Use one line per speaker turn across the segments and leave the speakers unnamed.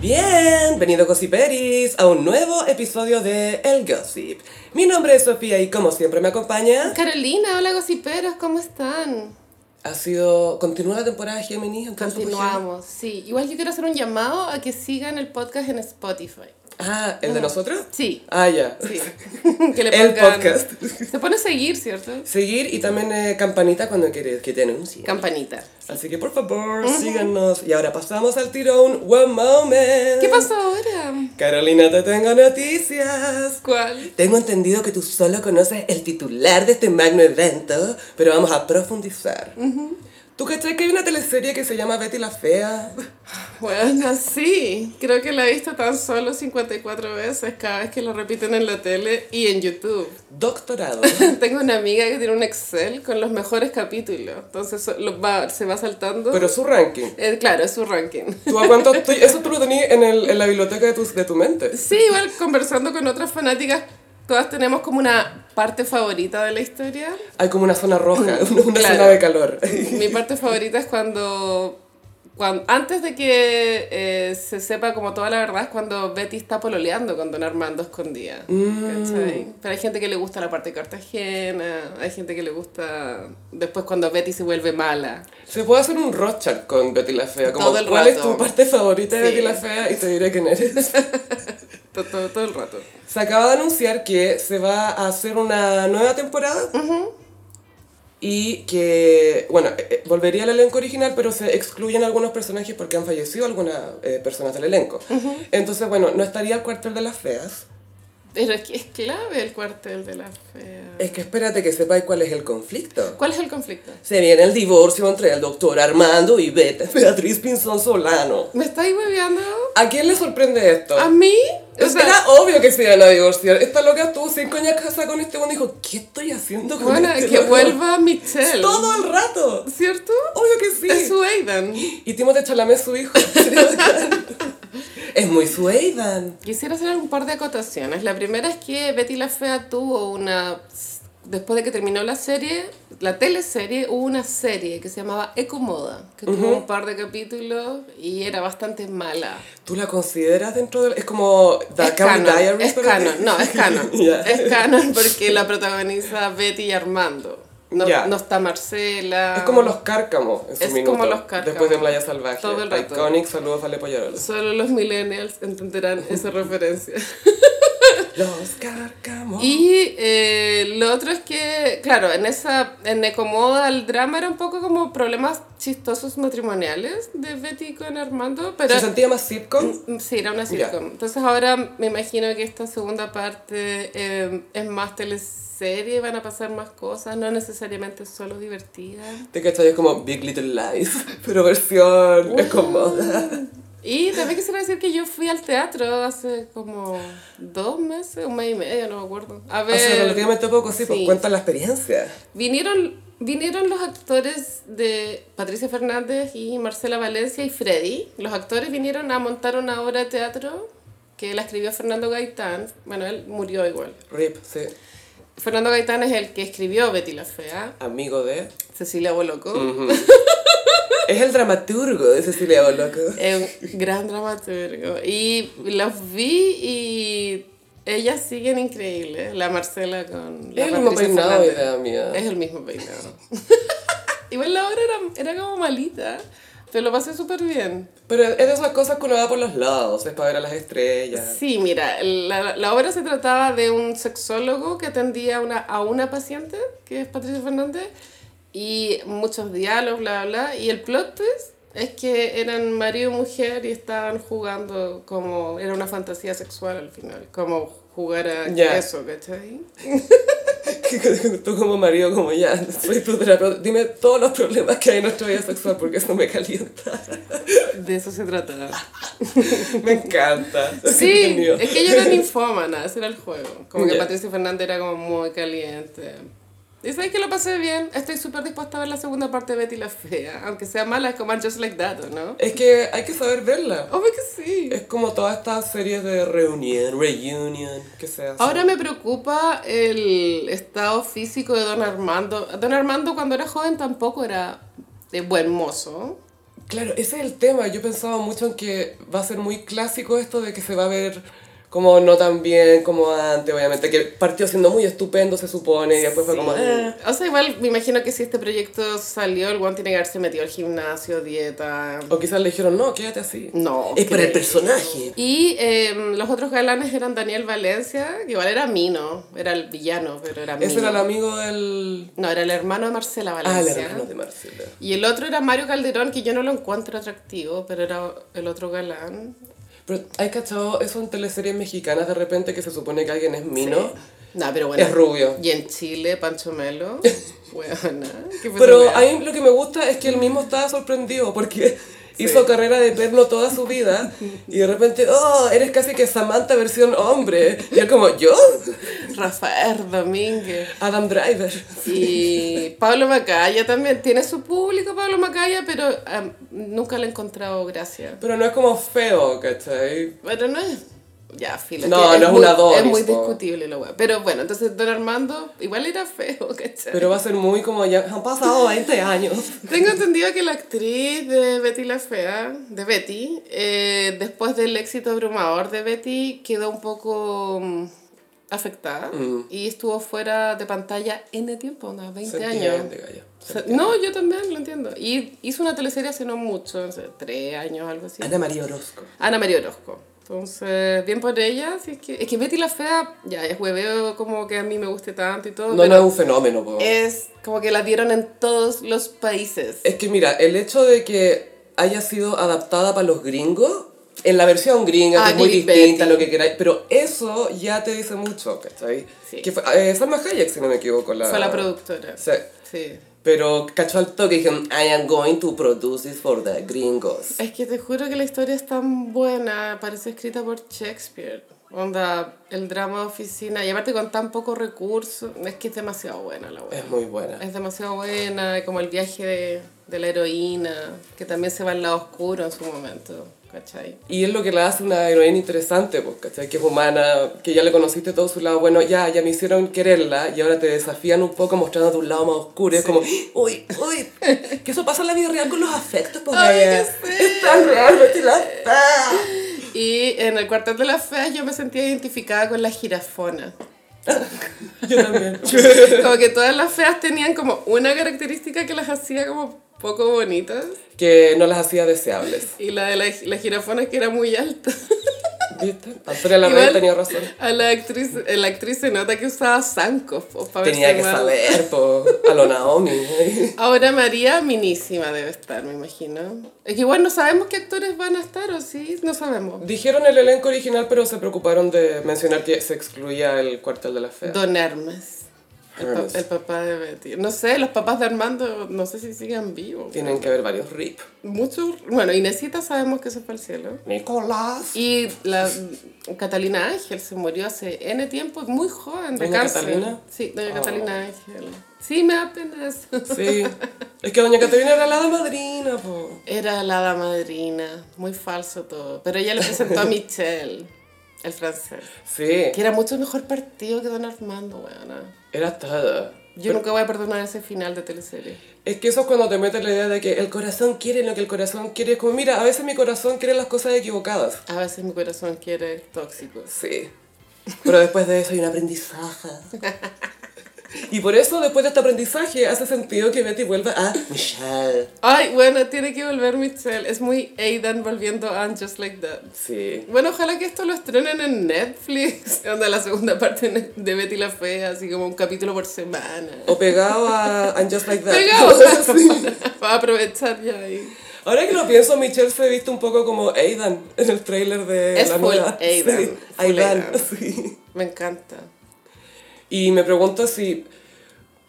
Bienvenido Gossiperis a un nuevo episodio de El Gossip. Mi nombre es Sofía y como siempre me acompaña,
Carolina, hola gossiperos, ¿cómo están?
ha sido... Continúa la temporada Géminis. entonces, pues,
Continuamos, sí. Igual yo quiero hacer un llamado a que sigan el podcast en Spotify.
Ah, ¿el de nosotros?
Sí.
Ah, ya.
Sí. que le
El
pongan-
podcast.
Se pone a seguir, ¿cierto?
Seguir y también eh, campanita cuando quieres que te anuncie.
Campanita.
Así que por favor, síganos. Y ahora pasamos al tirón One Moment.
¿Qué pasó ahora?
Carolina, te tengo noticias.
¿Cuál?
Tengo entendido que tú solo conoces el titular de este magno evento, pero vamos a profundizar. ¿Tú cachai que hay una teleserie que se llama Betty la Fea?
Bueno, sí. Creo que la he visto tan solo 54 veces cada vez que lo repiten en la tele y en YouTube.
Doctorado.
Tengo una amiga que tiene un Excel con los mejores capítulos. Entonces so- lo va, se va saltando.
Pero su ranking.
Eh, claro, es su ranking.
¿Tú a cuánto estoy? Eso tú lo tenías en, el- en la biblioteca de tu, de tu mente.
Sí, igual conversando con otras fanáticas, todas tenemos como una parte favorita de la historia.
Hay como una zona roja, una, una
Claro.
zona de calor.
Mi parte favorita es cuando, cuan- antes de que eh, se sepa como toda la verdad, es cuando Betty está pololeando con Don Armando escondida. ¿cachai? Pero hay gente que le gusta la parte de cartagena, hay gente que le gusta después cuando Betty se vuelve mala.
Se puede hacer un Rothschild con Betty la Fea. Como,
Todo el
¿Cuál es
rato.
tu parte favorita de
Sí.
Betty la Fea? Y te diré quién eres.
Todo, todo, todo el rato.
Se acaba de anunciar que se va a hacer una nueva temporada. Y que, bueno, eh, eh, volvería al elenco original, pero se excluyen algunos personajes porque han fallecido algunas eh, personas del elenco. Entonces, bueno, no estaría el cuartel de las feas.
Pero es, que es clave el cuartel de la fea.
Es que espérate que sepáis cuál es el conflicto.
¿Cuál es el conflicto?
Se viene el divorcio entre el doctor Armando y Bet- Beatriz Pinzón Solano.
¿Me estáis hueveando?
¿A quién le sorprende esto?
¿A mí? O
O sea,
sea,
era obvio que se iban a divorciar. Esta loca estuvo cinco años casada con este bueno y dijo, ¿qué estoy haciendo con
Bueno,
este
que
loco?".
vuelva Michelle.
Todo el rato.
¿Cierto?
Obvio que sí.
Es su Aidan.
Y Timothée Chalamet es su hijo. es muy su Aidan.
Quisiera hacer un par de acotaciones. La primera es que Betty la Fea tuvo una... Después de que terminó la serie, la teleserie, hubo una serie que se llamaba Ecomoda, que tuvo un par de capítulos y era bastante mala.
¿Tú la consideras dentro del...? Es como The
es
Cameron
canon,
Diaries,
es
pero-
canon, no, es canon.
Ya.
Es canon porque la protagoniza Betty y Armando. No,
Ya.
no está Marcela.
Es como los cárcamos en su
Es
minuto,
como los cárcamos.
Después de Playa Salvaje.
Todo el rato.
Iconic, saludos a Le Pollarola.
Solo los millennials entenderán esa referencia.
Los cárcamos.
Y eh, lo otro es que, claro, en esa en Ecomoda el drama era un poco como problemas chistosos matrimoniales de Betty con Armando, pero
¿Se sentía más sitcom?
sí, era una
Ya.
sitcom. Entonces ahora me imagino que esta segunda parte eh, es más teleserie, van a pasar más cosas, no necesariamente solo divertidas.
Te cachai, es como Big Little Lies, pero versión escomoda.
Y también quisiera decir que yo fui al teatro hace como dos meses, un mes y medio, no me acuerdo. A ver,
O sea, relativamente poco, sí, pues
sí.
cuenta la experiencia.
Vinieron, vinieron los actores de Patricia Fernández y Marcela Valencia y Freddy. Los actores vinieron a montar una obra de teatro que la escribió Fernando Gaitán. Bueno, él murió igual.
Rip, sí.
Fernando Gaitán es el que escribió Betty la Fea,
Amigo de...
Cecilia Boloco.
Mm. Es el dramaturgo de Cecilia Boloco.
Es un gran dramaturgo. Y los vi y ellas siguen increíbles. La Marcela con la
Es el mismo
Patricia
peinado,
Fernández.
idea mía.
Es el mismo peinado. Igual la obra era, era como malita, pero lo pasé súper bien.
Pero es de esas cosas que uno va por los lados, es para ver a las estrellas.
Sí, mira, la, la obra se trataba de un sexólogo que atendía a una, a una paciente, que es Patricia Fernández, y muchos diálogos, bla, bla, bla. Y el plot twist es que eran marido y mujer y estaban jugando como... Era una fantasía sexual al final, como jugar a
Ya.
eso, ¿cachai?
Tú como marido, como ya, soy tu terapeuta, dime todos los problemas que hay en nuestra vida sexual porque eso me calienta.
De eso se trataba.
Me encanta.
Sí,
Genio.
es que ella era ninfómana, ese era el juego. Como que
Ya.
Patricia Fernández era como muy caliente. Y sabes que lo pasé bien, estoy súper dispuesta a ver la segunda parte de Betty la Fea, aunque sea mala, es como I'm Just Like That, ¿o ¿no?
Es que hay que saber verla.
Obvio que sí.
Es como todas estas series de reunión, reunion, que se hace.
Ahora me preocupa el estado físico de Don Armando. Don Armando cuando era joven tampoco era de buen eh, mozo.
Claro, ese es el tema. Yo pensaba mucho en que va a ser muy clásico esto de que se va a ver como no tan bien como antes, obviamente, que partió siendo muy estupendo, se supone, y después fue como... "Eh".
O sea, igual me imagino que si este proyecto salió, el one tiene que haberse metido al gimnasio, dieta.
O quizás le dijeron, no, quédate así.
No.
es para el
creo.
personaje.
Y eh, los otros galanes eran Daniel Valencia, que igual era Mino, era el villano, pero era Mino.
Ese era el amigo del...
No, era el hermano de Marcela
Ah, el
Valencia.
hermano de Marcela.
Y el otro era Mario Calderón, que yo no lo encuentro atractivo, pero era el otro galán.
Pero hay cachado eso en teleseries mexicanas de repente que se supone que alguien es mino.
Eh, No, pero bueno.
Es rubio.
Y en Chile, Pancho Melo. Buena. qué
Pero
buena.
ahí lo que me gusta es que él mismo estaba sorprendido porque hizo carrera de perno toda su vida y de repente, oh, eres casi que Samantha versión hombre. Y él como, ¿yo?
Rafael Domínguez.
Adam Driver.
Y Pablo Macaya también. Tiene su público, Pablo Macaya, pero am, nunca le he encontrado gracia.
Pero no es como feo, ¿cachai?
Pero no es. Ya, filo.
No,
que
no es
muy-
una Doris,
Es muy
po.
discutible la weá. Pero bueno, entonces Don Armando igual era feo, ¿cachai?
Pero va a ser muy como ya han pasado 20 años.
Tengo entendido que la actriz de Betty la Fea, de Betty, eh, después del éxito abrumador de Betty, quedó un poco mm, afectada
Mm.
y estuvo fuera de pantalla N tiempo, unos 20
Se
años.
entiende, Gaya.
O sea, no, yo también lo entiendo. Y hizo una teleserie hace no mucho, no sé, tres años, algo así.
Ana María Orozco.
Ana María Orozco. Entonces, bien por ella, si es que... Es que Betty la Fea, ya, es hueveo como que a mí me guste tanto y todo,
No,
pero
no es un fenómeno, po.
es como que la dieron en todos los países.
Es que mira, el hecho de que haya sido adaptada para los gringos, en la versión gringa,
Ah,
que es muy
Lily
distinta,
Betty.
lo que queráis, pero eso ya te dice mucho, ¿cachai?
Sí.
Que fue, eh, Salma Hayek, si no me equivoco, la...
Fue la productora.
Sí.
Sí.
Pero cachó al toque y dijeron, I am going to produce this for the gringos.
Es que te juro que la historia es tan buena, parece escrita por Shakespeare. Onda, el drama de oficina, y aparte con tan pocos recursos, es que es demasiado buena la
Es
buena.
muy buena.
Es demasiado buena, como el viaje de, de la heroína, que también se va al lado oscuro en su momento, ¿cachai?
Y es lo que la hace una heroína interesante, pues, ¿cachai? Que es humana, que ya le conociste todo su lado bueno, ya, ya me hicieron quererla y ahora te desafían un poco mostrándote un lado más oscuro. y Es como, uy, uy, que eso pasa en la vida real con los afectos, pues,
Ay,
Gaya.
ya sé.
Es tan real, Betty la Fea.
Y en el cuartel de las feas yo me sentía identificada con la jirafona.
Yo también.
Como que todas las feas tenían como una característica que las hacía como poco bonitas.
que no las hacía deseables.
Y la de la, la jirafona es que era muy alta.
¿Viste? Antonia la
Igual,
tenía razón.
A la actriz, eh, la actriz se nota que usaba zancos po, pa'
Tenía que
verse más.
saber, pues, a lo Naomi.
Ahora María, minísima debe estar, me imagino. Es que igual no sabemos qué actores van a estar, ¿o sí? No sabemos.
Dijeron el elenco original, pero se preocuparon de mencionar que se excluía el cuartel de la fea.
Don Hermes. El, pa-
Hermes.
el papá de Betty. No sé, los papás de Armando, no sé si siguen vivos.
Tienen que haber varios rip.
Muchos. Bueno, Inesita sabemos que eso es para el cielo.
Nicolás.
Y la Catalina Ángel se murió hace N tiempo, muy joven, de
¿Doña
cáncer.
Catalina?
Sí, doña
Oh.
Catalina Ángel. Sí, me da pena eso.
Sí. Es que doña Caterina era la hada madrina, po.
Era la hada madrina, muy falso todo. Pero ella le presentó a Michelle, el francés.
Sí.
Que era mucho mejor partido que Don Armando, weona.
Era toda.
Yo nunca voy a perdonar ese final de teleserie.
Es que eso es cuando te metes la idea de que el corazón quiere lo que el corazón quiere. Es como, mira, a veces mi corazón quiere las cosas equivocadas.
A veces mi corazón quiere tóxicos.
Sí. Pero después de eso hay un aprendizaje. Y por eso, después de este aprendizaje, hace sentido que Betty vuelva a Michelle.
Ay, bueno, tiene que volver Michelle. Es muy Aidan volviendo a Anne Just Like That.
Sí.
Bueno, ojalá que esto lo estrenen en Netflix. Onda la segunda parte de Betty la Fea, así como un capítulo por semana.
O pegado a And Just Like That.
Pegado.
Sí.
Va a aprovechar ya ahí.
Ahora que lo pienso, Michelle se viste un poco como Aidan en el tráiler de
Es
la
full
nueva.
Aidan,
Sí,
full
Aidan,
Aidan.
sí.
Me encanta.
Y me pregunto si,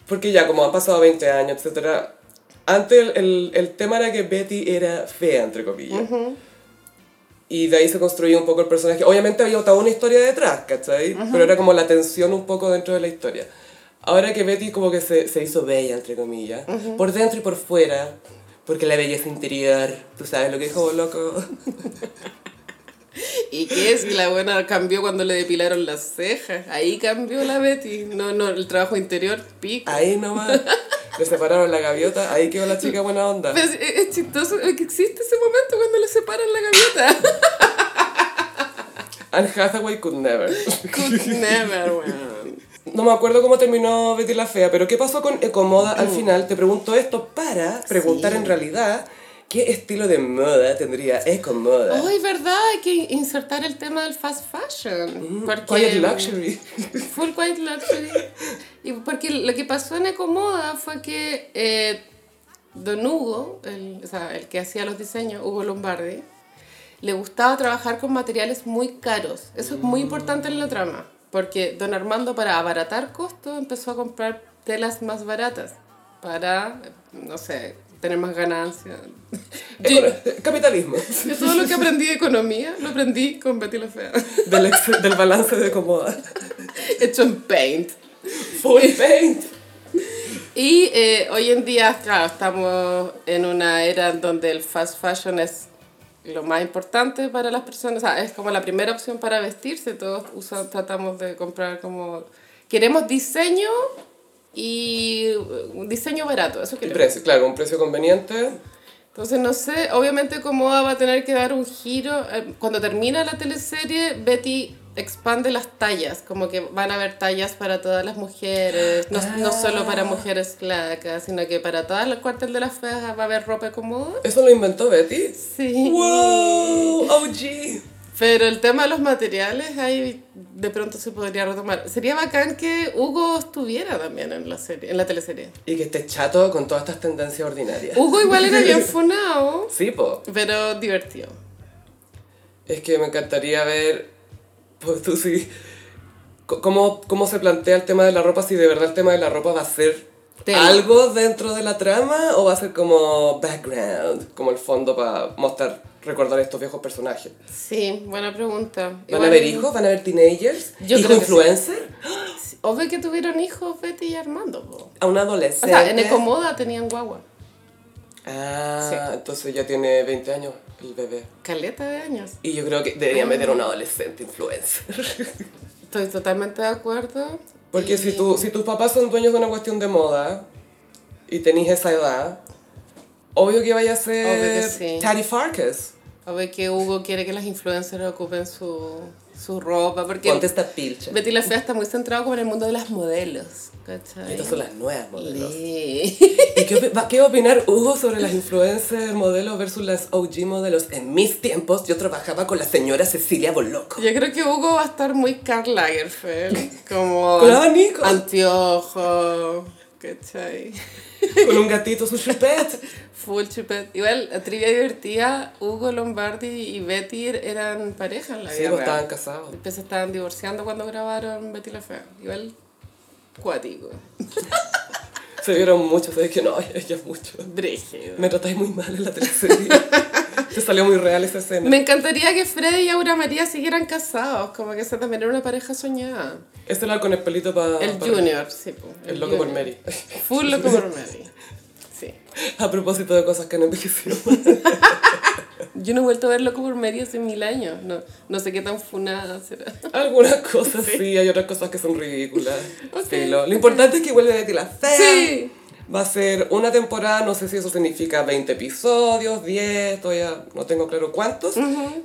porque ya como han pasado 20 años, etcétera, antes el, el- el tema era que Betty era fea, entre comillas. Y de ahí se construía un poco el personaje. Obviamente había toda una historia detrás, ¿cachai? Pero era como la tensión un poco dentro de la historia. Ahora que Betty como que se, se hizo bella, entre comillas, por dentro y por fuera, porque la belleza interior, tú sabes lo que dijo, loco.
¿Y qué es? Y la buena cambió cuando le depilaron las cejas. Ahí cambió la Betty. No, no, el trabajo interior pico.
Ahí nomás. Le separaron la gaviota, ahí quedó la chica buena onda.
Pero es, es chistoso eh, que existe ese momento cuando le separan la gaviota.
Anne Hathaway could never.
Could never, weón.
No me acuerdo cómo terminó Betty la Fea, pero ¿qué pasó con Ecomoda al final? Te pregunto esto para preguntar
Sí.
en realidad qué estilo de moda tendría Ecomoda.
Hoy, ¿verdad? Hay que insertar el tema del fast fashion. Oh, Porque
Quiet luxury.
Full Quiet Luxury. Y porque lo que pasó en Ecomoda fue que eh, Don Hugo, el, o sea, el que hacía los diseños, Hugo Lombardi, le gustaba trabajar con materiales muy caros. Eso es muy importante en la trama, porque Don Armando para abaratar costos empezó a comprar telas más baratas para, no sé, tener más ganancias. Yo-
Econo- Capitalismo.
yo todo lo que aprendí de economía lo aprendí con Betty la Fea,
Del, ex- del balance de Ecomoda.
hecho en paint.
Full paint.
Y eh, hoy en día, claro, estamos en una era en donde el fast fashion es lo más importante para las personas, o sea, es como la primera opción para vestirse, todos usa- tratamos de comprar como... Queremos diseño y eh, un diseño barato, eso
Y
queremos.
precio, claro, un precio conveniente.
Entonces, no sé, obviamente Comoda va a tener que dar un giro. eh, Cuando termina la teleserie, Betty expande las tallas, como que van a haber tallas para todas las mujeres, no, no solo para mujeres flacas, sino que para todas las cuartel de las feas va a haber ropa cómoda.
¿Eso lo inventó Betty?
Sí.
¡Wow! ¡OG!
Pero el tema de los materiales ahí de pronto se podría retomar. Sería bacán que Hugo estuviera también en la serie, en la teleserie.
Y que esté chato con todas estas tendencias ordinarias.
Hugo igual era bien funado,
Sí, po.
pero divertido.
Es que me encantaría ver, pues tú sí, c- cómo, cómo se plantea el tema de la ropa, si de verdad el tema de la ropa va a ser
Tema.
algo dentro de la trama o va a ser como background, como el fondo para mostrar, recordar a estos viejos personajes.
Sí, buena pregunta.
¿Van a
Igual-
haber hijos? ¿Van a haber teenagers?
Yo
¿Hijo
creo que sí.
influencer?
Obvio que tuvieron hijos Betty y Armando. po.
¿A un
O
adolescente?
sea, en Ecomoda tenían guagua.
Ah,
Sí.
entonces ya tiene 20 años el bebé.
Caleta de años.
Y yo creo que
Ah.
deberían meter a un adolescente influencer.
Estoy totalmente de acuerdo.
Porque
Y-
si, tú, si tus papás son dueños de una cuestión de moda y tenés esa edad, obvio que vaya a ser
Obvio que sí.
Taddy Farkas.
Obvio que Hugo quiere que las influencers ocupen su, su ropa. Porque
Ponte esta pilcha.
Betty la Fea está muy centrada como en el mundo de las modelos. ¿Cachai?
Estas son las nuevas modelos.
Sí.
¿Y qué, opi- va- qué va a opinar Hugo sobre las influencers modelos versus las OG modelos? En mis tiempos yo trabajaba con la señora Cecilia Boloco.
Yo creo que Hugo va a estar muy Karl Lagerfeld. Como
Con abanico.
anteojo. ¿Cachai?
Con un gatito, su chupet.
Full chupet. Igual, la trivia divertida, Hugo Lombardi y Betty eran pareja en la
Sí,
vida
pues,
real.
estaban casados.
Después se estaban divorciando cuando grabaron Betty la Fea. Igual, cuático.
Se vieron mucho, se que no, ella es mucho.
Brígido.
Me tratáis muy mal en la teleserie. Te salió muy real esa escena.
Me encantaría que Freddy y Aura María siguieran casados, como que esa también era una pareja soñada.
Este era con el pelito para...
El Junior, sí. po,
El loco por
Junior.
Mary.
Full loco por Mary. Sí.
A propósito de cosas que han envejecido.
Yo no he vuelto a ver Loco por Mary hace mil años. No, no sé qué tan funada será.
Algunas cosas sí. hay otras cosas que son ridículas.
Ok.
Filo. Lo importante es que vuelve Betty la Fea.
Ah, Sí.
Va a ser una temporada, no sé si eso significa 20 episodios, 10, todavía no tengo claro cuántos.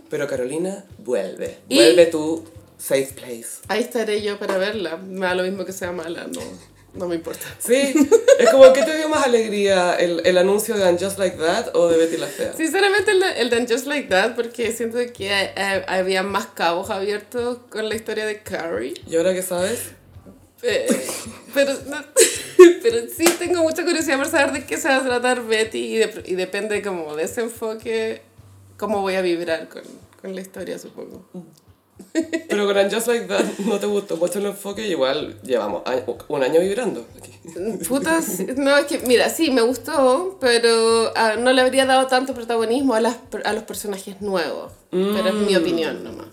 Pero Carolina, vuelve.
Y-
Vuelve tu safe place.
Ahí estaré yo para verla. Me da lo mismo que sea mala, no, no me importa.
Sí, es como que te dio más alegría el, el anuncio de And Just Like That o de Betty la Fea.
Sinceramente, el de, el de Just Like That, porque siento que eh, había más cabos abiertos con la historia de Carrie.
¿Y ahora qué sabes?
Eh, pero, no- pero sí tengo mucha curiosidad por saber de qué se va a tratar Betty y, de- y depende como de ese enfoque, cómo voy a vibrar con, con la historia, supongo.
Pero con And Just Like That no te gustó mucho el enfoque y igual llevamos a- un año vibrando aquí.
Putas, no, es que, mira, sí, me gustó, pero ah, no le habría dado tanto protagonismo a, las, per- a los personajes nuevos. Pero es mi opinión nomás.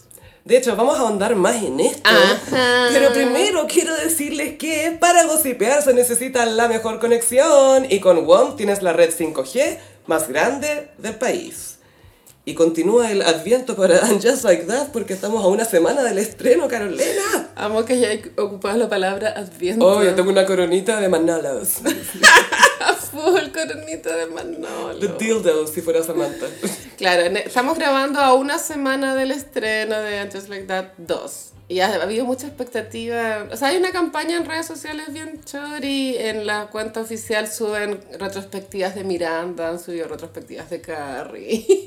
De hecho, vamos a ahondar más en esto.
Ajá.
Pero primero quiero decirles que para gossipear se necesita la mejor conexión. Y con WOM tienes la red 5G más grande del país. Y continúa el adviento para And Just Like That porque estamos a una semana del estreno, Carolina.
Amo que ya ocupado la palabra adviento.
Oh, yo tengo una coronita de manalos.
A full, coronita de Manolo.
The dildo, si fuera Samantha.
Claro, ne- estamos grabando a una semana del estreno de Just Like That 2. Y ha ha habido mucha expectativa. O sea, hay una campaña en redes sociales bien chori. En la cuenta oficial suben retrospectivas de Miranda, han subido retrospectivas de Carrie.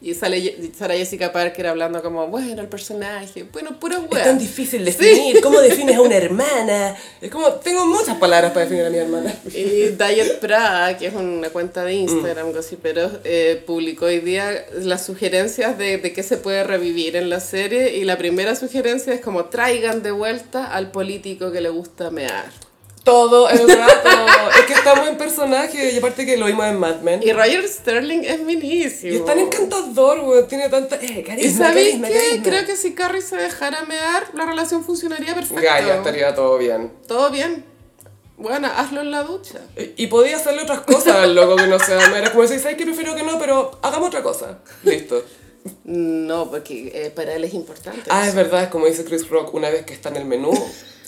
y sale Ye- Sarah Jessica Parker hablando como, bueno, el personaje. Bueno, pura
Es tan
hueá.
difícil definir. ¿Cómo defines a una hermana? Es como, tengo muchas palabras para definir a mi hermana.
Y Diet Prada, que es una cuenta de Instagram, gossiperos, eh, publicó hoy día las sugerencias de, de qué se puede revivir en la serie. Y la primera sugerencia es como traigan de vuelta al político que le gusta mear.
Todo el rato. es que estamos en personaje y aparte que lo vimos en Mad Men.
Y Roger Sterling es minísimo.
Y es tan encantador, güey. Tiene tanta. Eh, carisma,
¿Y sabéis
carisma,
qué?
carisma.
Creo que si Carrie se dejara mear, la relación funcionaría perfecto.
Gaya, estaría todo bien.
Todo bien. Bueno, hazlo en la ducha.
Y y podía hacerle otras cosas al loco que no sea mera. Como decir, ¿sabes qué? Prefiero que no, pero hagamos otra cosa. Listo.
No, porque eh, para él es importante.
Ah, es verdad, es como dice Chris Rock, una vez que está en el menú,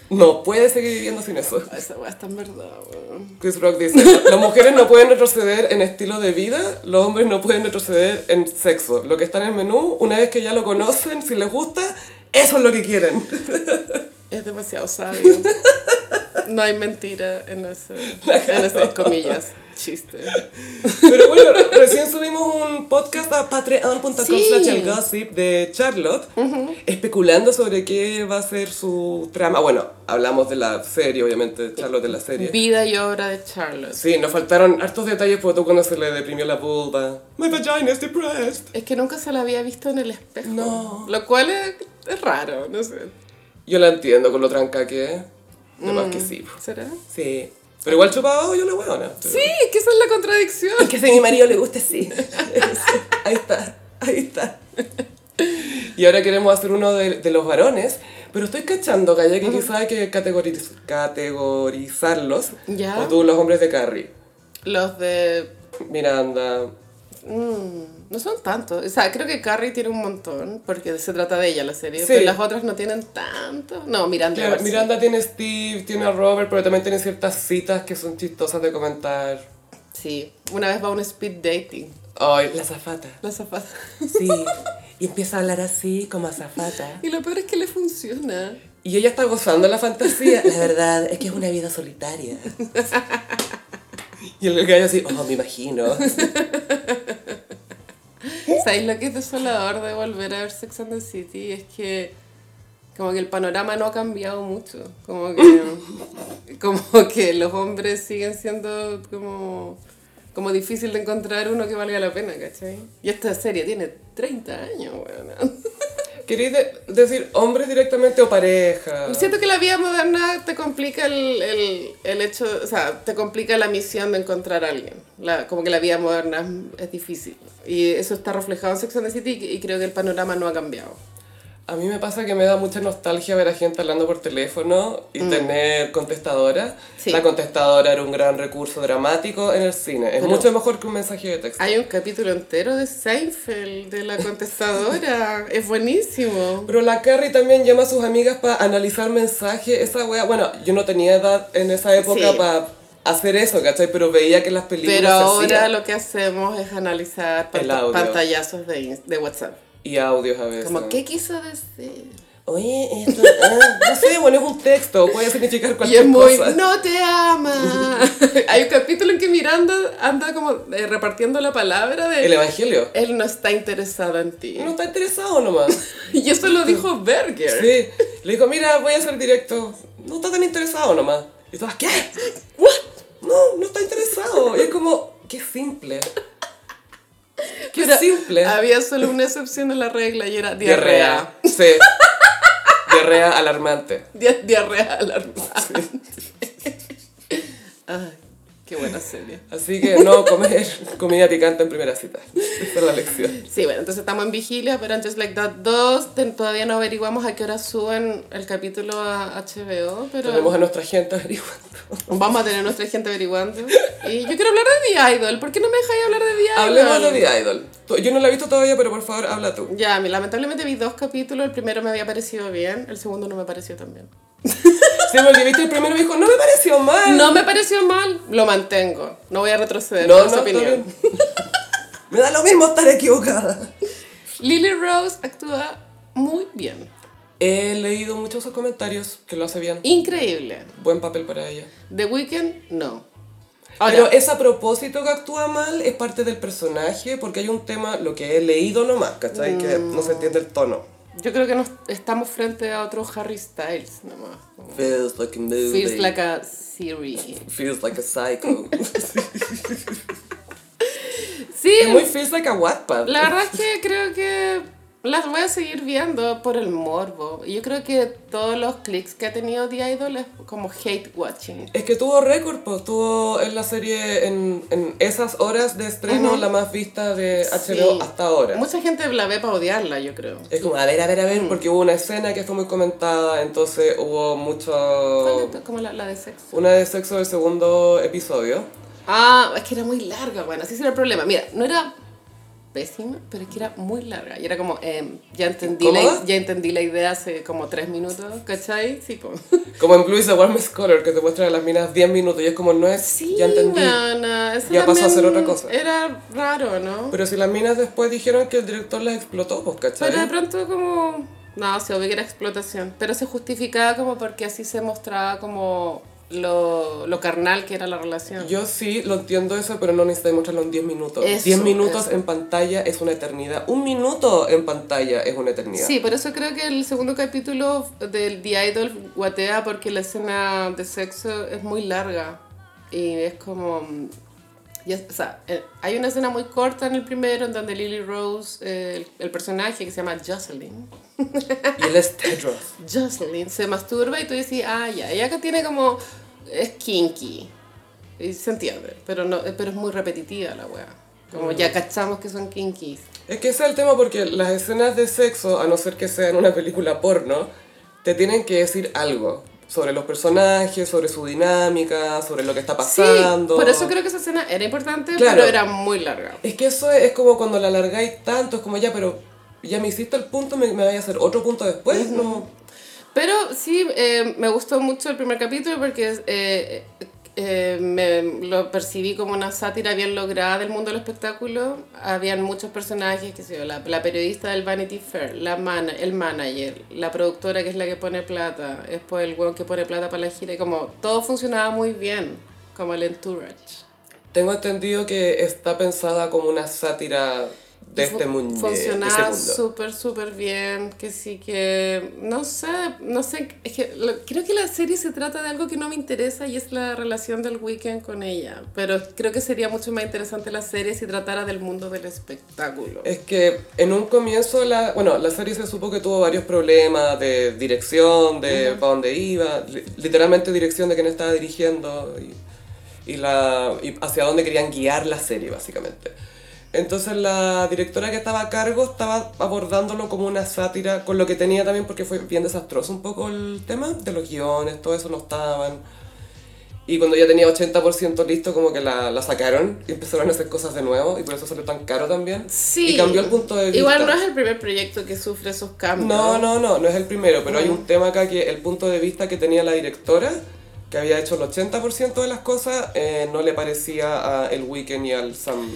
no puede seguir viviendo sin eso.
Esa weá está en verdad, weón.
Chris Rock dice, las mujeres no pueden retroceder en estilo de vida, los hombres no pueden retroceder en sexo. Lo que está en el menú, una vez que ya lo conocen, si les gusta, eso es lo que quieren.
Es demasiado sabio. No hay mentira en ese, en esas comillas. Chiste.
Pero bueno, recién subimos un podcast a patreon.com
Sí.
slash el gossip de Charlotte, especulando sobre qué va a ser su trama. Bueno, hablamos de la serie, obviamente, de Charlotte de la serie.
Vida y obra de Charlotte.
Sí, nos faltaron hartos detalles, porque tú cuando se le deprimió la vulva. My vagina is depressed.
Es que nunca se la había visto en el espejo.
No.
Lo cual es, es raro, no sé.
Yo la entiendo con lo tranca que es. De más que sí.
¿Será?
Sí. Pero igual chupado yo la huevona.
Sí, es que esa es la contradicción.
Que si a mi marido le guste, sí. ahí está, ahí está. Y ahora queremos hacer uno de, de los varones, pero estoy cachando, Gaya, que quizás hay que categoriz- categorizarlos.
Ya.
O tú, los hombres de Carrie.
Los de...
Miranda.
mm, no son tantos. O sea, creo que Carrie tiene un montón, porque se trata de ella la serie.
Sí.
Pero las otras no tienen tanto. No, Miranda.
Claro,
igual sí.
Miranda tiene a Steve, tiene a Robert, pero también tiene ciertas citas que son chistosas de comentar.
Sí. Una vez va a un speed dating.
Ay, la zafata.
La zapata.
Sí. Y empieza a hablar así, como azafata.
Y lo peor es que le funciona.
Y ella está gozando la fantasía.
La verdad es que es una vida solitaria.
Y el gallo así, oh, me imagino.
¿Sabéis lo que es desolador de volver a ver Sex and the City? Es que como que el panorama no ha cambiado mucho. Como que, como que los hombres siguen siendo como, como difícil de encontrar uno que valga la pena, ¿cachai? Y esta serie tiene 30 años, weón.
¿Queréis de- decir hombres directamente o pareja?
Siento que la vida moderna te complica el, el- el hecho, o sea, te complica la misión de encontrar a alguien. La- como que la vida moderna es, es difícil. Y eso está reflejado en Sex and the City y, y creo que el panorama no ha cambiado.
A mí me pasa que me da mucha nostalgia ver a gente hablando por teléfono y
Mm.
tener contestadora.
Sí.
La contestadora era un gran recurso dramático en el cine. Es
Pero-
mucho mejor que un mensaje de texto.
Hay un capítulo entero de Seinfeld, de la contestadora. es buenísimo.
Pero la Carrie también llama a sus amigas para analizar mensajes. Esa wea, bueno, yo no tenía edad en esa época
Sí.
para hacer eso, ¿cachai? Pero veía que las películas
Pero
se
ahora
hacían.
lo que hacemos es analizar
El
pant-
audio.
pantallazos de, ins- de WhatsApp.
Y audios a veces.
Como, ¿qué quiso decir?
Oye, esto... ah, no sé, bueno, es un texto. Puede significar
Y
cualquier
es muy,
cosa.
no te ama. Hay un capítulo en que Miranda anda como eh, repartiendo la palabra de...
El evangelio.
Él no está interesado en ti.
No está interesado nomás.
Y eso lo dijo Berger.
Sí. Le dijo, mira, voy a hacer directo. No está tan interesado nomás. Y todas, ¿qué? No, no está interesado. Y es como, qué simple. Qué
Pero
simple.
Había solo una excepción a la regla y era diarrea.
Sí. Diarrea alarmante.
Dia- diarrea alarmante. Ay, qué buena serie.
Así que no comer comida picante en primera cita. Esa es la lección.
Sí, bueno, entonces estamos en vigilia, pero en Just Like That 2 ten- todavía no averiguamos a qué hora suben el capítulo a HBO, pero
Tenemos a nuestra gente averiguando.
vamos a tener nuestra gente averiguando. Y yo quiero hablar de The Idol, ¿por qué no me dejáis hablar de The Idol?
Hablemos de The Idol. Tú- Yo no la he visto todavía, pero por favor, habla tú.
Ya, a mí lamentablemente vi dos capítulos, el primero me había parecido bien, el segundo no me pareció tan bien.
Sí, porque viste el primero dijo, no me pareció mal.
No me pareció mal, lo mantengo. No voy a retroceder
No,
con esa
no,
opinión.
está bien. Me da lo mismo estar equivocada.
Lily Rose actúa muy bien.
He leído muchos esos comentarios que lo hace bien.
Increíble.
Buen papel para ella.
The Weeknd, no.
Pero
Ahora,
es a propósito que actúa mal, es parte del personaje, porque hay un tema, lo que he leído nomás, ¿cachai? Que
Mm.
no se entiende el tono.
yo creo que nos estamos frente a otro Harry Styles nomás.
Feels like a
Feels like a series.
Feels like a psycho.
Sí,
es muy feels like a Wattpad.
la verdad es que creo que las voy a seguir viendo por el morbo. Y yo creo que todos los clics que ha tenido The Idol es como hate watching.
Es que tuvo récord, pues tuvo en la serie, en, en esas horas de estreno, la más vista de HBO
Sí.
hasta ahora.
Mucha gente la ve para odiarla, yo creo.
Es como, a ver, a ver, a
Mm.
ver, porque hubo una escena que fue muy comentada, entonces hubo
¿Cuál
mucho...
es tu- Como la, la de sexo.
Una de sexo del segundo episodio.
Ah, es que era muy larga, bueno, así ese era el problema. Mira, no era pésima, pero es que era muy larga. Y era como, em, ya, entendí la,
¿Incómoda?
ya entendí la idea hace como tres minutos, ¿cachai? Sí, po.
Como en Blue is the Warmest Color, que te muestra a las minas 10 minutos y es como, no es...
Sí,
ya entendí.
mana, eso
Ya pasó a ser
también
otra cosa.
Era raro, ¿no? Pero,
Pero si las minas después dijeron que el director las explotó, pues, ¿cachai?
de pronto como, no, se obvio que era explotación, pero se justificaba como porque así se mostraba como lo, lo carnal que era la relación.
Yo sí lo entiendo eso, pero no necesitáis mostrarlo en 10 minutos.
Eso,
10 minutos
eso.
en pantalla es una eternidad. Un minuto en pantalla es una eternidad.
Sí, por eso creo que el segundo capítulo del The Idol guatea porque la escena de sexo es muy larga. Y es como... mm, ya- o sea, eh, hay una escena muy corta en el primero en donde Lily Rose, eh, el, el personaje que se llama Jocelyn,
Y él es Tedros.
Jocelyn se masturba y tú dices, ah, ya, ella que tiene como... es kinky. Y se entiende, pero, no, eh, pero es muy repetitiva la wea. Como
Mm.
ya cachamos que son kinkies.
Es que ese es el tema porque las escenas de sexo, a no ser que sean una película porno, te tienen que decir algo sobre los personajes, sobre su dinámica, sobre lo que está pasando.
Sí, por eso creo que esa escena era importante,
Claro.
pero era muy larga.
Es que eso es, es como cuando la alargáis tanto, es como ya, pero ya me hiciste el punto, me, me vais a hacer otro punto después, ¿no?
Pero sí, eh, me gustó mucho el primer capítulo porque eh, eh, me, lo percibí como una sátira bien lograda del mundo del espectáculo. Habían muchos personajes, que sé yo, la, la periodista del Vanity Fair, la mana- el manager, la productora que es la que pone plata, después el weón que pone plata para la gira, y como todo funcionaba muy bien, como el entourage.
Tengo entendido que está pensada como una sátira de
Fu-
este mundo. de
Funcionaba
este mundo.
súper, súper bien. Que sí que. No sé, no sé. Es que lo- creo que la serie se trata de algo que no me interesa y es la relación del weekend con ella. Pero creo que sería mucho más interesante la serie si tratara del mundo del espectáculo.
Es que en un comienzo, la, bueno, la serie se supo que tuvo varios problemas de dirección, de para dónde iba, li- literalmente dirección de quién estaba dirigiendo y, y la, y hacia dónde querían guiar la serie, básicamente. Entonces la directora que estaba a cargo estaba abordándolo como una sátira, con lo que tenía también, porque fue bien desastroso un poco el tema de los guiones, todo eso no estaban. Y cuando ya tenía 80% listo, como que la, la sacaron y empezaron a hacer cosas de nuevo, y por eso salió tan caro también.
Sí.
Y cambió el punto de vista.
Igual no es el primer proyecto que sufre esos cambios.
No, no, no, no es el primero, pero hay un tema acá que el punto de vista que tenía la directora, que había hecho el 80% de las cosas, eh, no le parecía a El Weeknd y al Sam,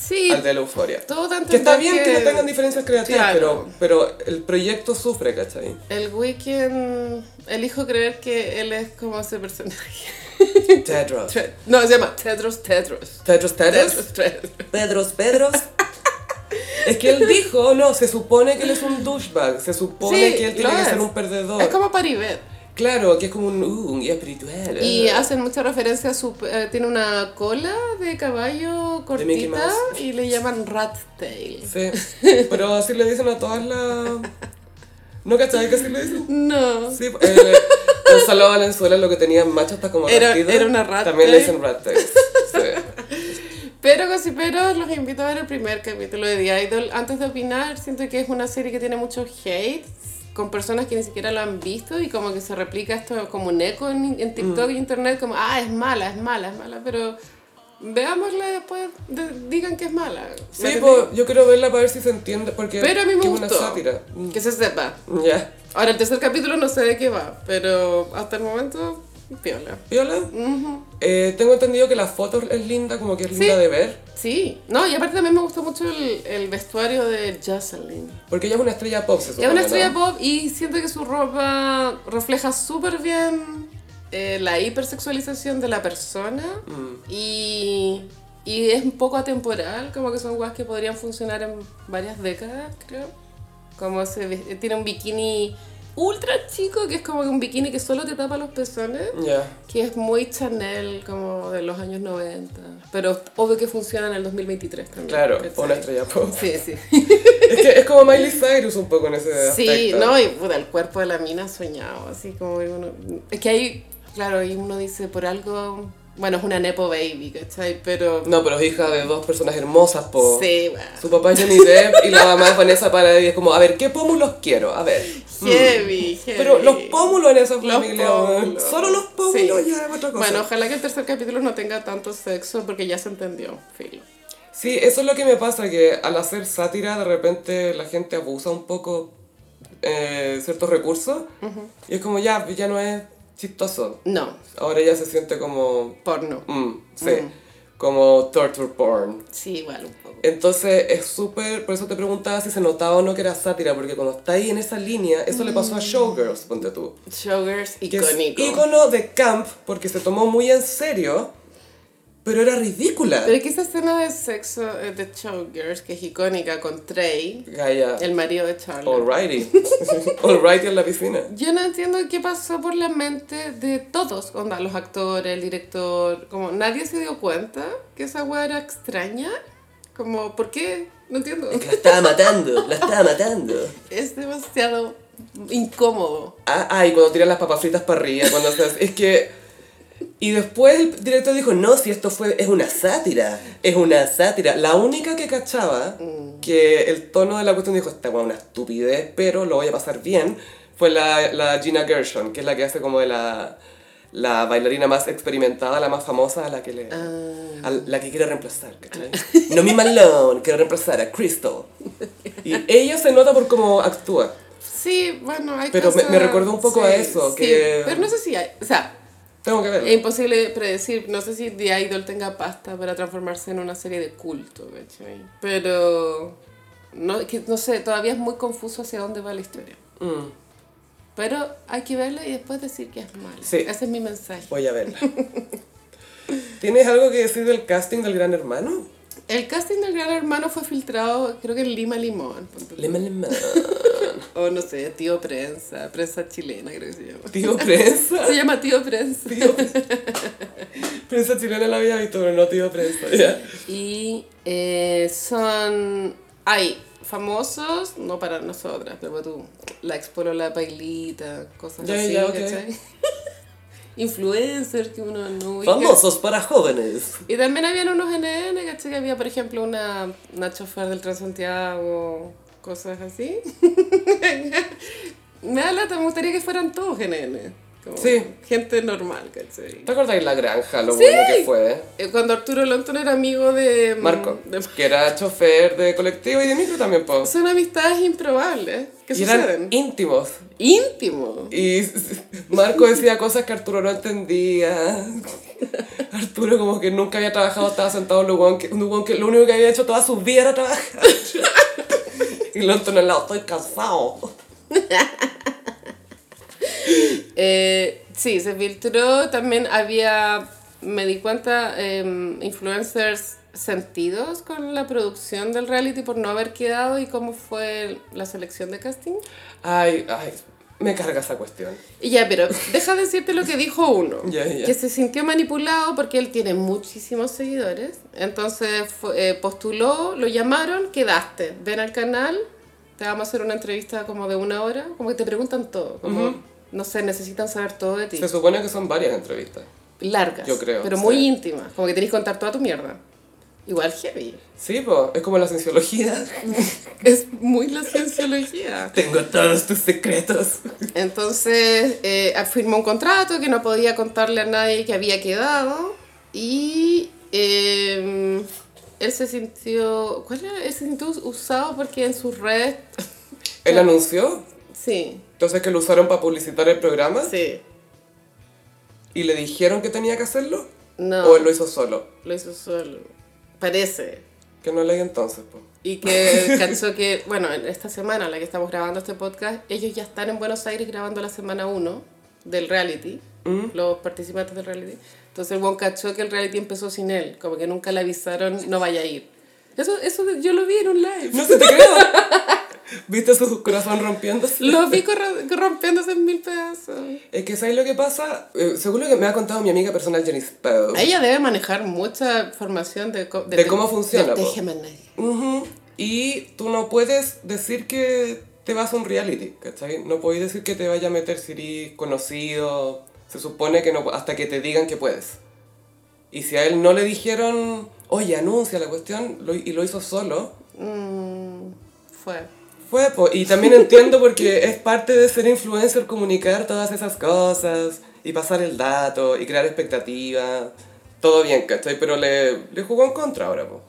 Sí.
al de la Euforia.
Todo tanto
Que está bien que no tengan diferencias creativas,
Claro.
pero, pero el proyecto sufre, ¿cachai?
El weekend. Elijo creer que él es como ese personaje.
Tedros.
Tre- No, se llama Tedros Tedros.
Tedros, Tedros.
Tedros Tedros.
Pedros, Pedros.
Es que él dijo, no, se supone que él es un douchebag, se supone
Sí,
que él
lo
tiene que
es.
ser un perdedor.
Es como Paribet.
Claro, que es como un, uh, un guía espiritual.
Y hacen mucha referencia a su... eh, tiene una cola de caballo
Mickey
cortita
Mouse.
y le llaman rat tail.
Sí, pero así le dicen a todas las... ¿No cachai que así le dicen?
No.
Sí, eh, Gonzalo Valenzuela lo que tenía en macho hasta como
Era-
ratito,
era una rat
También le
tail.
dicen rat tail. Sí.
Pero, pero los invito a ver el primer capítulo de The Idol. Antes de opinar, siento que es una serie que tiene mucho hate con personas que ni siquiera lo han visto y como que se
Mm.
replica esto como un eco en, en TikTok y internet como, ah, es mala, es mala, es mala, pero Veámosla y después de- digan que es mala. ¿Me
Sí,
entendí?
pues, yo quiero verla para ver si se entiende, porque
Pero a mí me
que
gustó.
es una sátira. Mm.
Que se sepa.
Ya.
Ahora, el tercer capítulo no sé de qué va, pero hasta el momento, piola.
Viola, eh, tengo entendido que la foto es linda, como que es linda
Sí.
de ver,
Sí, no, y aparte también me gustó mucho el, el vestuario de Jocelyn.
porque ella es una estrella pop, se
Es una
supone,
estrella
¿no?
pop y siento que su ropa refleja súper bien eh, la hipersexualización de la persona
Mm,
y, y es un poco atemporal, como que son guas que podrían funcionar en varias décadas, creo. Como se ve- tiene un bikini ultra chico, que es como un bikini que solo te tapa los pezones.
Ya.
Que es muy Chanel, como de los años 90. Pero obvio que funciona en el 2023 también.
Claro,
¿cachai?
una estrella pop.
Sí, sí.
Es que es como Miley Cyrus un poco en ese aspecto.
Sí, no, y puta, el cuerpo de la mina soñado, así como que uno... Es que ahí, claro, y uno dice por algo... Bueno, es una Nepo Baby, ¿cachai? Pero...
No, pero es hija de dos personas hermosas, po.
Sí, va.
Su papá es Johnny Depp y la mamá es Vanessa Paradis. Es como, a ver, ¿qué pómulos quiero? A ver.
Heavy, heavy.
Mm. Pero los pómulos en esa
Los
familia,
pómulos.
solo los pómulos ya es otra cosa.
Bueno, ojalá que el tercer capítulo no tenga tanto sexo porque ya se entendió, filo.
Sí, eso es lo que me pasa, que al hacer sátira de repente la gente abusa un poco eh, ciertos recursos y es como ya, ya no es chistoso.
No,
Ahora ya se siente como,
porno.
mm, sí, como torture porn.
Sí, igual un poco.
Entonces es súper, por eso te preguntaba si se notaba o no que era sátira, porque cuando está ahí en esa línea, eso le pasó a Showgirls, ponte tú.
Showgirls
que es
icónico.
ícono de camp porque se tomó muy en serio, pero era ridícula.
Pero es que esa escena de sexo eh, de Showgirls, que es icónica, con Trey,
Gaia.
el marido de Charlotte.
Alrighty. Alrighty en la piscina.
Yo no entiendo qué pasó por la mente de todos, onda, los actores, el director, como nadie se dio cuenta que esa weá era extraña, como, ¿por qué? No entiendo.
La estaba matando, la estaba matando.
Es demasiado incómodo.
Ah, ah, y cuando tiran las papacitas para arriba, cuando se hace- Es que... Y después el director dijo, no, si esto fue, es una sátira, es una sátira. La única que cachaba que el tono de la cuestión dijo, esta weá es una estupidez, pero lo voy a pasar bien, fue la, la Gina Gershon, que es la que hace como de la, la bailarina más experimentada, la más famosa, a la que, le, a la que quiere reemplazar, ¿cachai? Nomi Malone quiere reemplazar a Crystal. Y ella se nota por cómo actúa.
Sí, bueno, hay
Pero me- me
cosas-
recordó un poco a eso, que-
Pero no sé si hay, o sea,
Tengo que verla.
es imposible predecir, no sé si The Idol tenga pasta para transformarse en una serie de culto, ¿cachai? Pero, no, que, no sé, todavía es muy confuso hacia dónde va la historia.
Mm,
Pero hay que verla y después decir que es malo.
Sí.
Ese es mi mensaje.
voy a verla. ¿Tienes algo que decir del casting del Gran Hermano?
El casting del Gran Hermano fue filtrado, creo que en Lima Limón. ponte tú.
Lema, lema.
O no sé, Tío Prensa, Prensa Chilena, creo que se llama.
Tío Prensa.
Se llama Tío Prensa.
Tío Prensa. Prensa chilena la había visto, pero no tío Prensa. ya.
Y eh, son. Hay famosos, no para nosotras, pero tú. La expolola Pailita, cosas
Ya,
así.
ya, ok.
¿cachai? Influencers que uno no ubica.
Famosos para jóvenes.
Y también habían unos NN, ¿cachai? Que había, por ejemplo, una, una chofer del Transantiago, cosas así. me da lata, me gustaría que fueran todos NN. Como
Sí.
Gente normal, ¿cachai?
¿Te acordáis la granja, lo bueno que fue?
Eh, Cuando Arturo Lonton era amigo de... mm,
Marco,
de-
Mm.
que era chofer de colectivo y de micro también, po.
son amistades improbables que
Y eran
suceden.
íntimos.
Íntimo.
Y Marco decía cosas que Arturo no entendía. Arturo como que nunca había trabajado, estaba sentado en un lugar que, un lugar que lo único que había hecho toda su vida era trabajar. Y Lonton al lado, estoy cansado.
Eh, sí, se filtró. También había, me di cuenta, eh, influencers sentidos con la producción del reality por no haber quedado y cómo fue la selección de casting.
Ay, ay, me carga esa cuestión.
Y ya, pero deja de decirte lo que dijo uno.
Ya, ya.
Que se sintió manipulado porque él tiene muchísimos seguidores. Entonces fue- eh, postuló, lo llamaron, quedaste. Ven al canal, te vamos a hacer una entrevista como de una hora. Como que te preguntan todo. Como, no sé, necesitan saber todo de ti.
Se supone que son varias entrevistas.
largas.
Yo creo,
Pero
sí.
muy íntimas. Como que tenés que contar toda tu mierda. Igual heavy.
Sí, po, es como la cienciología.
Es muy la cienciología.
Tengo todos tus secretos.
Entonces eh, firmó un contrato que no podía contarle a nadie que había quedado. Y eh, él se sintió, ¿cuál era? Él se sintió usado porque en sus redes,
Él anunció,
sí,
entonces que lo usaron para publicitar el programa
sí,
y le dijeron que tenía que hacerlo.
no,
O él lo hizo solo.
lo hizo solo, parece.
Que no leí entonces, pues. po.
Y que cachó que, bueno, en esta semana en la que estamos grabando este podcast, ellos ya están en Buenos Aires grabando la semana 1 del reality,
Mm.
los participantes del reality. Entonces el buen cachó que el reality empezó sin él, como que nunca le avisaron, no vaya a ir. Eso, eso yo lo vi en un live.
No se te creo. ¿Viste su corazón rompiéndose?
Lo vi corro- rompiéndose en mil pedazos.
Es que ¿sabes lo que pasa? Eh, según lo que me ha contado mi amiga personal Jenny Spau.
Ella debe manejar mucha información de, co-
De cómo funciona,
del
po.
tejemeneje.
Ujú. Y tú no puedes decir que te vas a un reality, ¿cachai? No podéis decir que te vaya a meter Siri conocido. Se supone que no, hasta que te digan que puedes. Y si a él no le dijeron, oye, anuncia la cuestión, lo- y lo hizo solo,
Mm, fue.
fue, po. y también entiendo porque es parte de ser influencer comunicar todas esas cosas y pasar el dato y crear expectativas. Todo bien, ¿cachai? Pero le, le jugó en contra ahora, po.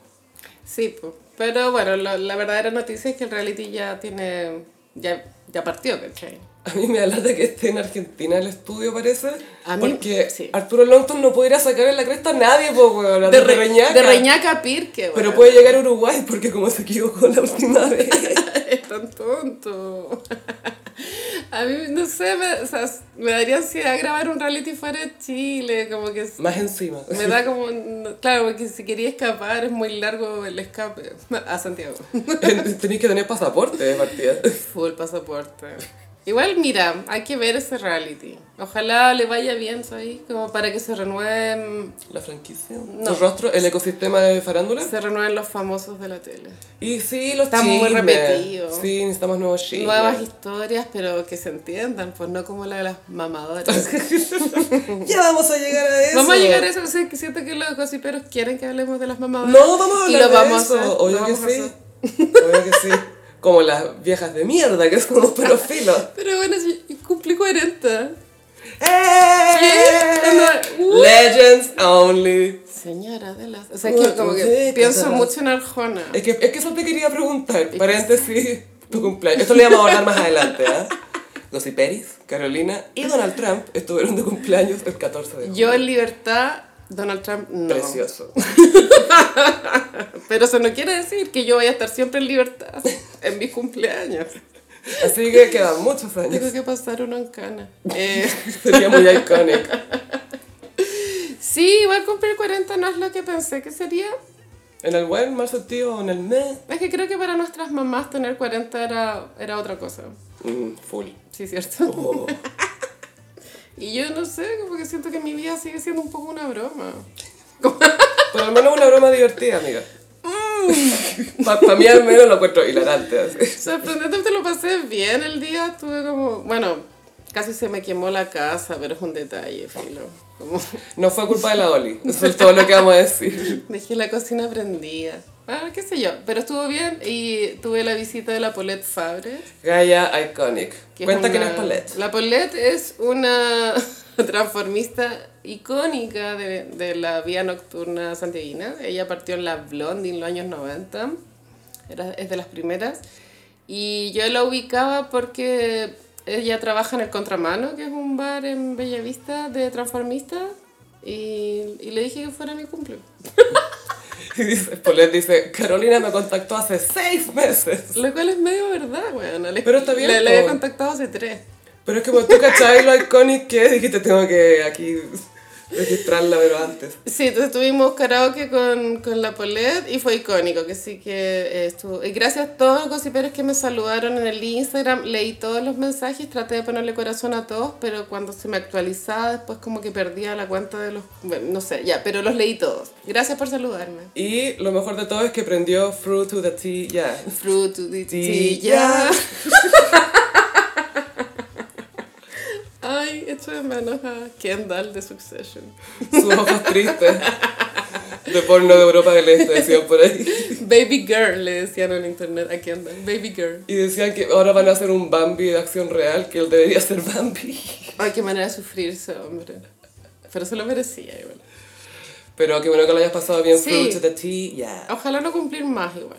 Sí, po. pero bueno, la- la verdadera noticia es que el reality ya tiene. ya, ya partió, ¿cachai?
A mí me da lata que esté en Argentina el estudio, parece.
A mí,
porque
sí.
Arturo Longton no puede ir a sacar en la cresta a nadie, po, weón. a
De,
los
Re-
Reñaca.
de Reñaca a Pirque,
Pero
weón.
puede llegar a Uruguay porque como se equivocó la última vez.
Es tan tonto. A mí, no sé, me, o sea, me daría ansiedad grabar un reality fuera de Chile, como que.
Más encima.
Me da como. no- Claro, porque si quería escapar es muy largo el escape a Santiago.
Tenéis que tener pasaporte de partida.
Full pasaporte. Igual, mira, hay que ver ese reality. Ojalá le vaya bien, ahí, como para que se renueven,
La franquicia.
No.
Tu rostro, el ecosistema de farándula.
se renueven los famosos de la tele.
Y sí, los
Está muy
chismes.
repetido.
Sí, necesitamos nuevos chismes.
Nuevas historias, pero que se entiendan, pues no como la de las mamadoras.
Ya vamos a llegar a eso.
Vamos a llegar a eso, o sea, que siento que los gossiperos quieren que hablemos de las mamadoras.
No, vamos a
Y
hablar
lo
de
vamos a
eso.
hacer,
Obvio
lo
que
vamos a
sí.
hacer.
Obvio que sí. Como las viejas de mierda que somos profilos.
Pero bueno, si- cumplí 40.
¡Eh!
¿Qué? No, no.
Legends only.
Señora de las... O sea, que como que
Sí,
pienso
cosas.
mucho en Arjona.
Es que, es que eso te quería preguntar. Paréntesis, tu cumpleaños. Esto lo vamos a hablar más adelante, ¿ah? Gossip Peris, Carolina y Donald Trump estuvieron de cumpleaños el 14 de julio.
Yo en libertad, Donald Trump no.
Precioso.
Pero eso no quiere decir que yo vaya a estar siempre en libertad en mis cumpleaños.
Así que quedan muchos
Tengo
años.
que pasar uno en cana. Eh,
Sería muy icónico.
sí, igual cumplir 40 no es lo que pensé que sería.
En el buen, mal sentido o en el mes.
Es que creo que para nuestras mamás tener 40 era, era otra cosa.
Mm, full.
Sí, cierto.
Oh.
Y yo no sé, como que siento que mi vida sigue siendo un poco una broma.
Por lo menos una broma divertida, amiga.
Mm.
Para mí al menos lo encuentro hilarante. Así.
Sorprendentemente lo pasé bien el día, estuve como, bueno, casi se me quemó la casa, pero es un detalle, filo. Como,
No fue culpa de la Oli. Eso es todo lo que vamos a decir.
dejé la cocina prendida. Bueno, qué sé yo, pero estuvo bien y tuve la visita de la Paulette Fabre.
Gaia Iconic.
que es
Cuenta que no
una-
es Palette.
La Paulette es una transformista icónica de, de la vía nocturna santiaguina. Ella partió en la Blondie en los años 90. Era, es de las primeras. Y yo la ubicaba porque ella trabaja en el Contramano, que es un bar en Bellavista de transformistas. Y, y le dije que fuera mi cumple.
Y dice, Palette dice, Carolina me contactó hace seis meses.
Lo cual es medio verdad, weón. Le-
Pero está bien,
Le, le
po.
había contactado hace tres.
Pero es que como tú cachai lo iconic que es, dijiste, tengo que aquí registrarla, pero antes.
Sí, entonces tuvimos karaoke con, con la Paulette y fue icónico, que sí que eh, estuvo. Y gracias a todos los gossiperos que me saludaron en el Instagram, leí todos los mensajes, traté de ponerle corazón a todos, pero cuando se me actualizaba después como que perdía la cuenta de los... bueno, no sé, ya, pero los leí todos. Gracias por saludarme.
Y lo mejor de todo es que prendió Fruit to the Tea, ya.
Fruit to the
Sí,
ya. Ay, echo de menos a Kendall de Succession.
Sus ojos tristes. De porno de Europa del Este, decían por ahí.
Baby girl, le decían en internet a Kendall. Baby girl.
Y decían que ahora van a hacer un Bambi de acción real, que él debería ser Bambi.
Ay, qué manera de sufrirse, hombre. Pero se lo merecía igual.
Pero qué bueno que lo hayas pasado bien,
Sí.
Fruits of the Tea, yeah.
Ojalá no cumplir más igual.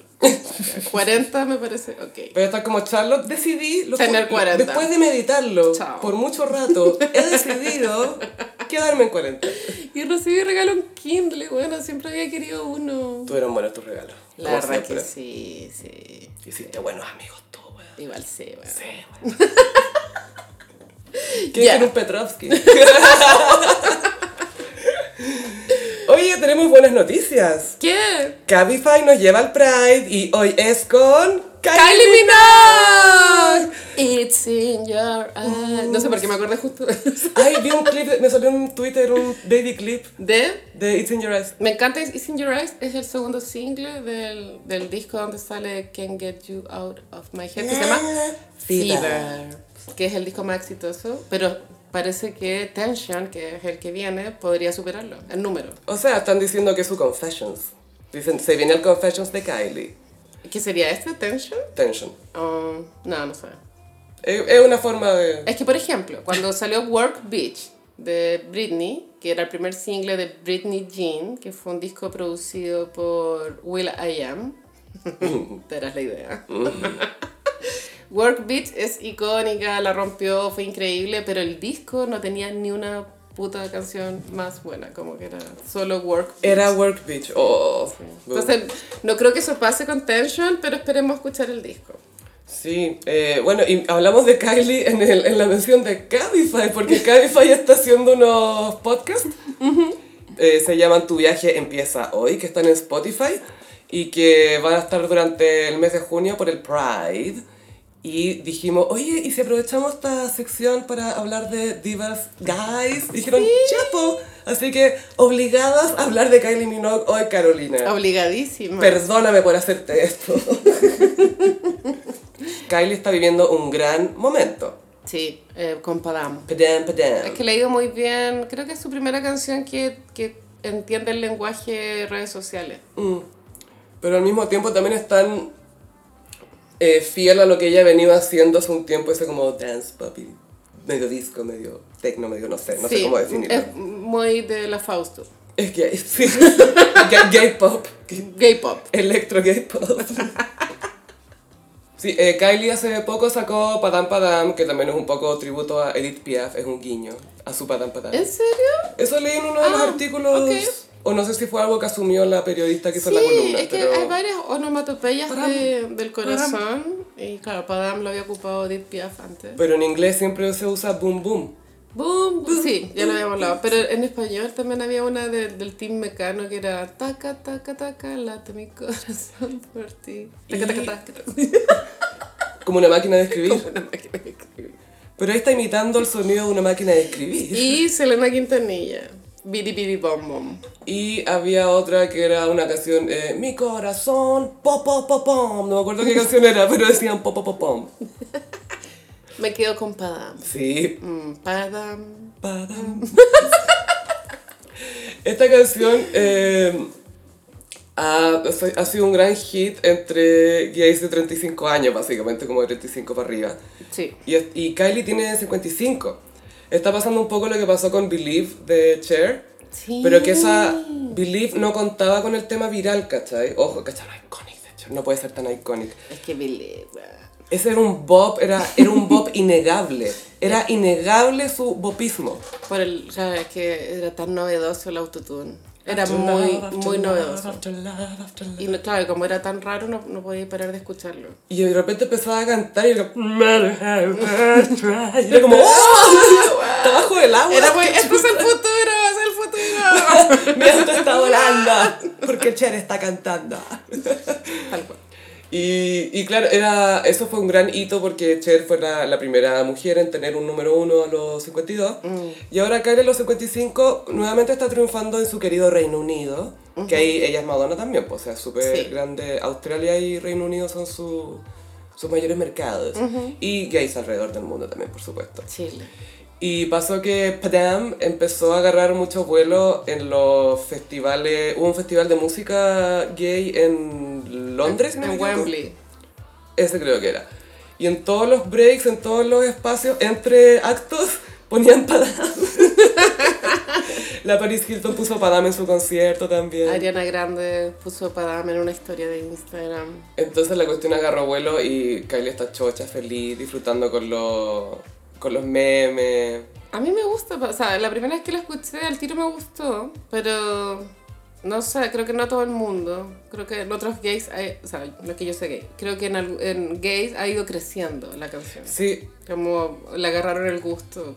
40 me parece, ok.
Voy a estar como Charlotte, decidí... lo-
Tener 40.
Después de meditarlo
Chao.
por mucho rato, he decidido quedarme en 40.
Y recibí regalo en Kindle, bueno, siempre había querido uno.
Tuvieron buenos tus regalos.
La
como
verdad que
siempre.
sí, sí.
Hiciste buenos amigos tú, weón.
Igual sí, bueno.
¿Qué
Ya.
dicen un Petrovsky? Oye, tenemos buenas noticias.
¿Qué?
Cabify nos lleva al Pride y hoy es con
¡Kylie
Kylie
Minogue! It's in your eyes. No sé por qué me acordé justo de eso.
Ay, vi un clip, me salió en Twitter un baby clip
De.
de It's in Your Eyes.
Me encanta It's in Your Eyes, es el segundo single del, del disco donde sale Can't Get You Out of My Head, que se llama
Fever.
Fever, que es el disco más exitoso, pero parece que Tension, que es el que viene, podría superarlo, el número,
O sea, están diciendo que es su Confessions. Dicen, se viene el Confessions de Kylie.
¿Qué sería este, Tension?
Tension.
Um, no, no sé.
Es es una forma de...
Es que, por ejemplo, cuando salió Work Beach de Britney, que era el primer single de Britney Jean, que fue un disco producido por Will I Am, te darás la idea. Work Beach es icónica, la rompió, fue increíble, pero el disco no tenía ni una puta canción más buena, como que era solo Work Beach.
Era Work Beach. Oh.
Entonces, no creo que eso pase con Tension, pero esperemos escuchar el disco.
Sí, eh, bueno, y hablamos de Kylie en, el- en la mención de Cabify, porque Cabify está haciendo unos podcasts. Eh, se llaman Tu viaje empieza hoy, que están en Spotify y que van a estar durante el mes de junio por el Pride. Y dijimos, oye, ¿y si aprovechamos esta sección para hablar de divas guys? Dijeron, chapo. Así que obligadas a hablar de Kylie Minogue hoy, Carolina.
Obligadísima.
Perdóname por hacerte esto. Kylie está viviendo un gran momento.
sí, eh, con Padam.
Padam,
Es
padam.
que le ha ido muy bien. Creo que es su primera canción que, que entiende el lenguaje de redes sociales.
Pero al mismo tiempo también es tan eh, fiel a lo que ella venía haciendo hace un tiempo, ese como dance papi, medio disco, medio techno, medio no sé, no sé cómo definirlo. Es,
es muy de la Fausto.
gay, sí. gay, gay pop,
Gay pop.
electro gay pop. Sí, eh, Kylie hace poco sacó Padam Padam, que también es un poco tributo a Edith Piaf, es un guiño a su Padam Padam.
¿En serio?
Eso leí en uno de los
Ah,
artículos.
ok.
O no sé si fue algo que asumió la periodista que hizo
Sí,
la columna.
es que
pero...
hay varias onomatopeyas
Padam,
de- del corazón. Y claro, Padam lo había ocupado Edith Piaf antes.
pero en inglés siempre se usa boom boom.
Boom, boom. Sí, ya lo habíamos hablado. Pero en español también había una de- del team mecano que era taca, taca, taca, late mi corazón por ti. Taca, taca,
Y-
taca, taca.
Como una máquina de escribir.
Una máquina de escribir.
Pero ahí está imitando el sonido de una máquina de escribir. Y,
Y Selena Quintanilla. Bidi bidi bom bom.
había otra que era una canción, eh, mi corazón, pop pop pop pom. No me acuerdo qué canción era, pero decían pop pop pop pom.
Me quedo con Padam.
Sí,
Mm, Padam.
Padam. Esta canción eh, ha, ha sido un gran hit entre gays de 35 años, básicamente, como de 35 para arriba.
Sí.
Y, es- y Kylie tiene 55. Está pasando un poco lo que pasó con Believe de Cher.
Sí.
Pero que esa Believe no contaba con el tema viral, ¿cachai? Ojo, ¿cachai? No iconic, de hecho. No puede ser tan iconic.
Es que Beleva.
Ese era un bop, era, era un bop innegable. Era innegable su bopismo.
Por el. o sea, es que era tan novedoso el autotune. Era muy, muy novedoso. Y no- claro, como era tan raro, no, no podía parar de escucharlo.
Y de repente empezaba a cantar y era como... Y era como... ¡Oh! Está bajo el agua.
Era muy. Esto es el futuro, es el futuro.
Mira, esto está volando. Porque Cher está cantando.
Tal cual.
Y, y claro, era, eso fue un gran hito porque Cher fue la, la primera mujer en tener un número uno a los 52.
Mm.
Y ahora Kylie a los 55 nuevamente está triunfando en su querido Reino Unido. Que ahí ella es Madonna también, pues, o sea, súper
Sí.
grande. Australia y Reino Unido son su- sus mayores mercados. Y gays alrededor del mundo también, por supuesto.
Chile.
Y pasó que Padam empezó a agarrar mucho vuelo en los festivales. Hubo un festival de música gay en Londres, si no me
En
equivoco.
Wembley.
Ese creo que era. Y en todos los breaks, en todos los espacios, entre actos, ponían Padam. La Paris Hilton puso Padam en su concierto también.
Ariana Grande puso Padame en una historia de Instagram.
Entonces la cuestión agarró vuelo y Kylie está chocha, feliz, disfrutando con los, con los memes.
A mí me gusta, o sea, la primera vez que la escuché al tiro me gustó, pero no sé, creo que no a todo el mundo. Creo que en otros gays, hay- o sea, no es que yo sea gay, creo que en, al- en gays ha ido creciendo la canción.
Sí,
Como le agarraron el gusto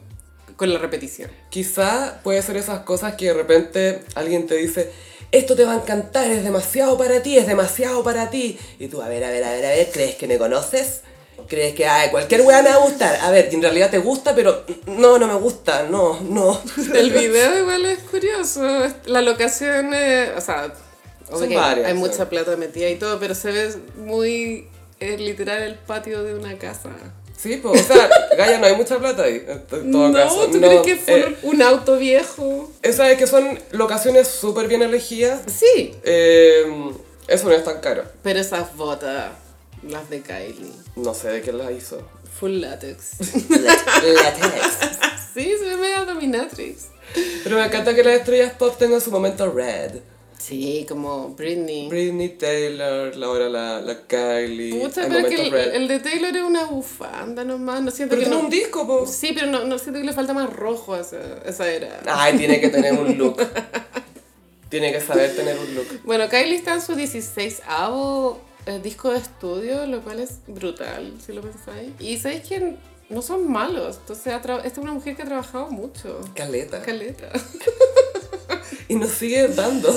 con la repetición.
Quizá puede ser esas cosas que de repente alguien te dice, esto te va a encantar, es demasiado para ti, es demasiado para ti.
Y tú, a ver, a ver, a ver, a ver, ¿crees que me conoces? ¿Crees que
ah,
ay, cualquier weá me va a gustar? A ver, que en realidad te gusta, pero no, no me gusta, no, no.
El video igual es curioso. La locación, eh, o sea, obvio
Son
que
varias,
hay
sí.
mucha plata metida y todo, pero se ve muy eh, literal el patio de una casa.
Sí, pues, o sea, Gaya, no hay mucha plata ahí, en to- en todo
no,
caso.
¿tú
no,
crees que fue
eh,
un auto viejo?
esa es que son locaciones súper bien elegidas.
Sí,
eh, eso no es tan caro.
pero esas botas, las de Kylie,
No sé de quién las hizo.
full latex.
Latex.
sí, se ve medio dominatrix.
Pero me encanta que las estrellas pop tengan su momento red.
Sí, como Britney.
Britney Taylor, ahora la, la Kylie.
Pucha,
hay
pero es
momentos
que el,
red.
el de Taylor es una bufanda nomás, no siento
pero
que
tiene
no...
un disco, po.
Sí, pero no, no siento que le falta más rojo a esa, esa era.
Ay, tiene que tener un look. tiene que saber tener un look.
Bueno, Kylie está en su 16 avo disco de estudio, lo cual es brutal, si lo pensáis. Y sabéis que no son malos, entonces ha tra- esta es una mujer que ha trabajado mucho.
Caleta.
Caleta.
Y nos sigue dando.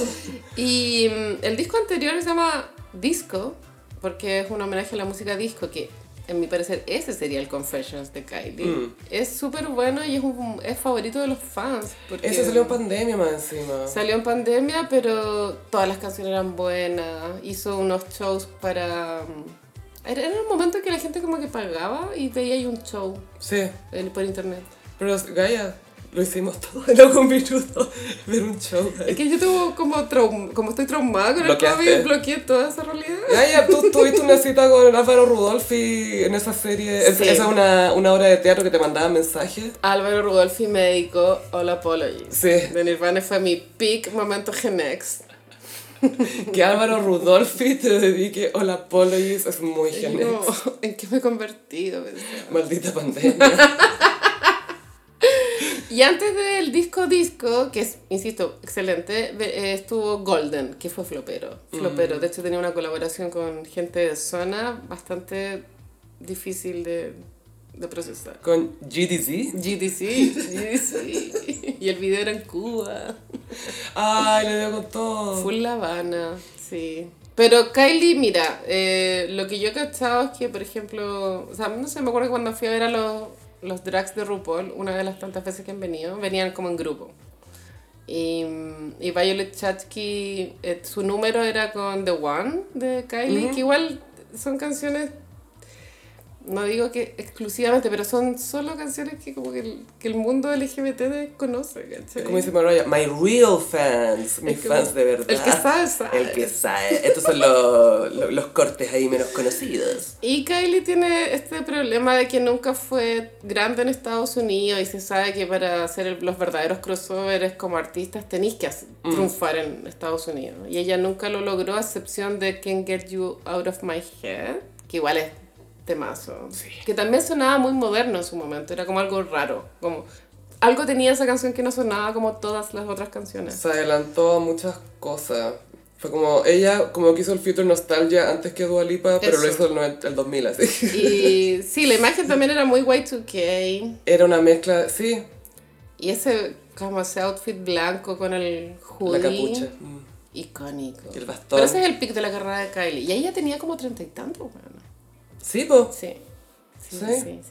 Y mm, el disco anterior se llama Disco, porque es un homenaje a la música disco, que en mi parecer ese sería el Confessions de Kylie.
Mm.
Es súper bueno y es, un, es favorito de los fans. Porque...
Eso salió en pandemia más encima.
Salió en pandemia, pero todas las canciones eran buenas. Hizo unos shows para... mm, Era era un momento que la gente como que pagaba y veía ahí un show
Sí,
en- por internet.
pero Gaia, lo hicimos todo en algún minuto. Ver un show.
Es que yo tuve como, traum- como estoy traumada con el
Bloqueaste.
COVID, bloqueé toda esa realidad.
Gaia, tú tuviste una cita con Álvaro Rudolfi en esa serie. Es-
Sí.
Esa es una, una obra de teatro que te mandaba mensajes.
Álvaro Rudolfi me dedicó All Apologies.
Sí.
De Nirvana fue mi peak momento Genex.
Que Álvaro Rudolfi te dedique Hola Apologies es muy
Y
genial.
como, ¿En qué me he convertido? Pensaba.
Maldita pandemia.
Y antes del disco disco, que es, insisto, excelente, ve- eh, estuvo Golden, que fue flopero. Flopero, de hecho tenía una colaboración con gente de zona bastante difícil de, de procesar.
Con GDZ.
GDC, GDC. y el video era en Cuba.
Ay, le dio con todo.
Full La Habana, sí. Pero Kylie, mira, eh, lo que yo he cachado es que, por ejemplo, o sea, no sé, me acuerdo que cuando fui a ver a los, los drags de RuPaul, una de las tantas veces que han venido, venían como en grupo. Y, y Violet Chachki, eh, su número era con The One de Kylie, que igual son canciones, no digo que exclusivamente, pero son solo canciones que como que el, que el mundo LGBT desconoce, ¿cachai?
Como dice
Mariah, my real fans, mis
Es que-
fans de verdad.
el que sabe, sabe.
El que sabe. Estos son los, los, los cortes ahí menos conocidos.
Y Kylie tiene este problema de que nunca fue grande en Estados Unidos y se sabe que para hacer el- los verdaderos crossovers como artistas tenéis que hacer- triunfar en Estados Unidos. Y ella nunca lo logró a excepción de Can't Get You Out of My Head, que igual es temazo. Que también sonaba muy moderno en su momento, era como algo raro, como algo tenía esa canción que no sonaba como todas las otras canciones.
Se adelantó a muchas cosas. Fue como, ella como que hizo el Future Nostalgia antes que Dua Lipa, pero lo
Eso.
hizo el, noven- el 2000 así.
Y sí, la imagen también era muy Y2K.
Era una mezcla, sí,
Y ese, como ese outfit blanco con el hoodie.
la capucha. Mm.
Icónico.
Y el bastón.
Pero ese es el pic de la carrera de Kylie. Y ella tenía como treinta y tantos, weón.
Sí, pues.
Sí. Sí,
¿Sí?
sí,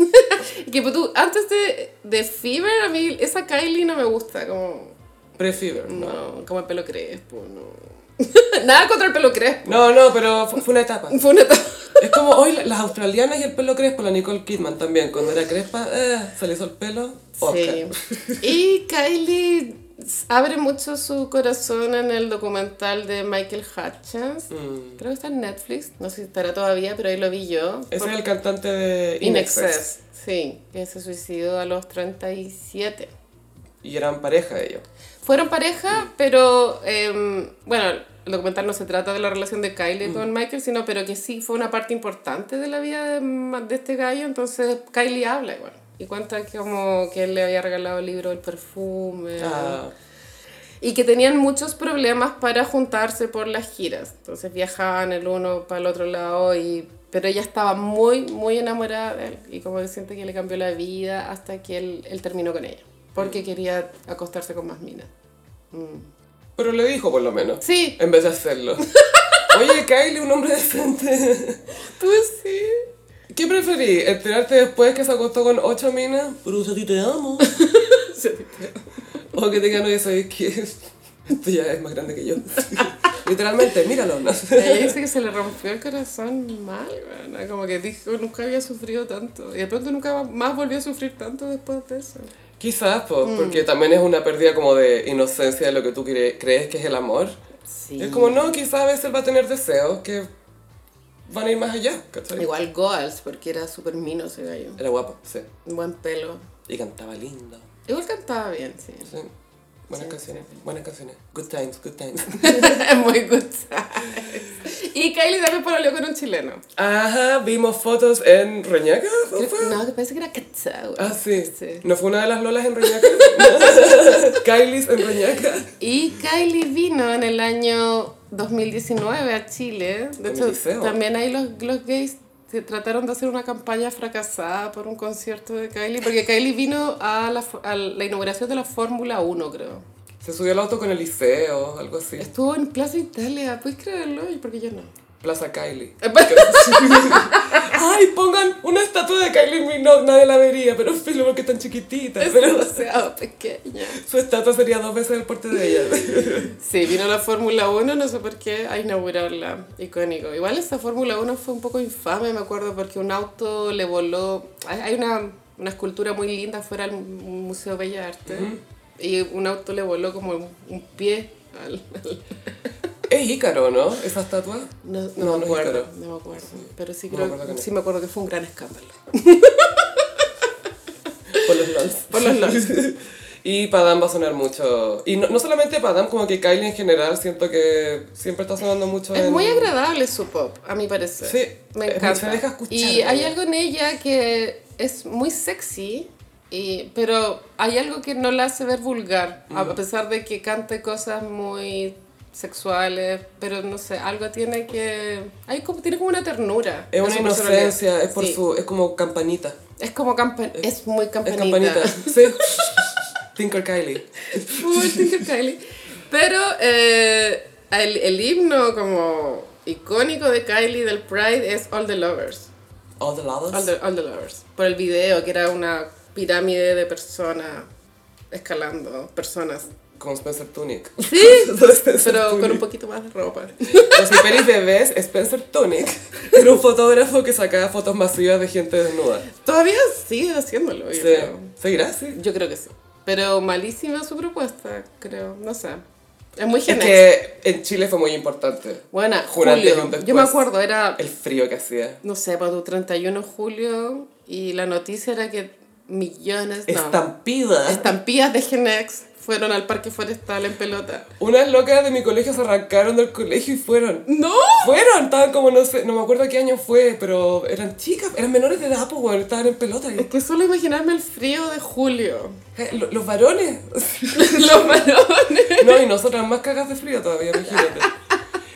sí. Y que pues, tú, antes de, de Fever, a mí esa Kylie no me gusta. Como,
Pre-Fever, ¿no?
no, como el pelo crespo, no. Nada contra el pelo crespo.
No, no, pero fu- fue una etapa.
Fue una etapa.
Es como hoy la- las australianas y el pelo crespo, la Nicole Kidman también. Cuando era crespa, eh, se le hizo el pelo. Oscar.
Sí. Y Kylie abre mucho su corazón en el documental de Michael Hutchins.
Mm.
Creo que está en Netflix, no sé si estará todavía, pero ahí lo vi yo.
Ese
Por-
es el cantante de
In
In Excess.
Excess, Sí, que se suicidó a los 37.
Y eran pareja ellos.
Fueron pareja, pero eh, bueno, el documental no se trata de la relación de Kylie
Mm.
con Michael, sino pero que sí fue una parte importante de la vida de, de este gallo, entonces Kylie habla igual. Y cuenta que como que él le había regalado el libro, el perfume.
Ah.
Y que tenían muchos problemas para juntarse por las giras. Entonces viajaban el uno para el otro lado y... Pero ella estaba muy, muy enamorada de él. Y como que siente que le cambió la vida hasta que él, él terminó con ella. Porque quería acostarse con más minas.
Pero le dijo por lo menos.
Sí.
En vez de hacerlo. Oye, Kylie, un hombre decente.
Tú sí.
¿Qué preferí? ¿Enterarte después que se acostó con ocho minas? Pero a ti te amo. o que tengan oye, ¿sabes qué? Esto ya es más grande que yo. Literalmente, míralo. ¿no?
Ella dice que se le rompió el corazón mal, weona. Como que dijo, nunca había sufrido tanto. Y de pronto nunca más volvió a sufrir tanto después de eso.
Quizás, pues,
Mm.
porque también es una pérdida como de inocencia de lo que tú cre- crees que es el amor.
Sí.
Es como, no, quizás a veces él va a tener deseos que van a ir más allá, ¿cachai?
Igual Goals, porque era súper mino ese gallo.
Era guapo, sí.
Buen pelo.
Y cantaba lindo.
Igual cantaba bien, sí.
Sí. Buenas canciones, buenas canciones. Good times, good times.
Es muy good times. Y Kylie también pololeó con un chileno.
Ajá, vimos fotos en Reñaca. ¿o fue?
No, que parece que era Cachao.
Ah, sí.
Sí.
¿No fue una de las lolas en Reñaca? Kylie's en Reñaca.
Y Kylie vino en el año 2019 a Chile. De
mi
hecho,
liceo.
también ahí los, los gays se trataron de hacer una campaña fracasada por un concierto de Kylie, porque Kylie vino a la, fu- a la inauguración de la Fórmula 1, creo.
Se subió al auto con Eliseo, algo así.
Estuvo en Plaza Italia, ¿puedes creerlo? ¿Y por qué yo no?
Plaza Kylie. Ay, pongan una estatua de Kylie Minogue, nadie la vería, pero filo porque es tan chiquitita.
Es
Pero
demasiado pequeña.
su estatua sería dos veces el porte de ella.
Sí, vino la Fórmula 1, no sé por qué, a inaugurarla. Icónico. Igual esa Fórmula 1 fue un poco infame, me acuerdo, porque un auto le voló. Hay hay una, una escultura muy linda fuera del Museo Bellas Artes. Y un auto le voló como un, un pie al. al-
Es Ícaro, ¿no? Esa estatua.
No, no
No, no es
me acuerdo,
Ícaro.
no me acuerdo. Pero sí,
No
creo,
me acuerdo que no.
sí me acuerdo que fue un gran escándalo.
Por los lols.
Por los lados.
Y Padam va a sonar mucho. Y no, no solamente Padam, como que Kylie en general siento que siempre está sonando mucho
Es
en-
muy agradable su pop, a mi parecer.
Em, Sí,
me
es-
encanta.
se deja escuchar, eh.
y hay
¿no?
algo en ella que es muy sexy, y, pero hay algo que no la hace ver vulgar, a pesar de que cante cosas muy sexuales, pero no sé, algo tiene que... Hay como, tiene como una ternura.
Es
en
una
su personalidad.
inocencia, es por
Sí.
su. es como campanita.
Es como campan... Es muy
Es
campanita.
campanita. Sí. Tinker Kylie.
Uy, Tinker Kylie. Pero eh, el, el himno como icónico de Kylie del Pride es All the Lovers.
All the lovers.
All the, All the Lovers. Por el video, que era una pirámide de personas escalando, personas. este
Con Spencer Tunic.
Sí,
Spencer
pero con
Tunic.
un poquito más de ropa.
Los hiperis bebés, Spencer Tunic, era un fotógrafo que sacaba fotos masivas de gente desnuda.
Todavía sigue haciéndolo, yo
Sí.
creo.
¿Seguirá? Sí.
Yo creo que sí. Pero malísima su propuesta, creo. No sé. Es muy
Es
genial.
que en Chile fue muy importante
Bueno,
Jurante
Julio,
que un después.
yo me acuerdo, era
el frío que hacía.
no sé, para tu 31 de julio y la noticia era que millones, no,
Estampida.
estampillas de Genex fueron al parque forestal en pelota.
Unas locas de mi colegio se arrancaron del colegio y fueron.
¡No!
Fueron, estaban como, no sé, no me acuerdo qué año fue, pero eran chicas, eran menores de edad, pues, weón, estaban en pelota.
Es que solo imaginarme el frío de julio.
Eh, lo- Los varones.
Los varones.
No, y nosotras más cagas de frío todavía, imagínate.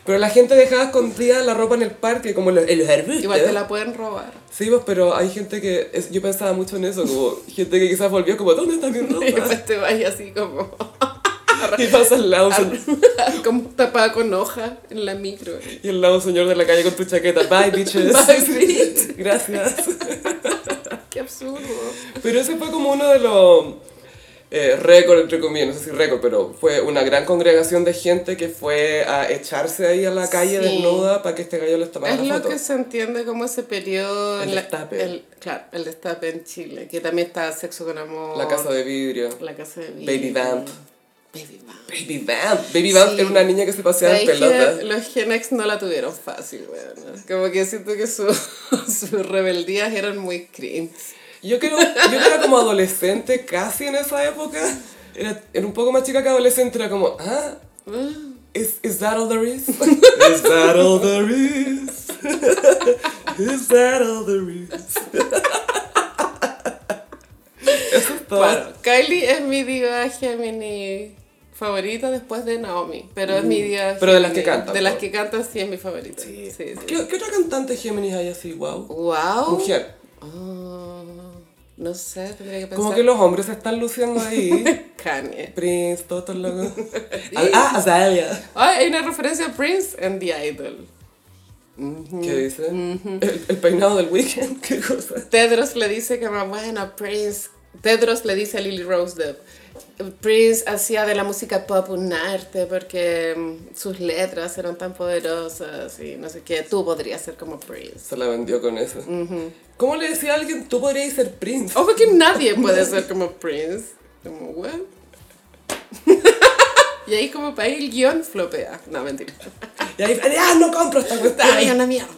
Pero la gente dejaba escondida la ropa en el parque, como en los, en los arbustos.
Igual te la pueden robar.
Sí, pues, pero hay gente que, es- yo pensaba mucho en eso, como gente que quizás volvió como, ¿dónde está mi
Y
ropa?
después te vas así como,
Y pasa al lado,
como tapada con hoja en la micro.
y al lado un señor de la calle con tu chaqueta, bye bitches.
Bye, bitch.
Gracias.
Qué absurdo.
Pero ese fue como uno de los eh, récords, entre comillas, no sé si récord, pero fue una gran congregación de gente que fue a echarse ahí a la calle
Sí.
desnuda para que este gallo les tomara
Es
la
lo
foto.
que se entiende como ese periodo...
El
en la-
destape.
el- claro, el destape en Chile, que también está Sexo con Amor.
La casa de vidrio.
La casa de
Baby
Billy.
Vamp.
Baby Vamp.
Baby Vamp. Baby Vamp
Sí.
era una niña que se paseaba en
¿Sabes
pelota.
que Los Gen X no la tuvieron fácil, weón. Como que siento que su- sus rebeldías eran muy cringe.
Yo creo, yo era como adolescente casi en esa época. Era, era un poco más chica que adolescente, era como, ah, is, is that all there is? is that all there is? is that all there is? Eso es todo.
Bueno, Kylie es mi diva Gemini favorita después de Naomi, pero es mi diva
Mm. Pero de las
Gemini.
que cantan,
De las
¿no?
que cantan sí es mi favorita. Sí, sí.
¿Qué, ¿Qué otra cantante Géminis hay así?
Uh,
Wow.
Wow.
Mujer.
Ah, no sé, tendría que pensar.
Como que los hombres se están luciendo ahí.
Kanye.
Prince, todos estos locos. Ah, Azalea.
Ay, hay una referencia a Prince en The Idol.
¿Qué dice? el, el peinado del weekend, qué cosa.
Tedros le dice que más bueno, Prince. Tedros le dice a Lily Rose Depp. Prince hacía de la música pop un arte porque mm, sus letras eran tan poderosas y no sé qué. Tú podrías ser como Prince.
Se la vendió con eso. ¿Cómo le decía a alguien, tú podrías ser Prince?
Ojo que nadie puede ser como Prince. Como, what? y ahí como para ahí el guión flopea. No, mentira.
Y ahí, ah, no compro esta cuestión.
Ay, una mierda.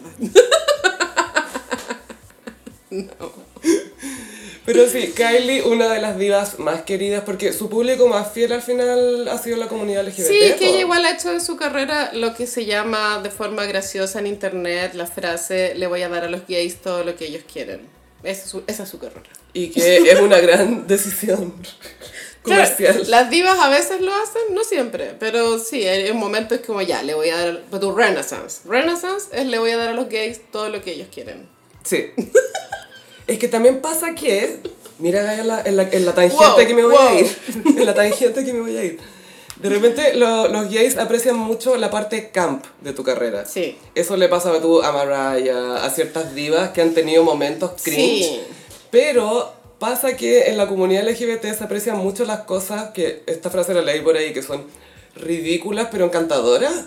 Pero sí, Kylie, una de las divas más queridas, porque su público más fiel al final ha sido la comunidad LGBT.
Sí, es que ella
po.
igual ha hecho en su carrera lo que se llama de forma graciosa en internet la frase le voy a dar a los gays todo lo que ellos quieren. Esa es su, esa es su carrera.
Y que es una gran decisión comercial.
Claro, las divas a veces lo hacen, no siempre, pero sí, en en momentos es como ya, le voy a dar, pero tu renaissance. Renaissance es le voy a dar a los gays todo lo que ellos quieren.
Sí. es que también pasa que. Mira, Gaia, en la, en la, en la tangente
Wow,
que me voy
wow.
a ir. En la tangente que me voy a ir. De repente, lo- los gays aprecian mucho la parte camp de tu carrera.
Sí.
Eso le pasa a tú, a Mariah, a ciertas divas que han tenido momentos cringe.
Sí.
Pero pasa que en la comunidad LGBT se aprecian mucho las cosas que. Esta frase la leí por ahí, que son ridículas pero encantadoras.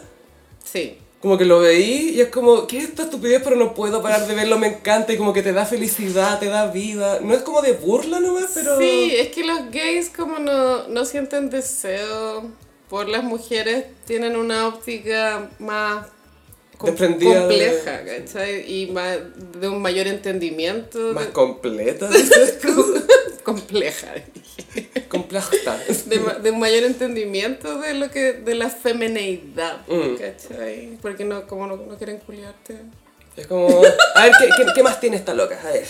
Sí.
Como que lo veí y es como, ¿qué es esta estupidez? Pero no puedo parar de verlo, me encanta y como que te da felicidad, te da vida. No es como de burla nomás, pero...
Sí, es que los gays como no, no sienten deseo por las mujeres, tienen una óptica más com-
Desprendida de-
compleja, ¿cachai? Y más, de un mayor entendimiento.
Más
de-
completa, dices tú.
compleja.
Completa.
De, ma- de un mayor entendimiento de lo que de la femineidad,
Mm.
¿cachai? Porque no, como no, no quieren culiarte.
Es como, a ver, ¿qué, qué, qué más tiene esta loca? A ver,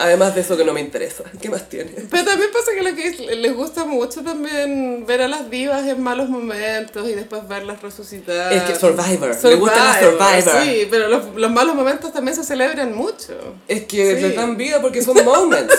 además de eso que no me interesa, ¿qué más tiene?
Pero también pasa que lo que les gusta mucho también ver a las divas en malos momentos y después verlas resucitar.
Es que Survivor, le gustan las Survivor.
Sí, pero los, los malos momentos también se celebran mucho.
Es que
Sí.
les dan vida porque son moments.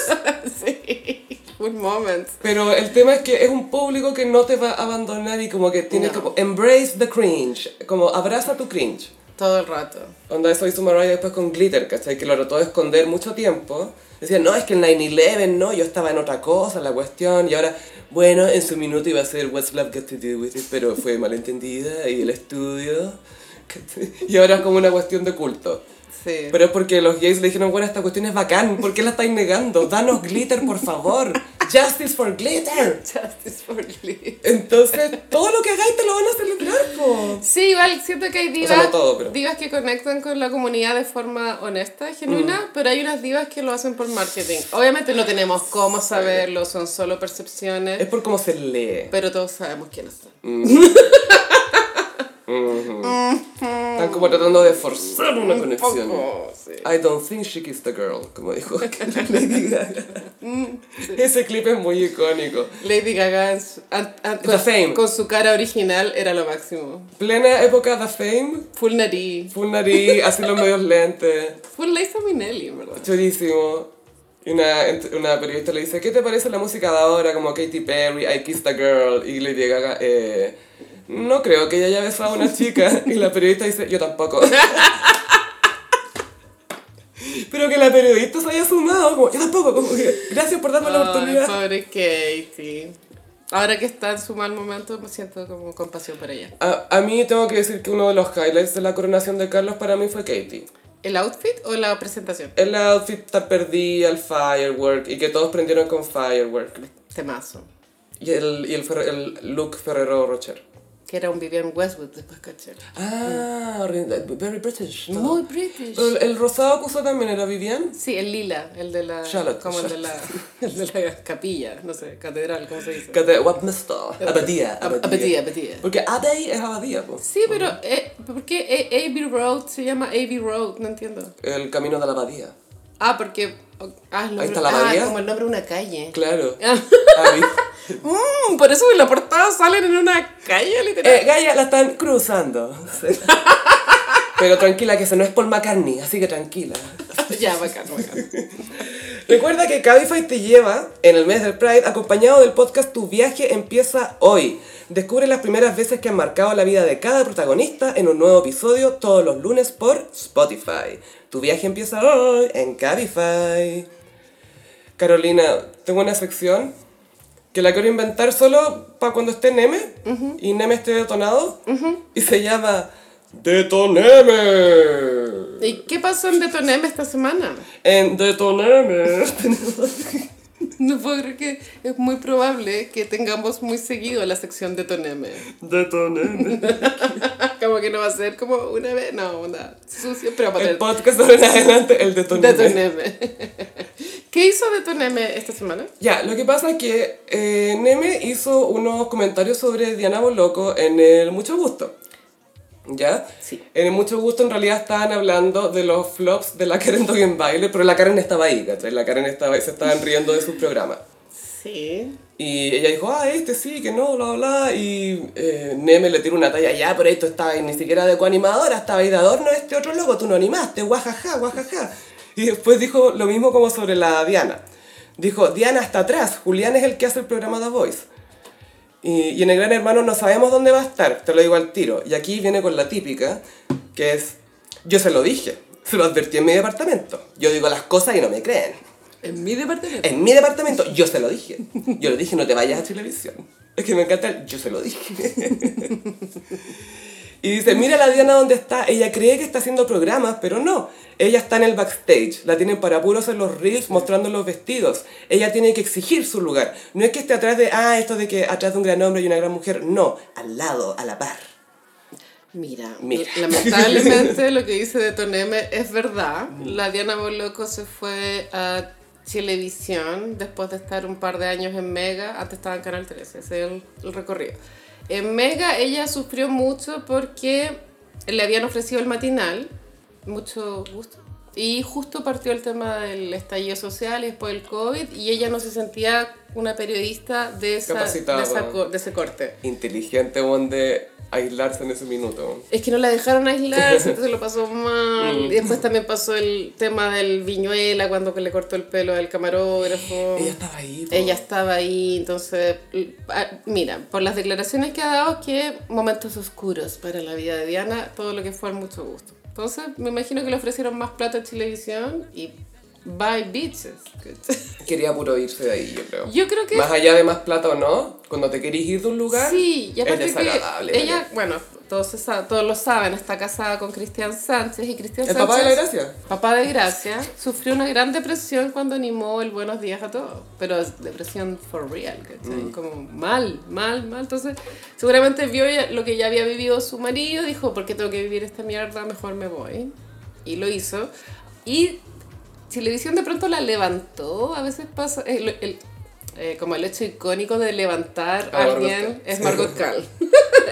Sí, good moments.
Pero el tema es que es un público que no te va a abandonar y como que tienes
No.
que... Embrace the cringe, como abraza tu cringe.
Todo el rato.
Onda, eso hizo Mariah después con Glitter, ¿cachai? Que lo trató de esconder mucho tiempo. Decía, no, es que el 9-11, no, yo estaba en otra cosa, la cuestión. Y ahora, bueno, en su minuto iba a ser What's Love Got to Do with It, pero fue malentendida y el estudio. ¿cachai? Y ahora es como una cuestión de culto.
Sí.
Pero es porque los gays le dijeron, bueno, esta cuestión es bacán, ¿por qué la estáis negando? Danos Glitter, por favor. Justice for Glitter.
Justice for Lee.
Entonces, todo lo que hagáis te lo van a celebrar, po.
Sí, igual siento que hay divas,
sea, no todo, pero-
divas que conectan con la comunidad de forma honesta, genuina,
Mm.
pero hay unas divas que lo hacen por marketing. Obviamente no tenemos cómo saberlo, son solo
Es
percepciones,
por cómo se lee.
pero todos sabemos quiénes son.
Están como tratando de forzar una conexión.
poco, sí.
I don't think she kissed the girl, como dijo Lady Gaga. Ese clip es muy icónico.
Lady Gaga en su- an- an-
The Fame.
con, con su cara original era lo máximo.
Plena época de fame,
Full nariz.
full nariz, así los medios lentes,
Full Liza Minnelli, en verdad.
chorísimo. Y una, ent- una periodista le dice, ¿qué te parece la música de ahora? Como Katy Perry, I Kissed a Girl, y Lady Gaga, eh, no creo que ella haya besado a una chica. Y la periodista dice, yo tampoco. Pero que la periodista se haya sumado, como, yo tampoco, como que, gracias por darme la
Ay,
oportunidad.
pobre Katie. Ahora que está en su mal momento, me siento como compasión para ella.
A, a mí tengo que decir que uno de los highlights de la coronación de Carlos para mí fue Katie.
¿El outfit o la presentación?
El outfit tan perdida, el firework, y que todos prendieron con firework.
Temazo.
Y el, y el, Ferre- el look Ferrero Rocher.
que era un Vivian Westwood, después caché.
Ah, horrible, very British. ¿no?
Muy British.
El, el rosado que usó también era Vivian.
Uh, Sí, el lila, el de la.
Charlotte,
como el de la, el de la capilla, no sé, catedral, ¿cómo se dice?
Cate- Westminster. Abadía.
Ab- abadía, abadía.
Porque Abbey es abadía, po.
Sí, pero eh, ¿por qué A- Abbey Road se llama Abbey Road? No entiendo.
El camino de la abadía.
Ah, porque. Ah, el nombre,
Ahí está la
ah,
abadía.
como el nombre de una calle.
Claro.
Ah.
Abbey.
Mm, por eso en la portada salen en una calle, literal.
Eh, Gaia la están cruzando. Pero tranquila, que eso no es Paul McCartney, así que tranquila.
ya, bacán, bacán.
Recuerda que Cabify te lleva en el mes del Pride acompañado del podcast Tu viaje empieza hoy. Descubre las primeras veces que han marcado la vida de cada protagonista en un nuevo episodio todos los lunes por Spotify. Tu viaje empieza hoy en Cabify. Carolina, tengo una sección que la quiero inventar solo para cuando esté Neme y Neme esté detonado y se llama Detoneme.
¿Y qué pasó en Detoneme esta semana?
En Detoneme
No puedo creer que es muy probable que tengamos muy seguido la sección Detoneme.
Detoneme.
Como que no va a ser como una vez, no, onda sucio, pero va a
El
tener
podcast ahora en adelante, el Detoneme.
Detoneme. ¿Qué hizo Detoneme esta semana?
Ya, lo que pasa es que eh, Neme hizo unos comentarios sobre Diana Boloco en el Mucho Gusto. ¿Ya?
Sí.
En el Mucho Gusto en realidad estaban hablando de los flops de la Karen Doggen Baile, pero la Karen estaba ahí, ¿cachai? La Karen estaba ahí, se estaban riendo de sus programas.
Sí.
Y ella dijo, ah, este sí, que no, bla, bla, bla. Y eh, Neme le tiró una talla, ya, pero esto estaba ahí ni siquiera de coanimadora, estaba ahí de adorno este otro loco, tú no animaste, guajaja, guajaja. Y después dijo lo mismo como sobre la Diana. Dijo, Diana está atrás, Julián es el que hace el programa The Voice. Y, y en el Gran Hermano no sabemos dónde va a estar, te lo digo al tiro. Y aquí viene con la típica, que es, yo se lo dije, se lo advertí en mi departamento. Yo digo las cosas y no me creen.
En mi departamento.
En mi departamento, yo se lo dije. Yo le dije, no te vayas a televisión. Es que me encanta el, yo se lo dije. Y dice, mira la Diana donde está. Ella cree que está haciendo programas, pero no. Ella está en el backstage. La tienen para puros en los reels mostrando los vestidos. Ella tiene que exigir su lugar. No es que esté atrás de, ah, esto de que atrás de un gran hombre y una gran mujer. No, al lado, a la par.
Mira,
Mira.
lamentablemente lo que dice de Toneme es verdad. La Diana Boloco se fue a televisión después de estar un par de años en Mega. Antes estaba en Canal 13, ese es el, el recorrido. En Mega ella sufrió mucho porque le habían ofrecido el matinal, mucho gusto. Y justo partió el tema del estallido social y después el COVID y ella no se sentía una periodista de, esa- de, esa
Capacitada.
co- de ese corte.
Inteligente, donde aislarse en ese minuto.
Es que no la dejaron aislarse, entonces lo pasó mal.
Mm.
Y después también pasó el tema del viñuela cuando que le cortó el pelo al camarógrafo.
Ella estaba ahí. po.
Ella estaba ahí, entonces, l- ah, mira, por las declaraciones que ha dado, que momentos oscuros para la vida de Diana, todo lo que fue al mucho gusto. Entonces, me imagino que le ofrecieron más plata a televisión y bye bitches.
Quería puro irse de ahí, yo creo.
Yo creo que
Más allá de más plata o no, cuando te querís ir de un lugar,
Sí, y
es
aparte
desagradable.
que ella, bueno, todos, se sa- todos lo saben, está casada con Cristian Sánchez y Cristian
¿El
Sánchez...
papá de la gracia?
Papá de Gracia sufrió una gran depresión cuando animó el Buenos Días a Todos, pero es depresión for real, ¿cachai? Como mal, mal, mal. Entonces, seguramente vio ya- lo que ya había vivido su marido, dijo, ¿por qué tengo que vivir esta mierda? Mejor me voy. Y lo hizo. Y televisión de pronto la levantó, a veces pasa... el- el- eh, como el hecho icónico de levantar a
A Margot
alguien
Cal.
es Margot Cal.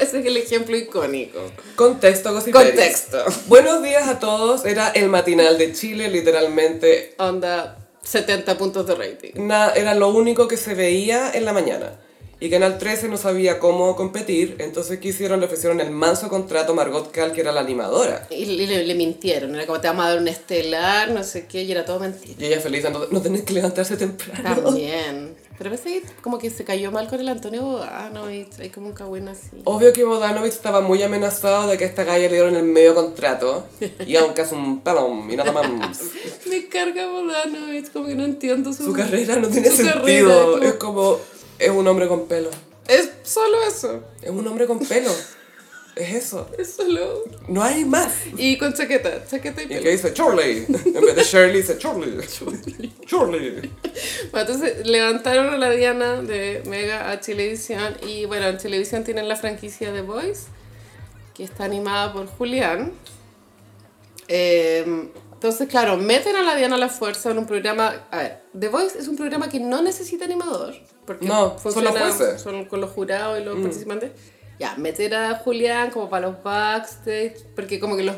Ese es el ejemplo icónico.
Contexto, gossiperis.
Contexto.
Buenos días a todos, era el matinal de Chile, literalmente.
Onda 70 puntos de rating.
Na- era lo único que se veía en la mañana. Y Canal 13 no sabía cómo competir, entonces ¿qué hicieron? Le ofrecieron el manso contrato a Margot Cal, que era la animadora.
Y le, le- le mintieron, era como te vamos a dar un estelar, no sé qué, y era todo mentira.
Y ella feliz, no, no tenés que levantarse temprano.
También. Pero parece que como que se cayó mal con el Antonio Bodano y hay como un cagüín así.
Obvio que Bodanovich estaba muy amenazado de que a esta galla le dieron el medio contrato. Y aunque es un palom y nada más.
Me carga Bodano, es como que no entiendo su,
Su carrera no tiene
su
sentido.
carrera,
es
como-
como. Es un hombre con pelo.
Es solo eso,
Es un hombre con pelo. Es eso.
es solo...
No hay más.
Y con chaqueta, chaqueta y
Y que
pelo.
dice Charlie en vez vez de Shirley dice Shirley. Shirley.
Bueno, entonces levantaron a la Diana de Mega a Televisión y bueno, en Televisión tienen la franquicia The Voice, que está animada por Julián. Eh, entonces, claro, meten a la Diana a la fuerza en un programa... A ver, The Voice es un programa que no necesita animador, porque
No, Mm. son
funciona
los jueces.
son con los jurados y los participantes. Ya, meter a Julián como para los backstage, porque como que los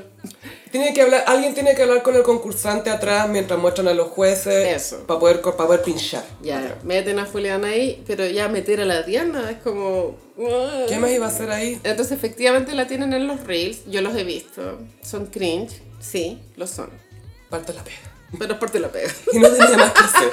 Tiene que hablar, alguien tiene que hablar con el concursante atrás mientras muestran a los jueces
Eso.
para poder, co- pa poder pinchar.
Ya, meten a Julián ahí, pero ya meter a la Diana es como...
¿Qué más iba a hacer ahí?
Entonces efectivamente la tienen en los reels, yo los he visto, son cringe, sí, lo son,
Parto la pega.
pero es parte de la pega.
Y no tenía más que hacer.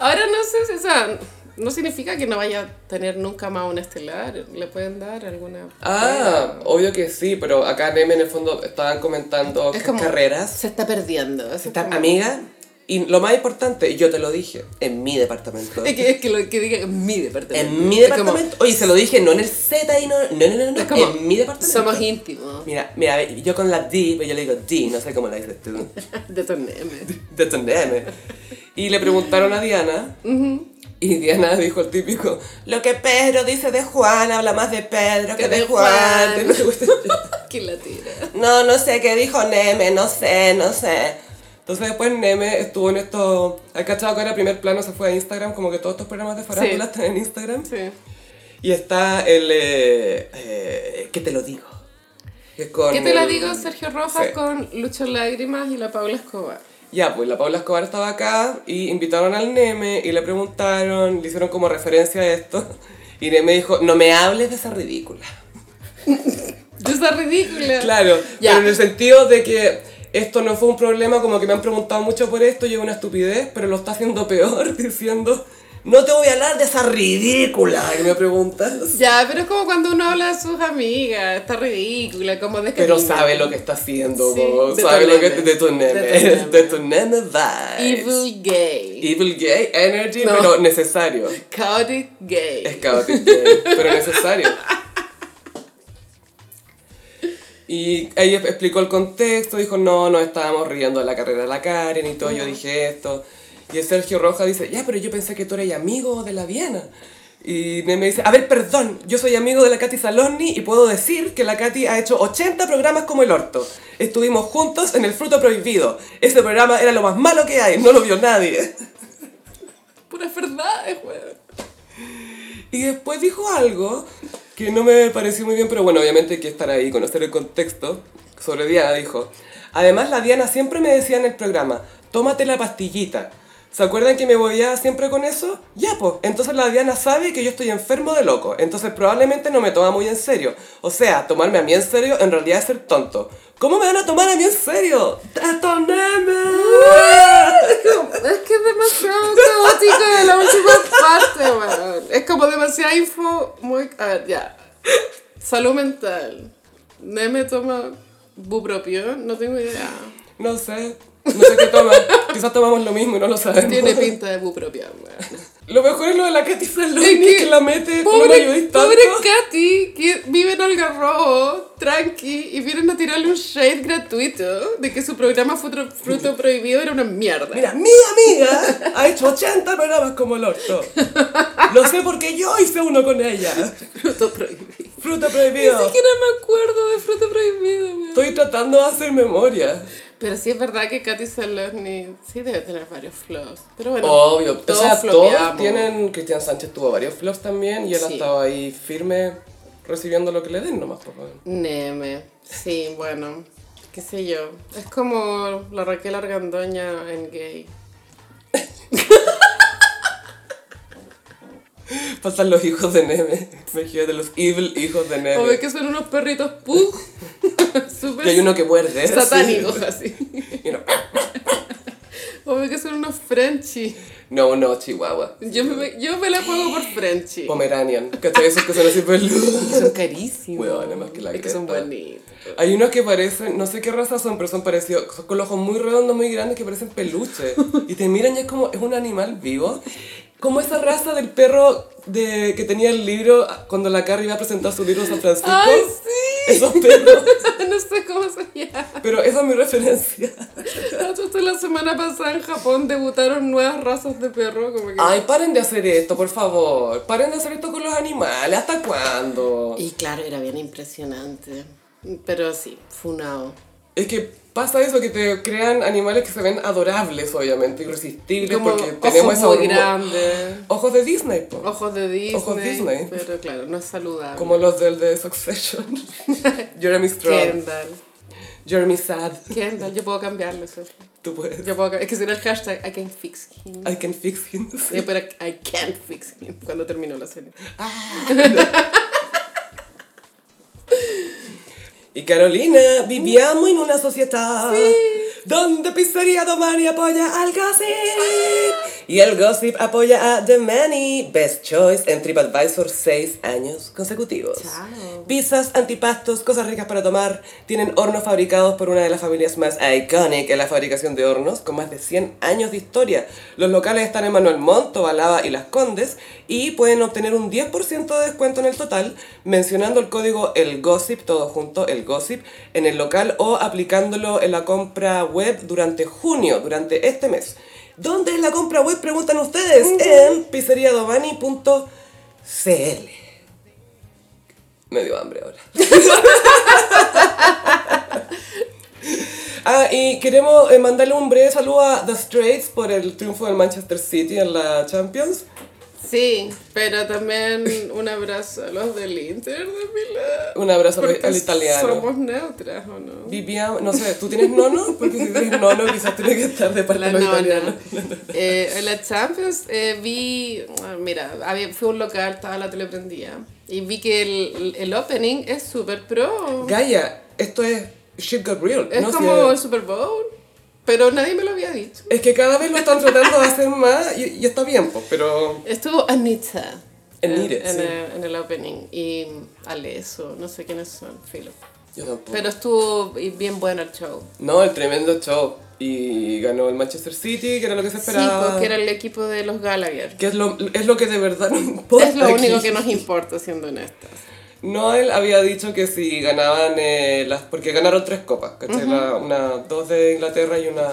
Ahora no sé, si- o sea, no significa que no vaya a tener nunca más un estelar, le pueden dar alguna...
Ah, obvio que sí, pero acá Neme en el fondo estaban comentando
Es como-
carreras. Mm.
Se está perdiendo. se
Esta amiga, y lo más importante, y yo te lo dije,
En mi departamento.
Es que, es que lo que diga es mi departamento.
En mi
Es como,
departamento. Oye, se lo dije, no en el Z y no. No, no, no, no.
es como,
en mi departamento.
Somos íntimos.
Mira, mira, a ver, yo con la D, pero yo le digo D, no sé cómo la dices tú.
Detoneme.
detenerme. Y le preguntaron a Diana, y Diana dijo el típico,
Lo que Pedro dice de Juan, habla más de Pedro que
Que de
de Juan.
que la tira.
No, no sé qué dijo Neme, no sé, no sé.
Entonces después Neme estuvo en esto, ¿has cachado que ahora primer plano se fue a Instagram? Como que todos estos programas de farándula
Sí.
están en Instagram.
Sí.
Y está el... eh, eh,
¿Qué te lo digo? Que con
¿Qué te la
el-
digo, Sergio Rojas,
Sí.
con Lucho Lágrimas y la Paula Escobar?
Ya, pues la Paula Escobar estaba acá y invitaron al Neme y le preguntaron, le hicieron como referencia a esto. Y Neme dijo, no me hables de esa ridícula.
Yo está ridícula.
Claro,
Ya.
pero en el sentido de que esto no fue un problema, como que me han preguntado mucho por esto y es una estupidez, pero lo está haciendo peor diciendo, no te voy a hablar de esa ridícula. Y me preguntas.
Ya, pero es como cuando uno habla de sus amigas, está ridícula, como de
Pero sabe lo que está haciendo,
Sí,
po,
de
sabe
tu
lo que
nene.
de tu nene,
De tu
de tu nene vibes.
Evil gay.
Evil gay energy,
No.
pero necesario.
Chaotic gay.
Es caótico, pero necesario. Y ella explicó el contexto, dijo, no, nos estábamos riendo de la carrera de la Karen y todo, yo dije esto. Y el Sergio Roja dice, ya, pero yo pensé que tú eres amigo de la Diana. Y me dice, a ver, perdón, yo soy amigo de la Katy Saloni y puedo decir que la Katy ha hecho 80 programas como el orto. Estuvimos juntos en El Fruto Prohibido. Ese programa era lo más malo que hay, no lo vio nadie.
Puras verdades, weón.
Y después dijo algo que no me pareció muy bien, pero bueno, obviamente hay que estar ahí, conocer el contexto. Sobre Diana dijo, además la Diana siempre me decía en el programa, tómate la pastillita. ¿Se acuerdan que me voy siempre con eso? Ya, pues, entonces la Diana sabe que yo estoy enfermo de loco, entonces probablemente no me toma muy en serio. O sea, tomarme a mí en serio en realidad es ser tonto. ¿Cómo me van a tomar a mí en serio? ¡Detoneme!
Es que es demasiado caótico de la última parte, weón. Es como demasiada info, muy. A ver, ya. Salud mental. Neme toma bupropión, no tengo idea.
No sé, no sé qué toma. Quizás tomamos lo mismo y no lo sabemos.
Tiene pinta de bupropión, weón.
Lo mejor es lo de la Katy Saloni
Es
que, la mete, no la ayudéis tanto.
pobre Katy, que vive en Algarrobo, tranqui, y vienen a tirarle un shade gratuito de que su programa Fruto, Fruto Prohibido era una mierda.
Mira, mi amiga ha hecho 80 programas como el orto. Lo sé porque yo hice uno con ella.
Fruto Prohibido.
Fruta
Ni
prohibido.
siquiera me acuerdo de Fruto Prohibido, weón.
Estoy tratando de hacer memoria.
Pero sí es verdad que Katy Saloni sí debe tener varios flops. Pero bueno,
Obvio. o sea, todos
flopeamos.
tienen... Cristian Sánchez tuvo varios flops también y él ha
Sí.
estado ahí firme recibiendo lo que le den nomás. por favor.
Neme, sí, bueno, qué sé yo. Es como la Raquel Argandoña en gay.
Pasan los hijos de Neme. Me de los evil hijos de
O
Neme.
ve que son unos perritos pug.
Y hay uno que muerde.
satánicos
sí.
así.
Y uno- "Ah,
O ve que son unos Frenchy.
No, no, Chihuahua.
Yo me, yo me la juego por Frenchy.
Pomeranian. ¿Cachai? Esos que son así pues. peludos.
Y son carísimos.
Huevón, además que la
es que son
cresta.
bonitos.
Hay unos que parecen, no sé qué raza son, pero son parecidos, son con los ojos muy redondos, muy grandes, que parecen peluches. Y te miran y es como, es un animal vivo. Como esa raza del perro de, que tenía el libro cuando la Carrie iba a presentar su libro en San Francisco.
¡Ay, sí!
Esos perros.
no sé cómo se llama.
Pero esa es mi referencia.
Nosotros justo la semana pasada en Japón debutaron nuevas razas de perro. Como que...
Ay, paren de hacer esto, por favor. Paren de hacer esto con los animales. ¿Hasta cuándo?
Y claro, era bien impresionante. Pero sí, funao.
Es que pasa eso, que te crean animales que se ven adorables, obviamente, irresistibles,
Como
porque
ojos
tenemos esa
muy
hormo-
grandes,
Ojos de Disney, po.
ojos de Disney,
Ojos Disney.
pero claro, no es saludable.
Como los del de Succession. Jeremy Strong.
Kendall.
Jeremy Sad.
Kendall, yo puedo cambiarlo eso.
Tú puedes.
Yo puedo, ca- es que será el hashtag I can fix him.
I can fix him.
Sí, pero I can't fix him cuando terminó la serie.
Y Carolina, vivíamos en una sociedad donde Pizzería Domani apoya al gossip y el gossip apoya a The Many. Best Choice en TripAdvisor seis años consecutivos.
Chao.
Pizzas, antipastos, cosas ricas para tomar. Tienen hornos fabricados por una de las familias más icónicas en la fabricación de hornos, con más de 100 años de historia. Los locales están en Manuel Montt, Balaba y Las Condes y pueden obtener un 10% de descuento en el total mencionando el código El Gossip, todo junto, El Gossip, en el local o aplicándolo en la compra web durante junio, durante este mes. ¿Dónde es la compra web? Preguntan ustedes en pizzeriadomani.cl. Me dio hambre ahora. ah, y queremos eh, mandarle un breve saludo a The Straits por el triunfo del Manchester City en la Champions.
Sí, pero también un abrazo a los del Inter de Milán.
Un abrazo al,
Porque
al italiano.
Somos neutras, ¿o no?
Vivíamos, no sé, ¿tú tienes nono? Porque si tienes nono quizás tiene que estar de parte
La
de los
nona.
italianos.
Eh, en la Champions eh, vi, ah, mira, había, fui a un local, estaba la tele prendida. Y vi que el, el opening es super pro.
Gaia, esto es shit got real.
Es
¿no? Si
como el
es,
Super Bowl. Pero nadie me lo había dicho.
es que cada vez lo están tratando de hacer más y, y está bien, pues, pero...
Estuvo Anita.
Anita,
en,
sí.
el, en el opening. Y Aleso, no sé quiénes son, filo.
Yo tampoco.
Pero estuvo bien bueno el show.
No, el tremendo show. Y ganó el Manchester City, que era lo que se
Sí,
esperaba.
porque era el equipo de los Gallagher.
Que es lo, es lo que de verdad nos importa.
Es lo único
aquí.
que nos importa, siendo honestas.
Noel había dicho que si ganaban eh, las. Porque ganaron tres copas, ¿cachai? La- una, dos de Inglaterra y una.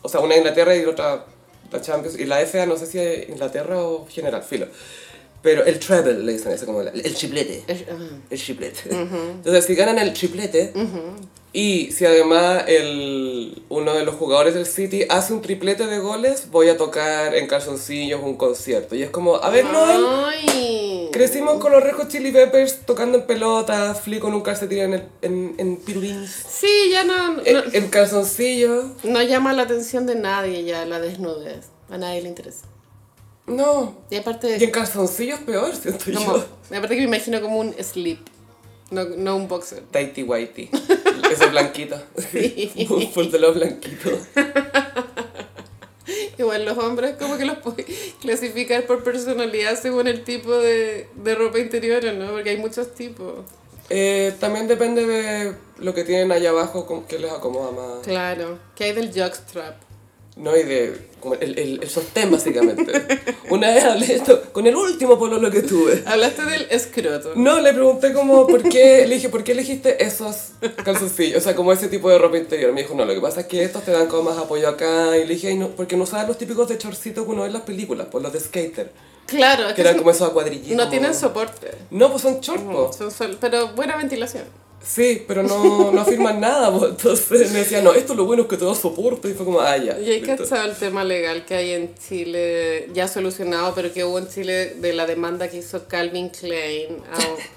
O sea, una de Inglaterra y otra. La Champions. Y la FA, no sé si es Inglaterra o general, filo. Pero el treble le dicen eso, como la- el chiplete.
Es- ah.
El triplete. Entonces, si ganan el triplete y si además el, uno de los jugadores del City hace un triplete de goles, voy a tocar en calzoncillos un concierto. Y es como, a ver,
Ah.
Noel,
Ay.
crecimos con los rejos Chili Peppers tocando en pelotas, Flea con un calcetín en, el- en, en pirulins, Eh,
Sí, ya no, no,
en, en calzoncillos.
no llama la atención de nadie ya la desnudez. A nadie le interesa.
No,
Y
y en
aparte,
calzoncillos peor, siento
como,
yo.
y aparte que me imagino como un slip, no, no un boxer.
Taiti Whitey, ese blanquito.
Sí.
Un full de los blanquitos.
Igual los hombres como que los puedes clasificar por personalidad según el tipo de, de ropa interior, ¿o ¿no? Porque hay muchos tipos.
Eh, también depende de lo que tienen allá abajo, con qué les acomoda más.
Claro, que hay del jockstrap.
No, y de como el, el, el sostén, básicamente. Una vez hablé esto con el último pololo que tuve.
Hablaste del escroto.
No, le pregunté como, ¿por qué? Le dije, ¿por qué elegiste esos calzoncillos? O sea, como ese tipo de ropa interior. Me dijo, no, lo que pasa es que estos te dan como más apoyo acá. Y le dije, "Ay, no, porque no usabas los típicos de chorcito que uno ve en las películas, por los de skater.
Claro, es
Que
que
eran
son-
como esos a cuadrillito.
no tienen Mm, soporte.
No, pues son chorpos.
Son sol- pero buena ventilación.
Sí, pero no, no afirman nada, pues. Entonces me decía, no, esto lo bueno es que te da soporte. Y fue como, ah, ya.
Y hay que
listo.
achar el tema legal que hay en Chile, ya solucionado, pero que hubo en Chile de la demanda que hizo Calvin Klein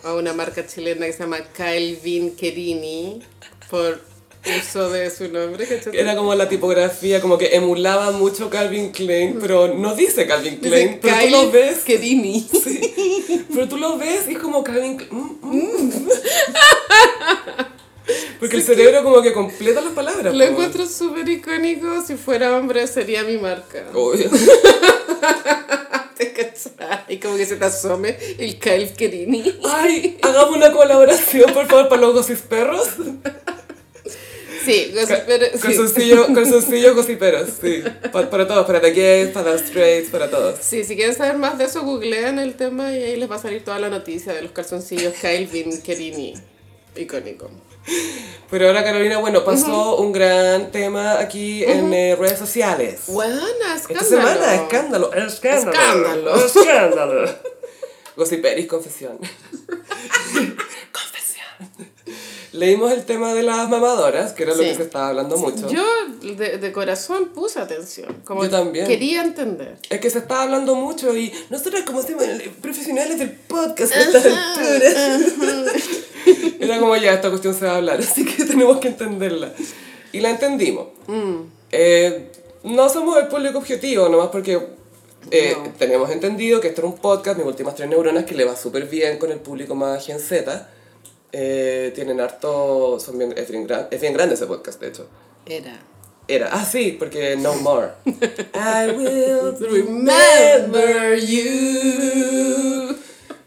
a, a una marca chilena que se llama Calvin Kerini por uso de su nombre. ¿cachai?
Era como la tipografía, como que emulaba mucho Calvin Klein, pero no dice Calvin
Dice
Klein, pero tú
Kyle
lo ves,
Kerini.
pero tú lo ves y es como Calvin Klein. mm, mm. Porque el cerebro como que completa las palabras.
Lo
po.
encuentro súper icónico. Si fuera hombre, sería mi marca.
Obvio.
¿Te cachai? Y como que se te asome el Kyle Kerini.
Ay, hagamos una colaboración, por favor, para los gocis perros.
Sí,
Ca-
pero, sí.
Calzoncillo, calzoncillo gociperos, sí. Pa- para todos, para The Gays, para The Straits, para todos.
Sí, si quieren saber más de eso, googleen el tema y ahí les va a salir toda la noticia de los calzoncillos Calvin Kerini. Icónico.
Pero ahora Carolina, bueno, pasó un gran tema aquí en eh, redes sociales.
Buena, escándalo.
Esta semana, escándalo, escándalo.
Escándalo.
Escándalo. Gossiperis, confesión. confesión. Leímos el tema de las mamadoras, que era lo
Sí.
que se estaba hablando mucho.
Yo de, de corazón puse atención. Como
Yo también.
Quería entender.
Es que se estaba hablando mucho y nosotros como somos profesionales del podcast a estas alturas. Era como ya, esta cuestión se va a hablar, así que tenemos que entenderla. Y la entendimos. Eh, no somos el público objetivo, nomás porque eh,
No.
tenemos entendido que esto era un podcast, mis últimas tres neuronas, que le va súper bien con el público más Gen Z. Eh, tienen harto, son bien, es, bien gran- es bien grande ese podcast, de hecho.
Era.
Era, ah sí, porque No More. I will
Remember you.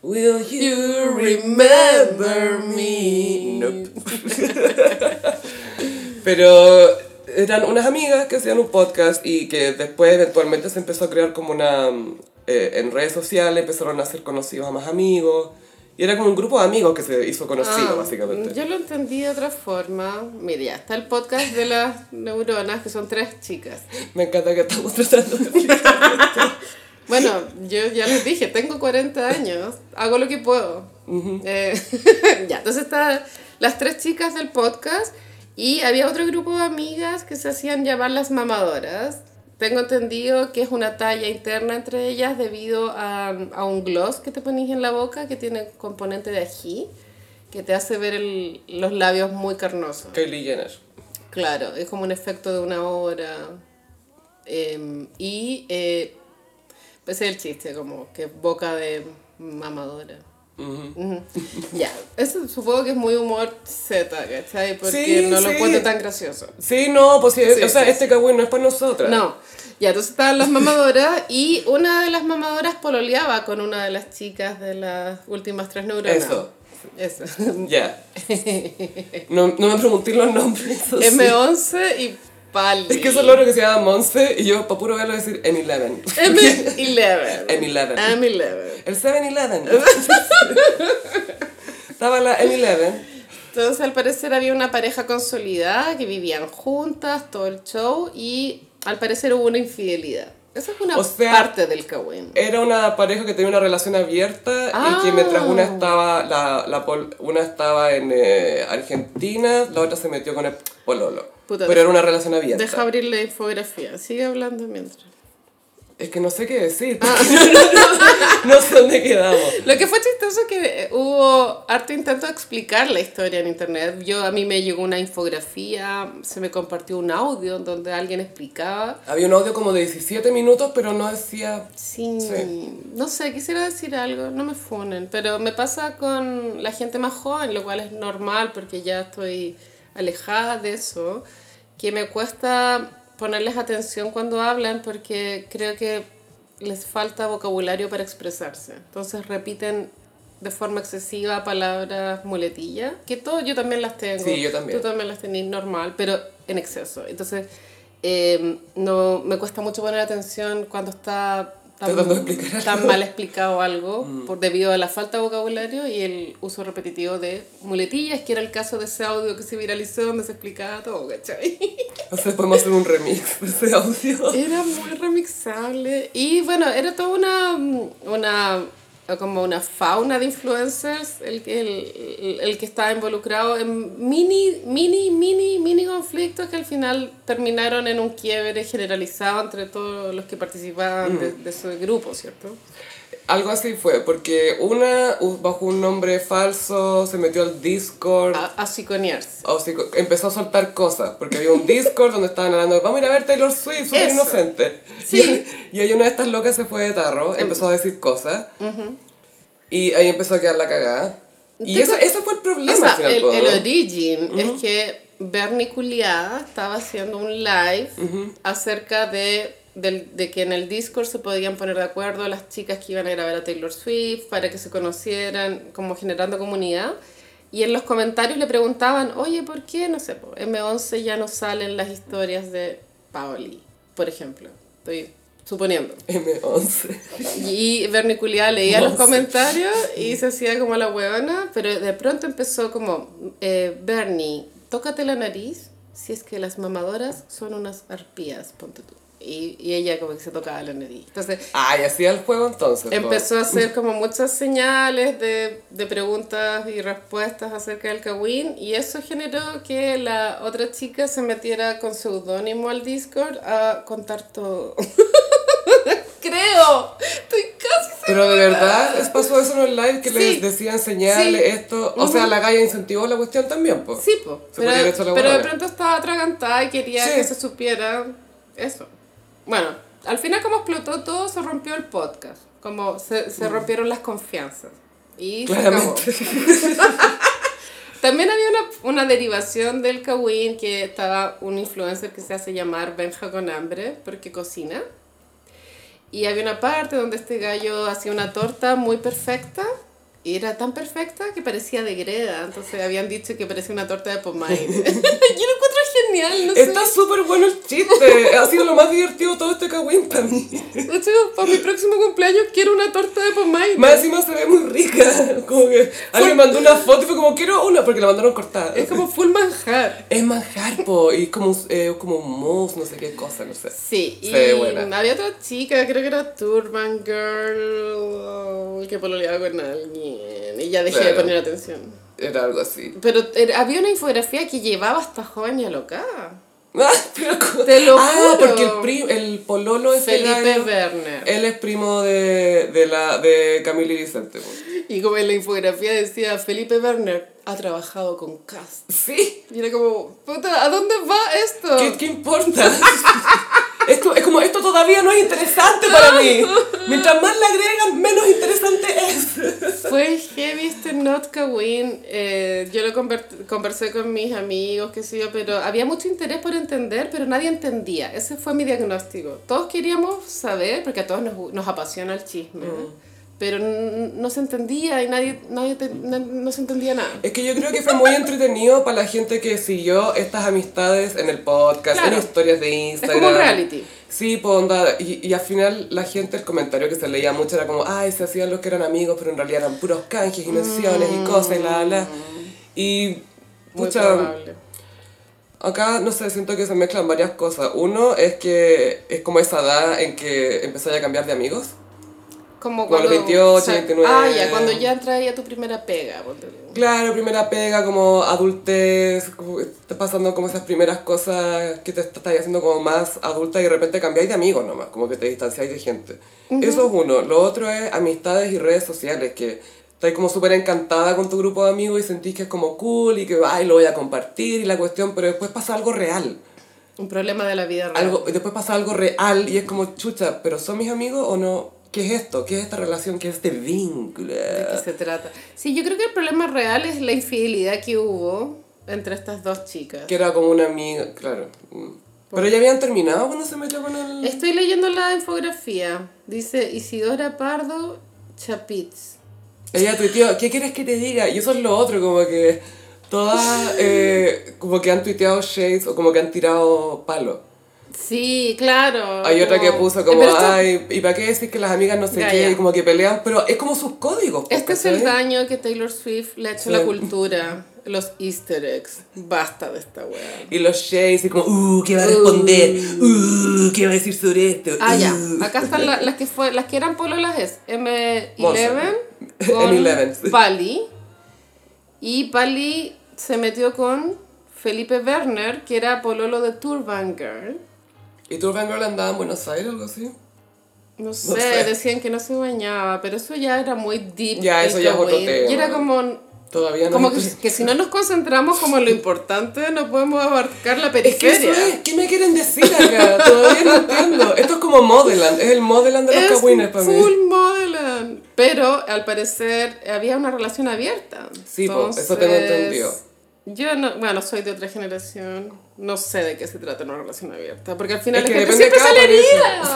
Will you
You
remember
remember
me?
me.
Pero eran unas amigas que hacían un podcast y que después eventualmente se empezó a crear como una... mm, eh, en redes sociales empezaron a ser conocidos a más amigos. Y era como un grupo de amigos que se hizo conocido,
Ah,
básicamente.
Yo lo entendí de otra forma. Mira, ya está el podcast de las neuronas, que son tres chicas.
Me encanta que estamos tratando de...
Bueno, yo ya les dije, tengo 40 años, hago lo que puedo. Eh, ya, entonces están las tres chicas del podcast y había otro grupo de amigas que se hacían llamar las mamadoras. Tengo entendido que es una talla interna entre ellas debido a, a un gloss que te pones en la boca que tiene componente de ají que te hace ver el- los labios muy carnosos.
Kylie Jenner.
Claro, es como un efecto de una hora. Em, y eh, pues es el chiste, como que boca de mamadora. Ujú. Ya, eso supongo que es muy humor Z, ¿cachai? Porque
Sí,
no lo
sí.
encuentro tan gracioso.
Sí, no, pues sí,
Sí,
o sea,
sí,
este cagüey no es para nosotras.
No, ya, entonces estaban las mamadoras y una de las mamadoras pololeaba con una de las chicas de las últimas tres neuronas.
Eso.
Eso.
Ya. No, no me pregunté los nombres. eso sí.
M11 y Pali.
Es que eso es lo otro que se llama Monse y yo, para puro verlo, decir M11.
M11.
M11.
M11.
El 7-Eleven. Estaba la M11.
Entonces, al parecer había una pareja consolidada que vivían juntas todo el show y al parecer hubo una infidelidad. Esa es una
O sea-
parte del Kawin.
Era una pareja que tenía una relación abierta
Ah.
y que mientras una estaba, la, la pol- una estaba en eh, Argentina, la otra se metió con el pololo.
Puta,
Pero era una relación abierta.
Deja abrir la infografía, sigue hablando mientras.
Es que no sé qué decir.
Ah.
no sé dónde quedamos.
Lo que fue chistoso es que eh, hubo harto intento de explicar la historia en internet. Yo, a mí me llegó una infografía, se me compartió un audio en donde alguien explicaba.
Había un audio como de 17 minutos, pero no decía...
Sí,
Sí.
no sé, quisiera decir algo, no me funen, pero me pasa con la gente más joven, lo cual es normal porque ya estoy alejada de eso, que me cuesta ponerles atención cuando hablan porque creo que les falta vocabulario para expresarse. Entonces repiten de forma excesiva palabras muletillas, que todo yo también las tengo.
Sí, yo también.
Tú también las tenés normal, pero en exceso. Entonces, eh, no, me cuesta mucho poner atención cuando está tan,
Tratando de explicar
tan
algo. Mm.
mal explicado algo por, debido a la falta de vocabulario y el uso repetitivo de muletillas, que era el caso de ese audio que se viralizó donde se explicaba todo, ¿cachai?
O sea, podemos hacer un remix de ese audio.
Era muy remixable. Y bueno, era toda una, una como una fauna de influencers el, que- el, el que estaba involucrado en mini, mini, mini, mini conflictos que al final terminaron en un quiebre generalizado entre todos los que participaban de, de ese grupo, ¿cierto?
Algo así fue, porque una, u- bajo un nombre falso, se metió al Discord.
A, a siconearse.
O sí, empezó a soltar cosas, porque había un Discord donde estaban hablando, vamos a ir a ver Taylor Swift, súper
Eso.
inocente.
Sí.
Y, ahí una de estas locas se fue de tarro, empezó a decir cosas, y ahí empezó a quedar la cagada. Y
Te
eso,
co-
eso fue el problema.
O sea,
al final,
el,
po,
el
¿no?
origin es que Bernie Culiada estaba haciendo un live acerca de, del- de que en el Discord se podían poner de acuerdo las chicas que iban a grabar a Taylor Swift para que se conocieran, como generando comunidad. Y en los comentarios le preguntaban, oye, ¿por qué, no sé, po, M11 ya no salen las historias de Paoli, por ejemplo? Estoy suponiendo.
M11.
Y Verniculia leía los
Once.
comentarios y se hacía como la huevona, pero de pronto empezó como, eh, Bernie, tócate la nariz si es que las mamadoras son unas arpías, ponte tú. Y, y ella como que se tocaba la nariz. Entonces
Ay, hacía el juego entonces. po.
empezó a hacer como muchas señales de, de preguntas y respuestas acerca del Kawin y eso generó que la otra chica se metiera con seudónimo al Discord a contar todo. Creo, estoy casi
Pero de verdad, les pasó eso en el live que
Sí.
les decían señales,
Sí.
esto. O sea, la galla incentivó la cuestión también, pues.
Sí, po.
Se podría haber hecho la
pero, pero de
huevona.
pronto estaba atragantada y quería
Sí.
que se supiera eso. Bueno, al final como explotó todo, se rompió el podcast. Como se, se rompieron las confianzas. Y se
Mm. Claramente.
acabó. También había una, una derivación del Kawin que estaba un influencer que se hace llamar Benja con hambre porque cocina. Y había una parte donde este gallo hacía una torta muy perfecta. Y era tan perfecta que parecía de greda. Entonces habían dicho que parecía una torta de pomaine. Yo lo encuentro genial, no sé.
Está súper bueno el chiste. ha sido lo más divertido todo este cagüín para mí.
De hecho, para mi próximo cumpleaños quiero una torta de pomaine.
Más encima se ve muy rica. Como que alguien mandó una foto y fue como, quiero una, porque la mandaron cortada.
Es como full manjar.
Es manjar, po, y como, un- eh, como un mousse, no sé qué cosa, no sé.
Sí, y
Se ve buena.
había otra chica, creo que era Turban Girl, que pololeaba con alguien. Y ya dejé de
Claro.
poner atención.
Era algo así.
Pero eh, había una infografía que llevaba hasta joven y alocada.
Ah, pero co-
Te lo
Ah,
juro.
porque el, pri- el pololo es
Felipe Werner.
Él es primo de, de, la, de Camila y Vicente. po.
Y como en la infografía decía, Felipe Werner ha trabajado con Cast.
Sí,
Y era como, puta, ¿a dónde va esto?
¿qué, qué importa? esto, es como, esto todavía no es interesante para mí. Mientras más le agregan, menos interesante es.
Fue heavy este Not Kawin. Eh, yo lo conver- conversé con mis amigos, qué sé yo, pero había mucho interés por entender, pero nadie entendía. Ese fue mi diagnóstico. Todos queríamos saber, porque a todos nos, nos apasiona el
Mm.
chisme, ¿no? pero n- no se entendía y nadie, nadie te- na- no se entendía nada.
Es que yo creo que fue muy entretenido para la gente que siguió estas amistades en el podcast,
Claro.
en historias de
Es
Instagram.
como un reality.
Sí, pues onda, y, y al final la gente, el comentario que se leía mucho era como, ay, se hacían los que eran amigos, pero en realidad eran puros canjes y menciones y cosas y la, la. Y,
Mm. Muy
pucha,
probable.
Acá, no sé, siento que se mezclan varias cosas. Uno es que es como esa edad en que empezáis a cambiar de amigos.
Como
como a
cuando.
los 28,
o sea,
29.
Ah, ya, cuando ya traía tu primera pega. ponte tú.
Claro, primera pega, como adultez, como estás pasando como esas primeras cosas que te estás haciendo como más adulta y de repente cambiáis de amigos nomás, como que te distanciáis de gente. Eso es uno. Lo otro es amistades y redes sociales, que estás como súper encantada con tu grupo de amigos y sentís que es como cool y que, ay, lo voy a compartir y la cuestión, pero después pasa algo real.
Un problema de la vida real.
algo, y después pasa algo real y es como, chucha, pero ¿son mis amigos o no? ¿Qué es esto? ¿Qué es esta relación? ¿Qué es este vínculo?
¿De qué se trata? Sí, yo creo que el problema real es la infidelidad que hubo entre estas dos chicas.
Que era como una amiga, claro. mm. Pero ya habían terminado cuando se metió con el...
Estoy leyendo la infografía. Dice Isidora Pardo Chapitz.
Ella tuiteó, ¿qué quieres que te diga? Y eso es lo otro, como que todas, eh, como que han tuiteado shades o como que han tirado palos.
Sí, claro.
Hay otra que
como-
puso
Eh,
como,
pero esto-
ay, ¿y para qué decir que las amigas no sé
Ya,
qué?
ya.
Y como que pelean, pero es como sus códigos. pues,
Este es el
¿cachai?
daño que Taylor Swift le ha hecho a la
Sí.
cultura. Los easter eggs. Basta de esta weá.
Y los shades, y como, uh, ¿qué va a responder? Uh, ¿qué va a decir sobre esto?
Ah, ya.
Uh.
Acá están la- las, que fue, las que eran pololas es M11
Monse. M11, sí.
con Pali. Y Pali se metió con Felipe Werner, que era pololo de Turban Girl.
¿Y Turban Girl andaba en Buenos Aires o algo así?
No sé,
sé.
decían que no se bañaba, pero eso ya era muy deep.
Ya,
del
eso ya es otro
Gawain.
tema.
Y era como,
Todavía no.
como que, que si no nos concentramos como en lo importante, no podemos abarcar la
Es que eso
periferia.
es, ¿qué me quieren decir acá? Todavía no entiendo. Esto es como Modeland, es el Modeland de los cagüines para mí.
full modelan. Pero al parecer había una relación abierta.
Sí, po, eso tengo
Entonces,
entendido.
Yo no, bueno, soy de otra generación. No sé de qué se trata una relación abierta. Porque al final
Es
la
que
gente
depende de
siempre
cada
sale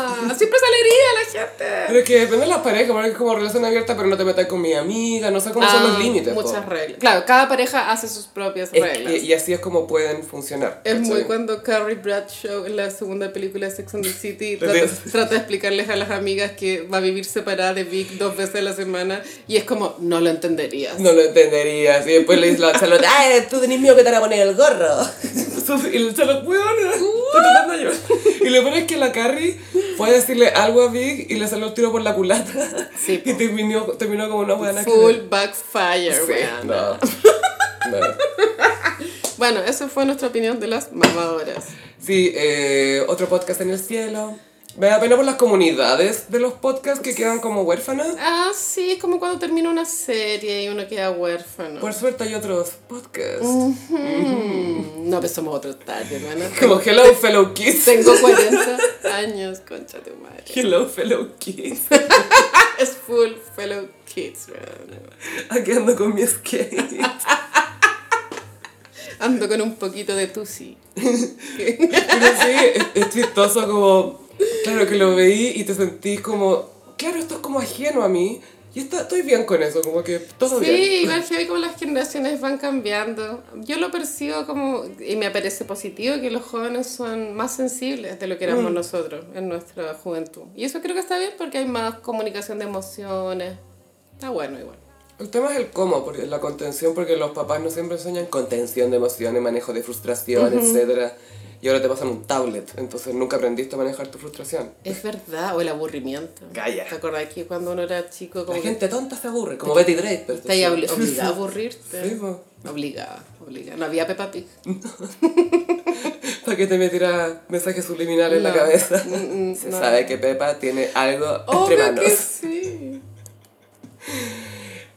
pareja.
herida. Siempre es alegría la gente.
Pero es que depende de las parejas, porque es como relación abierta, pero no te metas con mi amiga, no sé cómo son
Ah,
los límites. po.
Muchas reglas. Claro, cada pareja hace sus propias
Es
reglas.
que- y así es como pueden funcionar.
Es muy
¿cachai?
cuando Carrie Bradshaw en la segunda película de Sex and the City
Te
trata,
digo.
trata de explicarles a las amigas que va a vivir separada de Vic dos veces a la semana y es como, no lo entenderías.
No lo entenderías. Y después le dices la Charlotte,
¡Ay, tú tenés miedo que te van a poner el gorro!
Y el Charlotte, weón, estoy tratando de llorar". Y lo peor es que la Carrie fue a decirle algo a Vic y le salió el tiro por la culata.
Sí, po.
Y terminó, terminó como una buena
Full backfire, weona.
no. No.
Bueno, esa fue nuestra opinión de las mamadoras.
Sí, eh, otro podcast en el cielo. Me da pena por las comunidades de los podcasts que quedan como huérfanas.
Ah, sí, es como cuando termina una serie y uno queda huérfano.
Por suerte hay otros podcasts.
Mm, no, pero somos otro tarde, hermana.
Como Hello Fellow Kids.
Tengo 40 años, concha de madre.
Hello Fellow Kids.
Es full fellow kids, weona.
Aquí ando con mi skate.
Ando con un poquito de tusi.
Pero sí, es, es chistoso como, claro que lo veí y te sentís como, claro, esto es como ajeno a mí. Y está, estoy bien con eso, como que todo bien.
Sí, igual que hoy como las generaciones van cambiando. Yo lo percibo como, y me parece positivo, que los jóvenes son más sensibles de lo que éramos nosotros en nuestra juventud. Y eso creo que está bien porque hay más comunicación de emociones. Está bueno igual.
El tema es el cómo, porque la contención, porque los papás no siempre enseñan contención de emociones, manejo de frustración, etcétera Y ahora te pasan un tablet, entonces nunca aprendiste a manejar tu frustración.
Es verdad, o el aburrimiento.
Calla.
¿Te acordás que cuando uno era chico como
La
que
gente tonta se aburre, como Betty Draper.
te ahí obli- obligada a aburrirte?
Sí, po.
Obligada, obligada. No había Peppa Pig.
Para que te metiera mensajes subliminales en la
No.
cabeza.
Mm, mm,
Se
no.
sabe que Pepa tiene algo entre
Obvio
manos.
que sí.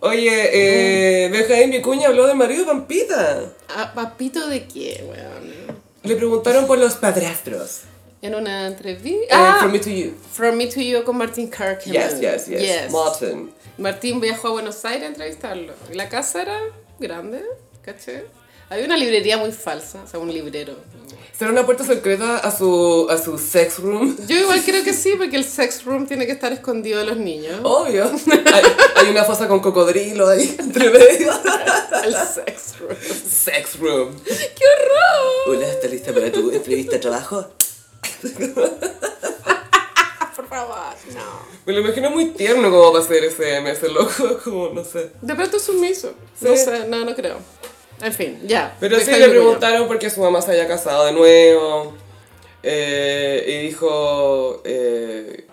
Oye, eh,
Mm.
Benjamín Vicuña habló del marido de Pampita.
¿A Ah, papito de qué, weón?
Le preguntaron por los padrastros.
En una entrevista.
Eh,
Ah,
from me to you.
From Me to You con Martin Kirk.
Yes, yes, yes. Martin.
Martín viajó a Buenos Aires a entrevistarlo. Y La casa era grande, ¿caché? Había una librería muy falsa, o sea, un librero.
¿Será una puerta secreta a su, a su sex room?
Yo igual creo que sí, porque el sex room tiene que estar escondido de los niños.
Obvio. Hay, hay una fosa con cocodrilo ahí entre medio.
El sex room.
Sex room.
¡Qué horror!
Hola, ¿estás lista para tu entrevista de trabajo?
Ah, Por favor, no.
Me lo imagino muy tierno como va a ser ese ese loco, como no sé.
De pronto es sumiso. No
Sí.
sé, no, no creo. En fin, ya.
Pero sí le
Deja el orgullo.
preguntaron por qué su mamá se había casado de nuevo. eh, y dijo eh,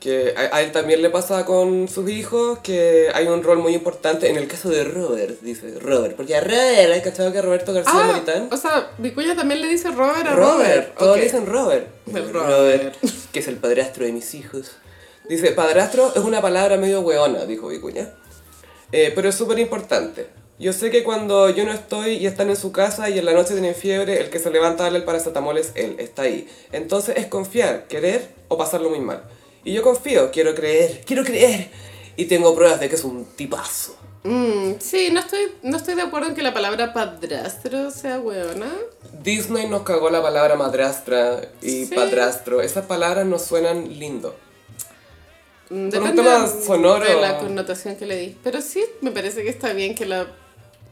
que a, a él también le pasa con sus hijos que hay un rol muy importante en el caso de Robert, dice Robert. Porque a Robert, ¿has cachado que Roberto García
Ah,
Moritán?
o sea, Vicuña también le dice Robert a
Robert,
Robert.
todos
Ok.
le dicen Robert.
El
Que es el padrastro de mis hijos.
Dice, padrastro es una palabra medio hueona, dijo Vicuña. Eh, pero es súper importante. Yo sé que cuando yo no estoy y están en su casa y en la noche tienen fiebre, el que se levanta a darle el paracetamol es él, está ahí. Entonces es confiar, querer o pasarlo muy mal. Y yo confío, quiero creer, quiero creer. Y tengo pruebas de que es un tipazo.
Mm, sí, no estoy, no estoy de acuerdo en que la palabra padrastro sea hueona.
Disney nos cagó la palabra madrastra y
Sí.
padrastro. Esas palabras nos suenan lindo.
Mm,
Por un
Depende
tema sonoro.
de la connotación que le di. Pero sí, me parece que está bien que la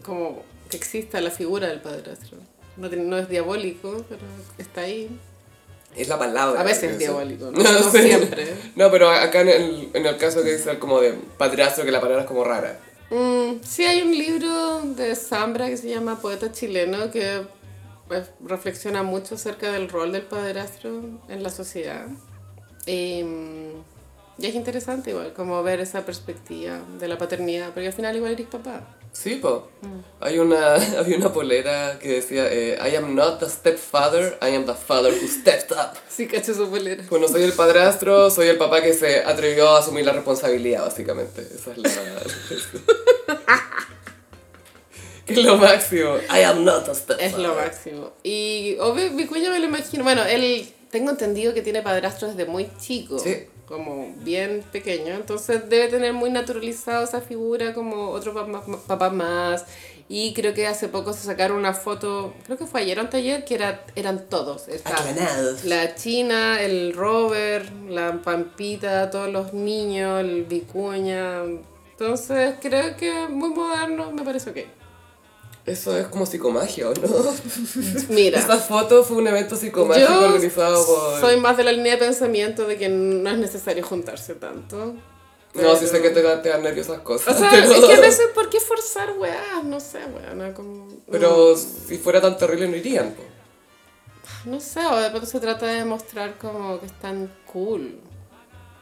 como que exista la figura del padrastro. No, tiene- no es diabólico, pero está ahí.
Es la palabra.
A veces
es
es diabólico, no, No siempre.
No, pero acá en el, en el caso que dice como de padrastro, que la palabra es como rara.
Mm, sí, hay un libro de Zambra que se llama Poeta Chileno que pues, reflexiona mucho acerca del rol del padrastro en la sociedad. Y, mm, y es interesante igual, como ver esa perspectiva de la paternidad, porque al final igual eres papá.
Sí, po.
Mm.
Hay una, había una polera que decía, eh, I am not the stepfather, I am the father who stepped up.
Sí, cacho su polera.
Pues no soy el padrastro, soy el papá que se atrevió a asumir la responsabilidad, básicamente. Esa es la... que es lo máximo.
I am not a stepfather.
Es lo máximo. Y obvio, Vicuña me lo imagino. Bueno, él tengo entendido que tiene padrastro desde muy chico.
Sí.
Como bien pequeño. Entonces debe tener muy naturalizado esa figura como otro papá, papá más. Y creo que hace poco se sacaron una foto, creo que fue ayer o anteayer, que era, eran todos. Está
Aclanados.
la China, el Robert, la Pampita, todos los niños, el Vicuña. Entonces creo que muy moderno me parece ok.
Eso es como psicomagia, ¿o no?
Mira.
Esa foto fue un evento psicomágico
Yo
organizado por...
Soy más de la línea de pensamiento de que no es necesario juntarse tanto.
No, sí
Pero-
sé que te, te dan nerviosas cosas.
O sea,
pero...
es que a veces, ¿por qué forzar weas? No sé, weón. Como...
pero si fuera tan terrible no irían, po.
No sé, o de pronto se trata de mostrar como que están cool.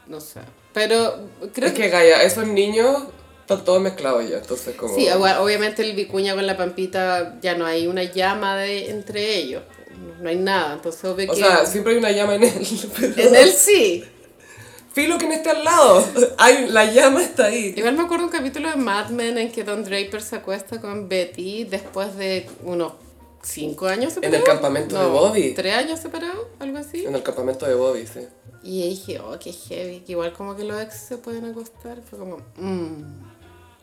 No sé. Pero creo
Es que, Gaia, esos niños están todos mezclados ya, entonces como...
Sí, agua- obviamente el vicuña con la pampita ya no hay una llama de, entre ellos. No hay nada. Entonces, obvio
O
que.
sea, siempre hay una llama en él, pero...
en él sí.
Filo que no esté al lado. Hay, la llama está ahí.
Igual me acuerdo un capítulo de Mad Men en que Don Draper se acuesta con Betty después de unos 5 años
el
separados.
campamento de Bobby.
3 años separados, algo así.
En el campamento de Bobby, sí.
Y ahí dije, oh, qué heavy. Que igual como que los ex se pueden acostar. Fue como, mmm,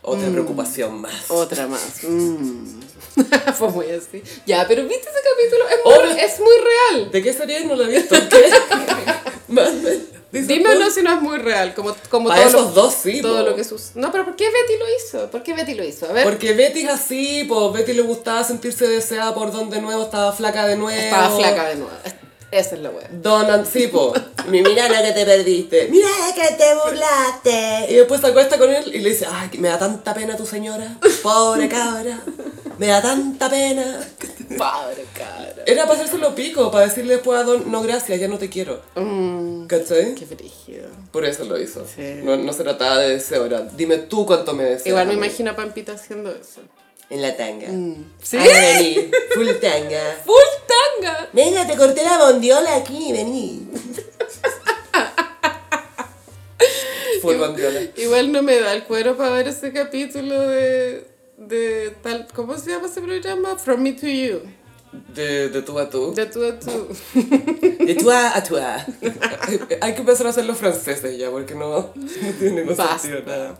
Otra preocupación más.
otra más. Mmm. Fue muy así. Ya, pero viste ese capítulo. Es
Ahora-
muy, es muy real.
¿De qué serie no la he visto? ¿Qué? Más- dice,
Dímelo si no es muy real. Como, como
Para
todo,
esos
lo,
dos sí,
todo
po.
lo que sus No, pero ¿por qué Betty lo hizo? ¿Por qué Betty lo hizo? A ver.
Porque Betty es así, pues Betty le gustaba sentirse deseada por Don de nuevo, estaba flaca de nuevo.
Estaba flaca de nuevo. Esa es la wea.
Don Anticipo.
Mi mira la que te perdiste. Mira la que te burlaste.
Y después se acuesta con él y le dice, ay, me da tanta pena tu señora, pobre cabra, me da tanta pena.
Pobre cara.
Era para hacérselo pico, para decirle después a Don, no gracias, ya no te quiero.
Mm.
¿Cachai?
qué brígido.
Por eso lo hizo.
Sí.
No, no se trataba de deseo, era, dime tú cuánto me deseas.
Igual me
amigo".
imagino a Pampita haciendo eso.
En la tanga.
¿Sí?
Ahora vení. Full tanga.
¡Full tanga!
Venga, te corté la bondiola aquí, vení.
Full bandiola.
Igual no me da el cuero para ver ese capítulo de, de tal... ¿Cómo se llama ese programa? From Me to You.
De, de tú a tú.
De tú a tú.
De tú a, a tú a.
Hay que empezar a hacer los franceses ya, porque no, no tiene ningún
Basta.
sentido nada.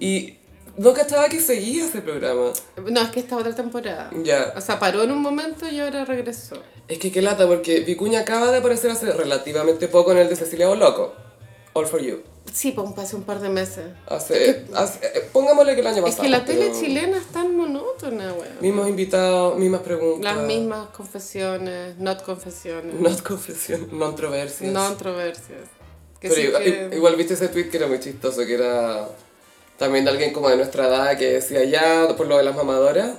Y no cachaba que seguía ese programa.
No, es que esta otra temporada.
Ya.
O sea, paró en un momento y ahora regresó.
Es que qué lata, porque Vicuña acaba de aparecer hace relativamente poco en el de Cecilia Boloco. All for you.
Sí, pues hace un par de meses.
Hace, hace- eh, pongámosle que el año
Es
pasado.
que la
pero-
tele chilena es tan monótona, weón.
Mismos invitados, mismas preguntas.
Las mismas confesiones, not confesiones,
No confesión, no controversias.
no controversias. Que
Pero
sí
igual,
que-
igual viste ese tweet que era muy chistoso, que era también de alguien como de nuestra edad que decía ya, por lo de las mamadoras.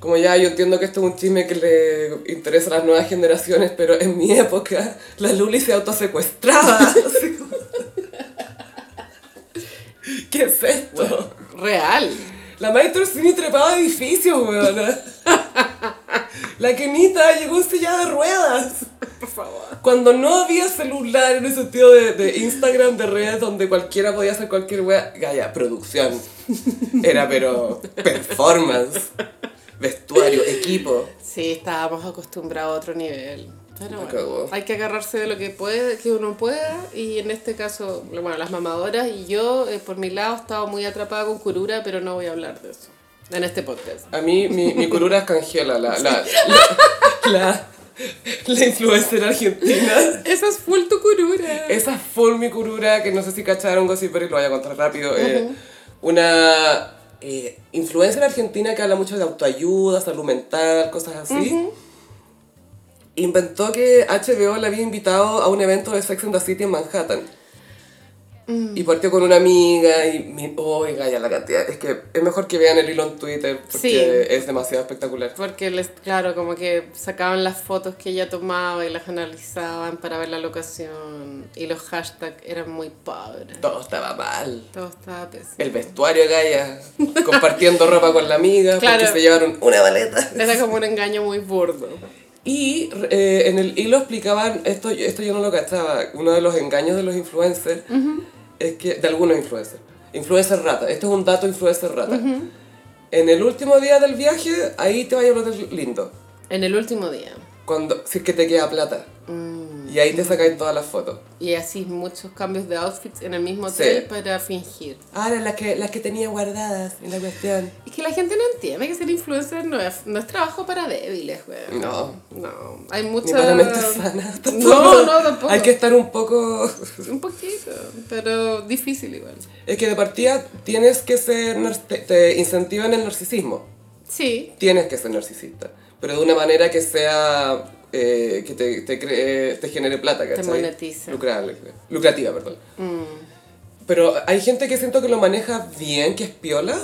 Como ya, yo entiendo que esto es un chisme que le interesa a las nuevas generaciones, pero en mi época la Luli se autosecuestraba. Así como- ¿Qué es esto?
real.
La maestra Cini trepaba edificios, weón. La Kenita llegó en silla de ruedas.
Por favor.
Cuando no había celular en el sentido de, de Instagram, de redes, donde cualquiera podía hacer cualquier wea, Gaya, producción. Era, pero, performance, vestuario, equipo.
Sí, estábamos acostumbrados a otro nivel. Pero
Me
bueno,
cagó.
hay que agarrarse de lo que puede, que uno pueda. Y en este caso, bueno, las mamadoras y yo, eh, por mi lado, estaba muy atrapada con Curura, pero no voy a hablar de eso en este podcast.
A mí, mi, mi curura es Cangela, la, la, la, la, la influencer argentina.
Esa es full tu Curura.
Esa es full mi curura, que no sé si cacharon Gossip y lo voy a contar rápido. eh, una eh, influencer argentina que habla mucho de autoayuda, salud mental, cosas así. Inventó que HBO la había invitado a un evento de Sex and the City en Manhattan. Y partió con una amiga y... mi- Oiga, ya la cantidad. Es que es mejor que vean el hilo en Twitter porque
Sí.
es demasiado espectacular.
Porque, les, claro, como que sacaban las fotos que ella tomaba y las analizaban para ver la locación. Y los hashtags eran muy pobres.
Todo estaba mal.
Todo estaba pésimo.
El vestuario de Gaia, compartiendo ropa con la amiga,
Claro.
porque se llevaron una maleta.
Era como un engaño muy burdo.
Y eh, en el hilo explicaban, esto, esto yo no lo cachaba, uno de los engaños de los influencers es que, de algunos influencers, influencer rata, esto es un dato influencer rata. En el último día del viaje, ahí te va a llevar lindo,
En el último día.
cuando, si es que te queda plata. Y Y ahí te sacáis todas las fotos.
Mm, Y así muchos cambios de outfits en el mismo hotel
Sí.
para fingir.
Ahora las que, las que tenía guardadas en la cuestión.
Es que la gente no entiende que ser influencer no es, no es trabajo para débiles, güey.
No.
No, hay
Ni para mente
muchas...
sana.
No, no, tampoco.
Hay que estar un poco...
Un poquito, pero difícil igual.
Es que de partida tienes que ser... nar- Te, te incentivan el narcisismo.
Sí,
Tienes que ser narcisista. Pero de una manera que sea... eh, que te, te, cree- te genere plata, ¿cachai?
monetiza.
Lucrable, lucrativa, perdón.
Mm.
Pero hay gente que siento que lo maneja bien, que es piola.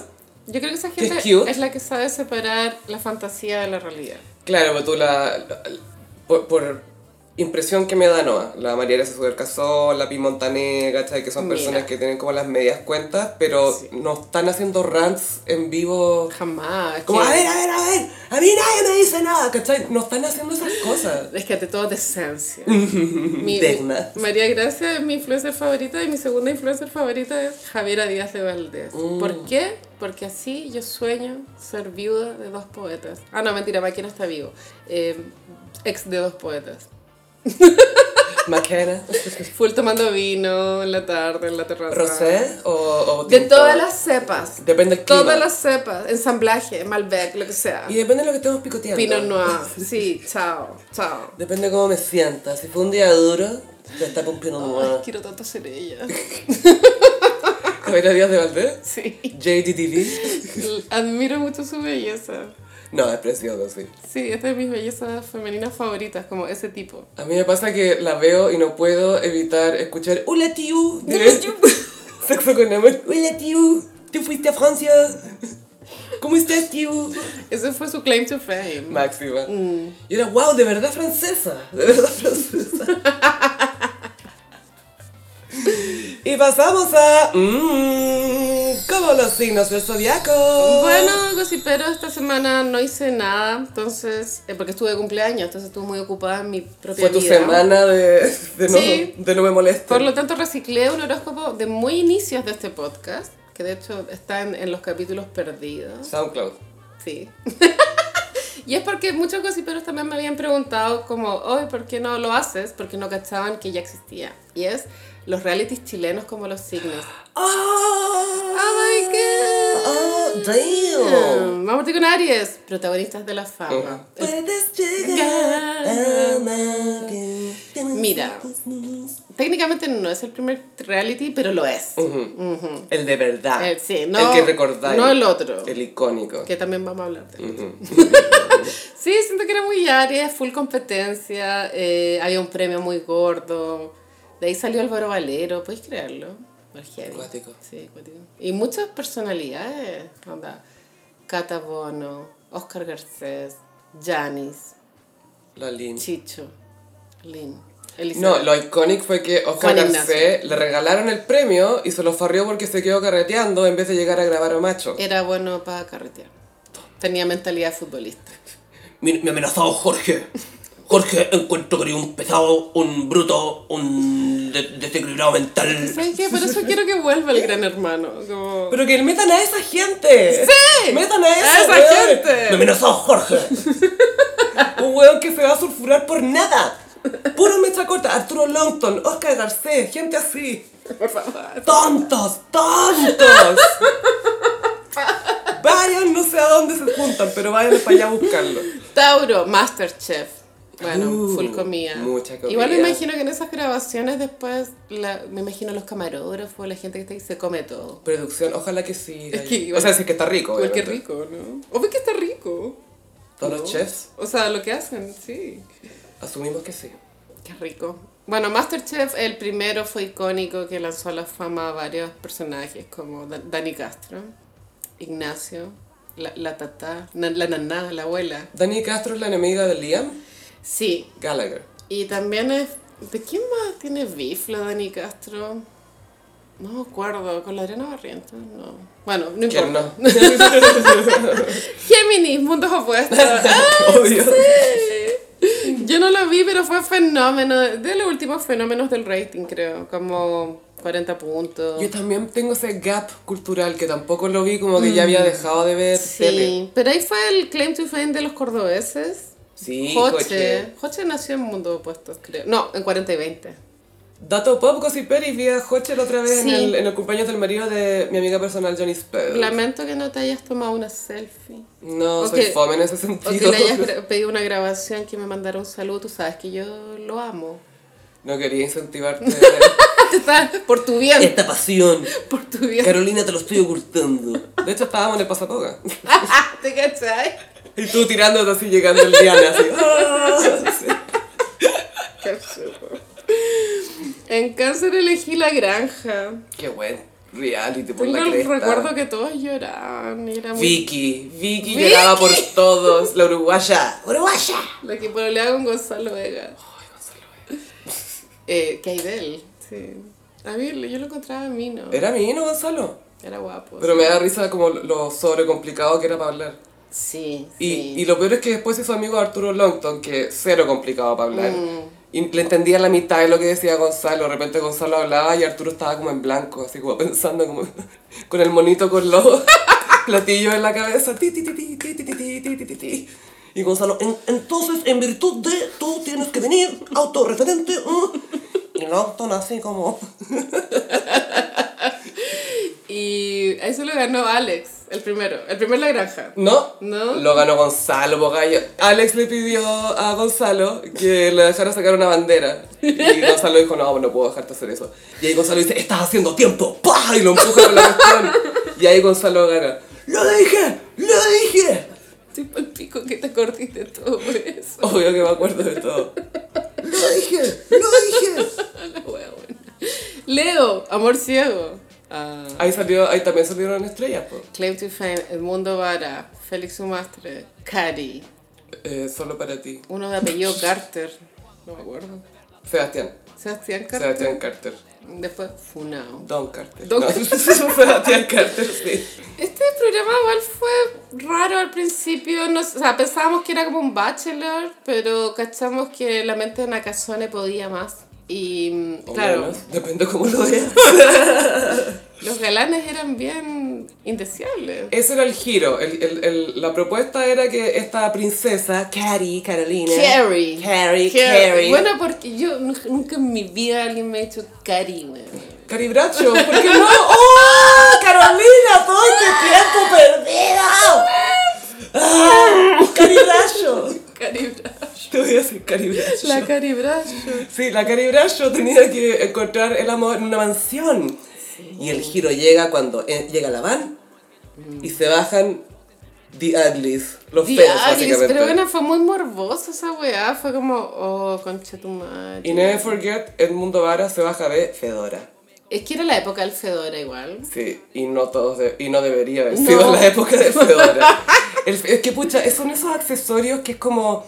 yo creo que esa
Que es
gente
cute.
es la que sabe separar la fantasía de la realidad.
Claro, pero tú la... la- por, por impresión que me da Noah, la María Gracia Supercazón, la Pi Montané, ¿cachai? Que son
Mira.
personas que tienen como las medias cuentas, pero
Sí.
no están haciendo rants en vivo.
Jamás. es
Como,
que-
a ver, a ver, a ver, a mí nadie me dice nada, ¿cachai? No están haciendo esas cosas.
Es que ante todo decencia. mi,
Digna.
mi- María Gracia es mi influencer favorita y mi segunda influencer favorita es Javiera Díaz de Valdés.
Mm.
¿Por qué? Porque así yo sueño ser viuda de dos poetas. Ah, no, mentira, Maquina está vivo. Eh, ex de dos poetas.
Maquena,
Full tomando vino en la tarde, en la terraza.
Rosé o... o
De
tinto.
todas las cepas.
Depende del clima.
Todas las cepas. Ensamblaje, Malbec, lo que sea.
Y depende de lo que estemos picoteando.
Pinot Noir. Sí, chao, chao.
Depende de cómo me sienta. Si fue un día duro, te está un pinot
Ay,
noir.
quiero tanto ser ella.
Javiera Díaz de Valdés,
Sí.
JDTV.
Admiro mucho su belleza.
No, es precioso, sí.
Sí, es de mis bellezas femeninas favoritas, como ese tipo.
A mí me pasa que la veo y no puedo evitar escuchar Hola tío,
Hola, tío.
sexo con amor.
Hola, tío. ¿Tú fuiste a Francia? ¿Cómo estás, tío?
Ese fue su claim to fame.
Máxima.
Y era, wow, de verdad francesa. De verdad francesa.
Y pasamos a mmm, como los signos del zodiaco.
Bueno, gossipero, esta semana no hice nada, entonces, eh, porque estuve de cumpleaños, entonces estuve muy ocupada en mi propia
Fue tu
vida.
semana de, de no,
Sí.
de no me molestes.
Por lo tanto, reciclé un horóscopo de muy inicios de este podcast, que de hecho está en, en los capítulos perdidos.
SoundCloud.
Sí. y es porque muchos gossiperos también me habían preguntado como, oye, ¿por qué no lo haces? Porque no cachaban que ya existía. Y es los realities chilenos como los signos.
¡Ah!
Oh,
¡Oh, my God!
oh,
ah.
damn.
Vamos con Aries, protagonistas de la fama.
Puedes llegar a amar que te
Mira, técnicamente no es el primer reality, pero lo es.
El de verdad.
Eh, sí, no-
el que recordáis.
no el otro.
El icónico.
Que también vamos a hablar de eso. Sí, siento que era muy Aries, full competencia, eh, había un premio muy gordo. De ahí salió Álvaro Valero, ¿puedes creerlo? Muy heavy.
Cuático.
Sí, cuático. Y muchas personalidades, onda. Cata Bono, Oscar Garcés, Janis,
La linda.
Chicho, Lin, Elizabeth.
No, lo icónico fue que Oscar
Juan Ignacio.
Garcés le regalaron el premio y se lo farrió porque se quedó carreteando en vez de llegar a grabar a macho.
Era bueno para carretear. Tenía mentalidad futbolista.
Me, me amenazó Jorge. Jorge, encuentro que eres un pesado, un bruto, un de- desequilibrado mental.
¿Sabes qué? Por eso quiero que vuelva el gran hermano. Como...
Pero que metan a esa gente.
¡Sí!
Metan a esa,
¡A esa
weón.
gente!
Me amenazó Jorge.
Un weón que se va a sulfurar por nada. Puro mecha corta. Arturo Longton, Oscar Garcés, gente así.
Por favor.
¡Tontos! ¡Tontos! Vayan, no sé a dónde se juntan, pero vayan para allá a buscarlo.
Tauro, Masterchef. Bueno,
Uh,
full comida.
mucha comida.
Igual me imagino que en esas grabaciones después, la- me imagino los camarógrafos, la gente que está ahí, se come todo.
Producción, ojalá que sí.
Es que
o
igual-
sea, sí que está rico.
Igual que
obviamente.
rico, ¿no? Obvio que está rico.
Todos
¿no?
los chefs,
O sea, lo que hacen, sí.
asumimos que sí.
Qué rico. Bueno, Masterchef, el primero fue icónico que lanzó a la fama a varios personajes como Da- Dani Castro, Ignacio, la, la tatá, na- la naná, la abuela.
Dani Castro es la enemiga de Liam
Sí,
Gallagher.
y también es. ¿De quién más tiene beef la Dani Castro? No me acuerdo, con la Adriana Barrientos, no. Bueno, no importa.
¿Quién no?
Géminis, mundos opuestos. ¡Ah!
Obvio.
Yo no lo vi, pero fue fenómeno, de los últimos fenómenos del rating, creo, como 40 puntos.
Yo también tengo ese gap cultural que tampoco lo vi, como que ya había dejado de ver
Mm. Sí,
tele.
pero ahí fue el claim to fame de los cordobeses.
Sí,
Joche. Joche nació en Mundo Opuesto, creo. No, en 40 y 20.
Dato pop, Gossiperi, vi a Hochel otra vez
Sí.
en, el, en el cumpleaños del marido de mi amiga personal, Johnny Spell.
Lamento que no te hayas tomado una selfie.
No,
O que-
soy fome en ese
O
sentido.
que le hayas gra- pedido una grabación que me mandara un saludo. Tú sabes que yo lo amo.
No quería incentivarte.
Te está- por tu bien.
Esta pasión.
Por tu bien.
Carolina, te lo estoy ocultando.
De hecho, estábamos en el pasapoga.
¿Te cachai?
Y tú tirándote así, llegando el Diana, así. ¡ah!
Qué absurdo. En cáncer elegí la granja.
Qué buen reality por
Tengo
la
el
cresta.
recuerdo que todos lloraban. y era muy-
Vicky. Vicky.
Vicky.
llegaba por todos. La uruguaya. ¡Uruguaya!
La que pololeaba con Gonzalo Vega. Eh, que hay de él, Eh, sí. A mí, yo lo encontraba a mí, ¿no?
Era mi no, Gonzalo.
Era guapo.
Pero me da risa como lo sobrecomplicado que era para hablar.
Sí,
Y,
sí.
y lo peor es que después hizo amigo de Arturo Longton, que cero complicado para hablar. Y le entendía la mitad de lo que decía Gonzalo. De repente Gonzalo hablaba y Arturo estaba como en blanco, así como pensando como con el monito con los platillos en la cabeza. Ti, ti, ti, ti, ti, ti, ti, ti, ti, ti, ti.
Y Gonzalo, "En- entonces, en virtud de, tú tienes que venir autorreferente. ¿eh?". Y Longton así como...
Y a eso lo ganó Alex, el primero. El primer La Granja.
No,
No.
Lo ganó Gonzalo, po, gallo. Alex le pidió a Gonzalo que le dejara sacar una bandera. Y Gonzalo dijo, no, no puedo dejarte hacer eso.
Y ahí Gonzalo dice, estás haciendo tiempo. ¡Pah!
Y lo empuja con la cuestión. Y ahí Gonzalo gana.
¡Lo dije! ¡Lo dije!
Sí, pa'l pico que te acordís de todo por eso.
Obvio que me acuerdo de todo.
¡Lo dije! ¡Lo dije!
La wea buena. Leo, Amor Ciego. Ah.
Ahí salió, ahí también salieron estrellas, po.
Claim to Fame, El Mundo Vara, Félix Sumastre, Cari.
Eh, solo para ti.
Uno de apellido Carter. No me acuerdo.
Sebastián.
Sebastián Carter.
Sebastián Carter.
Después Funao.
Don Carter.
Don-
No, Sebastián Carter, sí.
Este programa igual fue raro al principio, no, sé, o sea, pensábamos que era como un bachelor, pero cachamos que la mente de Nakazone podía más. Y mm,
O
claro,
menos, Depende cómo lo veas.
los galanes eran bien indeseables.
Ese era el giro. El- el- el- la propuesta era que esta princesa, Carrie, Carolina.
Carrie.
Carrie,
Carrie.
Carrie.
Bueno, porque yo nu- nunca en mi vida alguien me ha dicho Cari, weón.
Carrie Bradshaw, ¿por qué no?
¡Oh! ¡Carolina! ¡Todo este tiempo perdido! ¡Ah! ¡Caribracho!
Cari Bradshaw.
Te voy a decir Carrie Bradshaw.
La Cari Bradshaw.
Sí, la Carrie Bradshaw tenía que encontrar el amor en una mansión.
Y el giro llega cuando eh, llega la van y se bajan The Uglies, los
The
feos,
Alice,
básicamente.
pero bueno, fue muy morbosa esa weá, fue como, oh, concha tu madre.
Y never forget, Edmundo Vara se baja de Fedora.
Es que era la época del Fedora igual.
Sí, y no todos de- y no debería haber
No.
sido en la época de Fedora. El- es que pucha, son esos accesorios que es como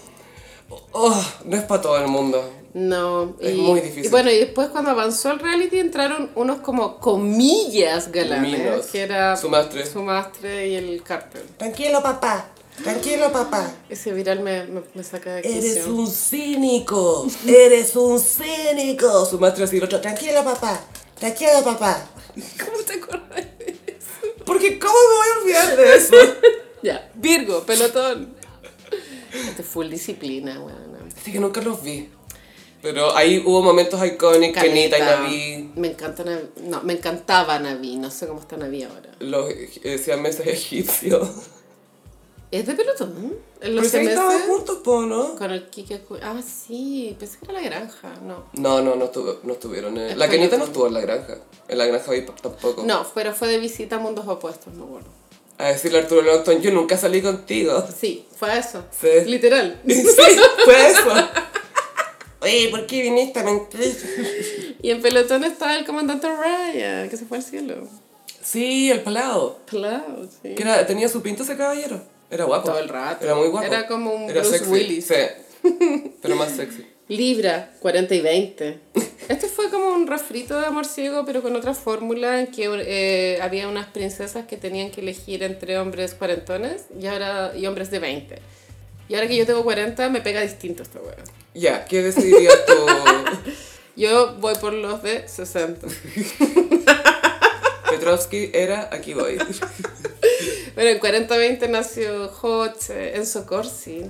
oh, no es para todo el mundo.
No,
Es
y,
muy difícil.
Y bueno, y después cuando avanzó el reality entraron unos como comillas galanes,
Minos.
que era
Sumastre.
Sumastre y el Carter.
Tranquilo, papá. Tranquilo, papá.
Ese viral me, me, me saca de
Eres
quicio.
un cínico. Eres un cínico.
Su maestra así, el otro, "Tranqui-".
Tranquilo, papá. Tranquilo, papá.
¿Cómo te acuerdas de eso?
porque ¿cómo me voy a olvidar de eso?
Ya, Virgo, pelotón. Este full disciplina, bueno.
Así que nunca los vi. Pero ahí hubo momentos icónicos, Kenita y
Caleta.
Naví,
Me encanta Navi. No, me encantaba Navi. No sé cómo está Navi ahora.
los eh, siameses egipcios.
¿Es de pelotón? ¿En
Pero
los
si ahí pues. estaban
meses?
juntos, po, ¿no?
Con el Kike Cu- Ah, sí. Pensé que era la granja. No.
No, no, no, estuvo- no estuvieron. eh.
Es
La Kenita no
pelotón.
estuvo en la granja. En la granja VIP tampoco.
No, pero fue de visita a mundos opuestos, me acuerdo.
A decirle a Arturo Longton, yo nunca salí contigo.
Sí, fue a eso.
Sí.
Literal.
Sí, fue eso.
Oye, ¿por qué viniste a mentir?
Y en pelotón estaba el comandante Ryan, que se fue al cielo.
Sí, el pelado.
Claro, sí.
Que era- tenía su pinta ese caballero. Era guapo.
Todo el rato.
Era muy guapo.
Era como un Bruce
sexy.
Willis.
Sí. Pero más sexy.
Libra, 40 y 20. Este fue como un refrito de amor ciego, pero con otra fórmula en que eh, había unas princesas que tenían que elegir entre hombres cuarentones y, ahora, y hombres de 20. Y ahora que yo tengo 40, me pega distinto esta hueá.
Ya, ¿qué decidirías tú?
Yo voy por los de 60.
Petrovsky era aquí voy.
Bueno, en 40-20 nació Hotch, Enzo Corsi.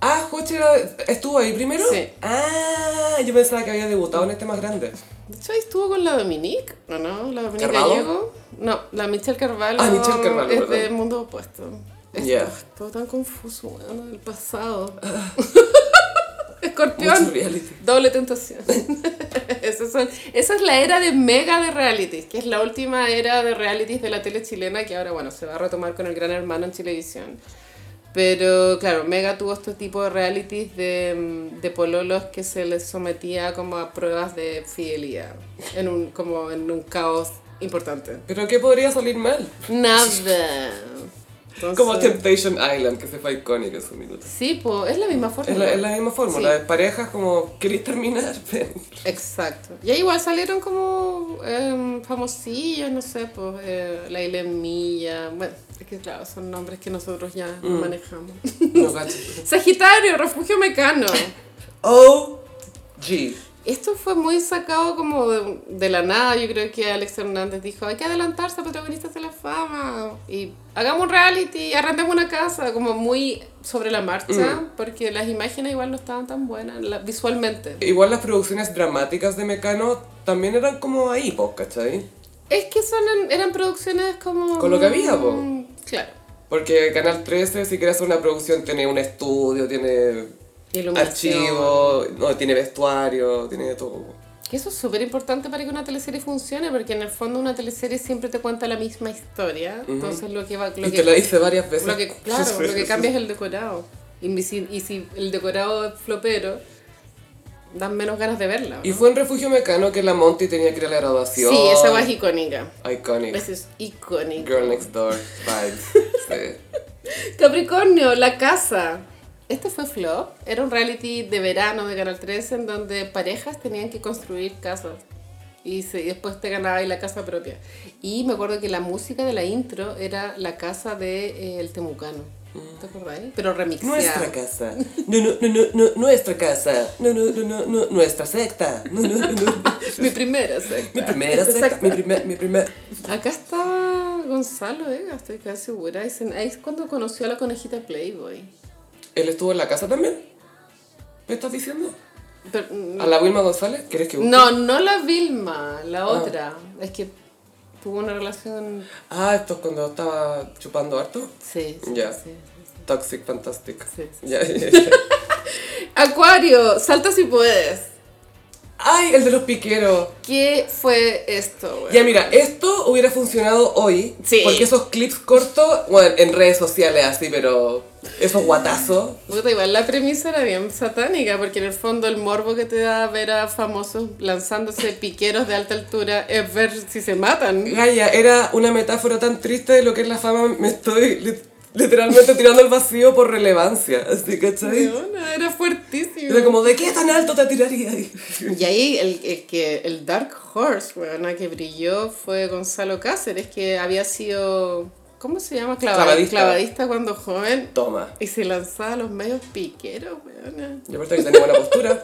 Ah, Joche era- estuvo ahí primero.
Sí.
Ah, yo pensaba que había debutado en este más grande.
De hecho, ahí estuvo con la Dominique, ¿o no? La Dominique
¿Carvalho?
Gallego. No, la Michelle Carvalho.
Ah, Michelle Carvalho,
Es
perdón. Ah.
de Mundo Opuesto. Es
Ya.
todo, todo tan confuso, weón, el pasado.
Mucho
Escorpión.
reality.
Doble tentación. Esas son- esa es la era de mega de realities, que es la última era de realities de la tele chilena, que ahora, bueno, se va a retomar con el Gran Hermano en Chilevisión. Pero claro, Mega tuvo este tipo de realities de, mm, de pololos que se les sometía como a pruebas de fidelidad, en un, como en un caos importante.
Pero ¿qué podría salir mal?
Nada. Entonces-
Como Temptation Island, que se fue icónica en su minuto.
Sí, po, es la misma forma.
Es la, es la misma fórmula,
Sí.
de parejas como, ¿queréis terminar? Ven.
Exacto. Y ahí igual salieron como em, famosillos, no sé, pues eh, la Ilen Milla. Bueno, es que claro, son nombres que nosotros ya no manejamos.
No, gacho.
Sagitario, refugio mecano.
O G.
Esto fue muy sacado como de, de la nada. Yo creo que Alex Hernández dijo, hay que adelantarse a protagonistas de la fama. Y hagamos un reality, arrendemos una casa, como muy sobre la marcha, porque las imágenes igual no estaban tan buenas la- visualmente.
Igual las producciones dramáticas de Mecano también eran como ahí, po, ¿cachai?
Es que son, eran producciones como...
Con lo que había, po.
Mm, Claro.
Porque Canal 13, si quieres hacer una producción, tiene un estudio, tiene
Iluminación.
archivo, no, tiene vestuario, tiene de todo.
Que eso es súper importante para que una teleserie funcione, porque en el fondo una teleserie siempre te cuenta la misma historia. Entonces lo que va... Lo
y
que,
te la hice varias veces.
lo que- claro, lo que cambia es el decorado. Y si, y si el decorado es flopero, dan menos ganas de verla. ¿no?
Y fue en Refugio Mecano que la Monty tenía que ir a la graduación.
Sí, esa va es icónica.
Iconic.
Esa es icónica.
Girl Next Door vibes. Sí.
Capricornio, La Casa. Este fue Flop. Era un reality de verano de Canal 13 en donde parejas tenían que construir casas. Y, se- y después te ganaba ahí la casa propia. Y me acuerdo que la música de la intro era la casa de eh, El Temucano. ¿Te acordás? Pero remixeada.
Nuestra casa. No, no, no, no, no, nuestra casa. No, no, no, no, no, nuestra secta. No, no, no, no.
Mi primera secta.
Mi primera secta. Mi primer, mi primer.
Acá estaba Gonzalo Vega, estoy casi segura. Es en- Ahí es cuando conoció a la conejita Playboy.
¿Él estuvo en la casa también? ¿Me estás diciendo?
Pero, mm,
¿A la Wilma González? ¿Quieres que busque?
No, no la Vilma, la otra. Es que tuvo una relación.
Ah, esto es cuando estaba chupando harto.
Sí, sí,
Ya.
sí,
Toxic Fantastic.
sí, sí.
Ya, ya, ya.
Acuario, salta si puedes.
¡Ay, el de los piqueros!
¿Qué fue esto, güey?
Ya mira, esto hubiera funcionado hoy,
Sí.
porque esos clips cortos, bueno, en redes sociales así, pero esos guatazos,
Puta, igual la premisa era bien satánica, porque en el fondo el morbo que te da ver a famosos lanzándose piqueros de alta altura es ver si se matan.
Gaya, era una metáfora tan triste de lo que es la fama, me estoy li- literalmente tirando al vacío por relevancia, así, ¿cachai?
Weona, Era fuertísimo.
Era como, ¿de qué tan alto te tiraría?
Y ahí el, el que, el Dark Horse, weona, que brilló fue Gonzalo Cáceres, que había sido, ¿cómo se llama? Clava-
Clavadista.
clavadista cuando joven.
Toma.
Y se lanzaba a los medios piqueros, weona.
Y aparte que tenía buena postura.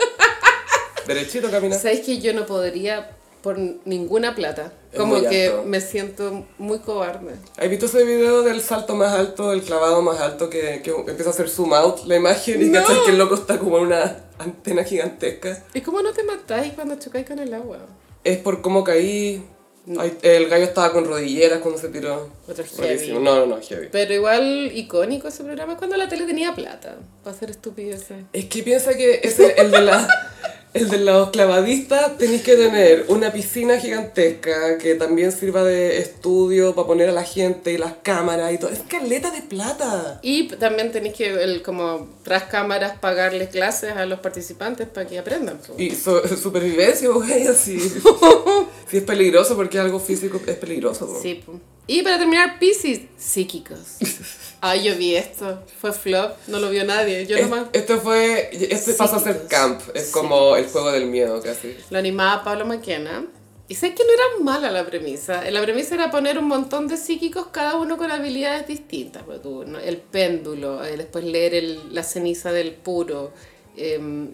Derechito camina.
¿Sabes que yo no podría por ninguna plata?
Es
Como
muy
que
alto.
me siento muy cobarde.
¿Has visto ese video del salto más alto, del clavado más alto, que, que empieza a hacer zoom out la imagen y
No.
cachai que el loco está como en una antena gigantesca?
¿Y cómo no te matáis cuando chocáis con el agua?
Es por cómo caí. Ay, el gallo estaba con rodilleras cuando se tiró.
Otro heavy.
Buenísimo. No, no, no, heavy.
Pero igual icónico ese programa es cuando la tele tenía plata, para hacer estupideces.
Es que piensa que ese, el, de la, el de los clavadistas tenéis que tener una piscina gigantesca que también sirva de estudio para poner a la gente y las cámaras y todo. Es caleta de plata.
Y también tenéis que, el, como tras cámaras, pagarle clases a los participantes para que aprendan. po.
Y so- supervivencia, güey, así. Sí, es peligroso porque algo físico es peligroso. po.
Sí, po. Y para terminar, Pisces, psíquicos. Ay, yo vi esto. Fue flop, no lo vio nadie. Yo
Es-
nomás.
esto fue. Este pasa a ser
Psíquicos.
camp. Es como el juego del miedo casi.
Lo animaba Pablo Maquena. Y sé que no era mala la premisa. La premisa era poner un montón de psíquicos, cada uno con habilidades distintas. Pues, tú, ¿no? El péndulo, eh, después leer el- la ceniza del puro, em,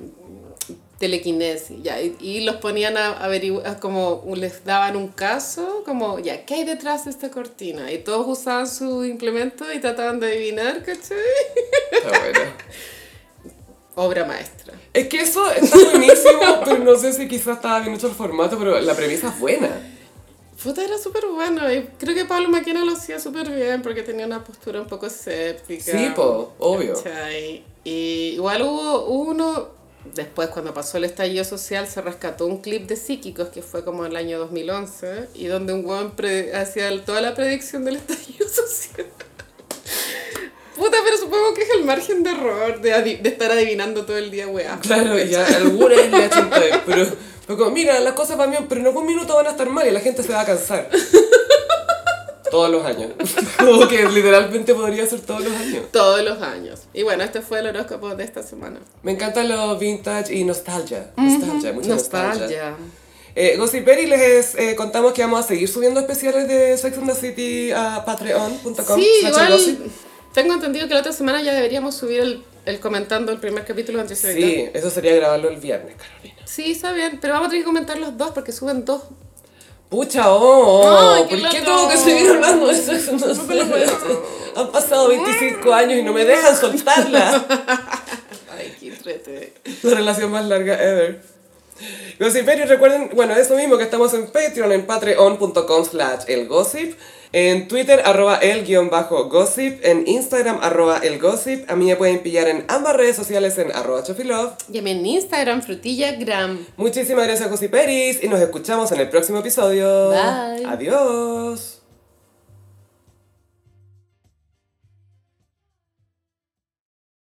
telequinesis. ya, y, y los ponían a averiguar, como les daban un caso, como, ya, ¿qué hay detrás de esta cortina? Y todos usaban su implemento y trataban de adivinar, ¿cachai?
Está bueno.
obra maestra.
Es que eso está buenísimo, pero no sé si quizás estaba bien hecho el formato, pero la premisa es buena.
Puta, era súper bueno. Y creo que Pablo Maquina lo hacía súper bien porque tenía una postura un poco escéptica.
Sí, po, obvio.
¿cachai? Y igual hubo uno, después cuando pasó el estallido social, se rescató un clip de psíquicos que fue como el año 2011 y donde un weón pre- hacía el- toda la predicción del estallido social. Puta, pero supongo que es el margen de error de, adi- de estar adivinando todo el día, weá.
Claro, y a alguna es la chanta, pero fue como, mira, las cosas van bien, pero en algún minuto van a estar mal y la gente se va a cansar. Todos los años. Como que literalmente podría ser todos los años.
Todos los años. Y bueno, este fue el horóscopo de esta semana.
Me encantan los vintage y nostalgia. Nostalgia, mucha nostalgia.
Nostalgia.
Eh, Gossip Berry, les eh, contamos que vamos a seguir subiendo especiales de Sex and the City a patreon.com.
Sí,
slash gossip.
igual tengo entendido que la otra semana ya deberíamos subir el, el comentando el primer capítulo antes de editar.
Sí, eso sería grabarlo el viernes, Carolina.
Sí, está bien, pero vamos a tener que comentar los dos porque suben dos.
Pucha, oh,
Ay, qué
¿por qué
loco.
tengo que seguir hablando de Sex and the City? Han pasado 25 años y no me dejan soltarla.
Ay, qué entrete.
La relación más larga ever. Gossip Berry, recuerden, bueno, eso mismo que estamos en Patreon, en patreon.com slash elgossip, en Twitter, arroba el guión bajo gossip, en Instagram, arroba elgossip, a mí me pueden pillar en ambas redes sociales en arroba chofilove.
Y a mí en Instagram, frutillagram.
Muchísimas gracias, José Peris, y nos escuchamos en el próximo episodio.
Bye.
Adiós.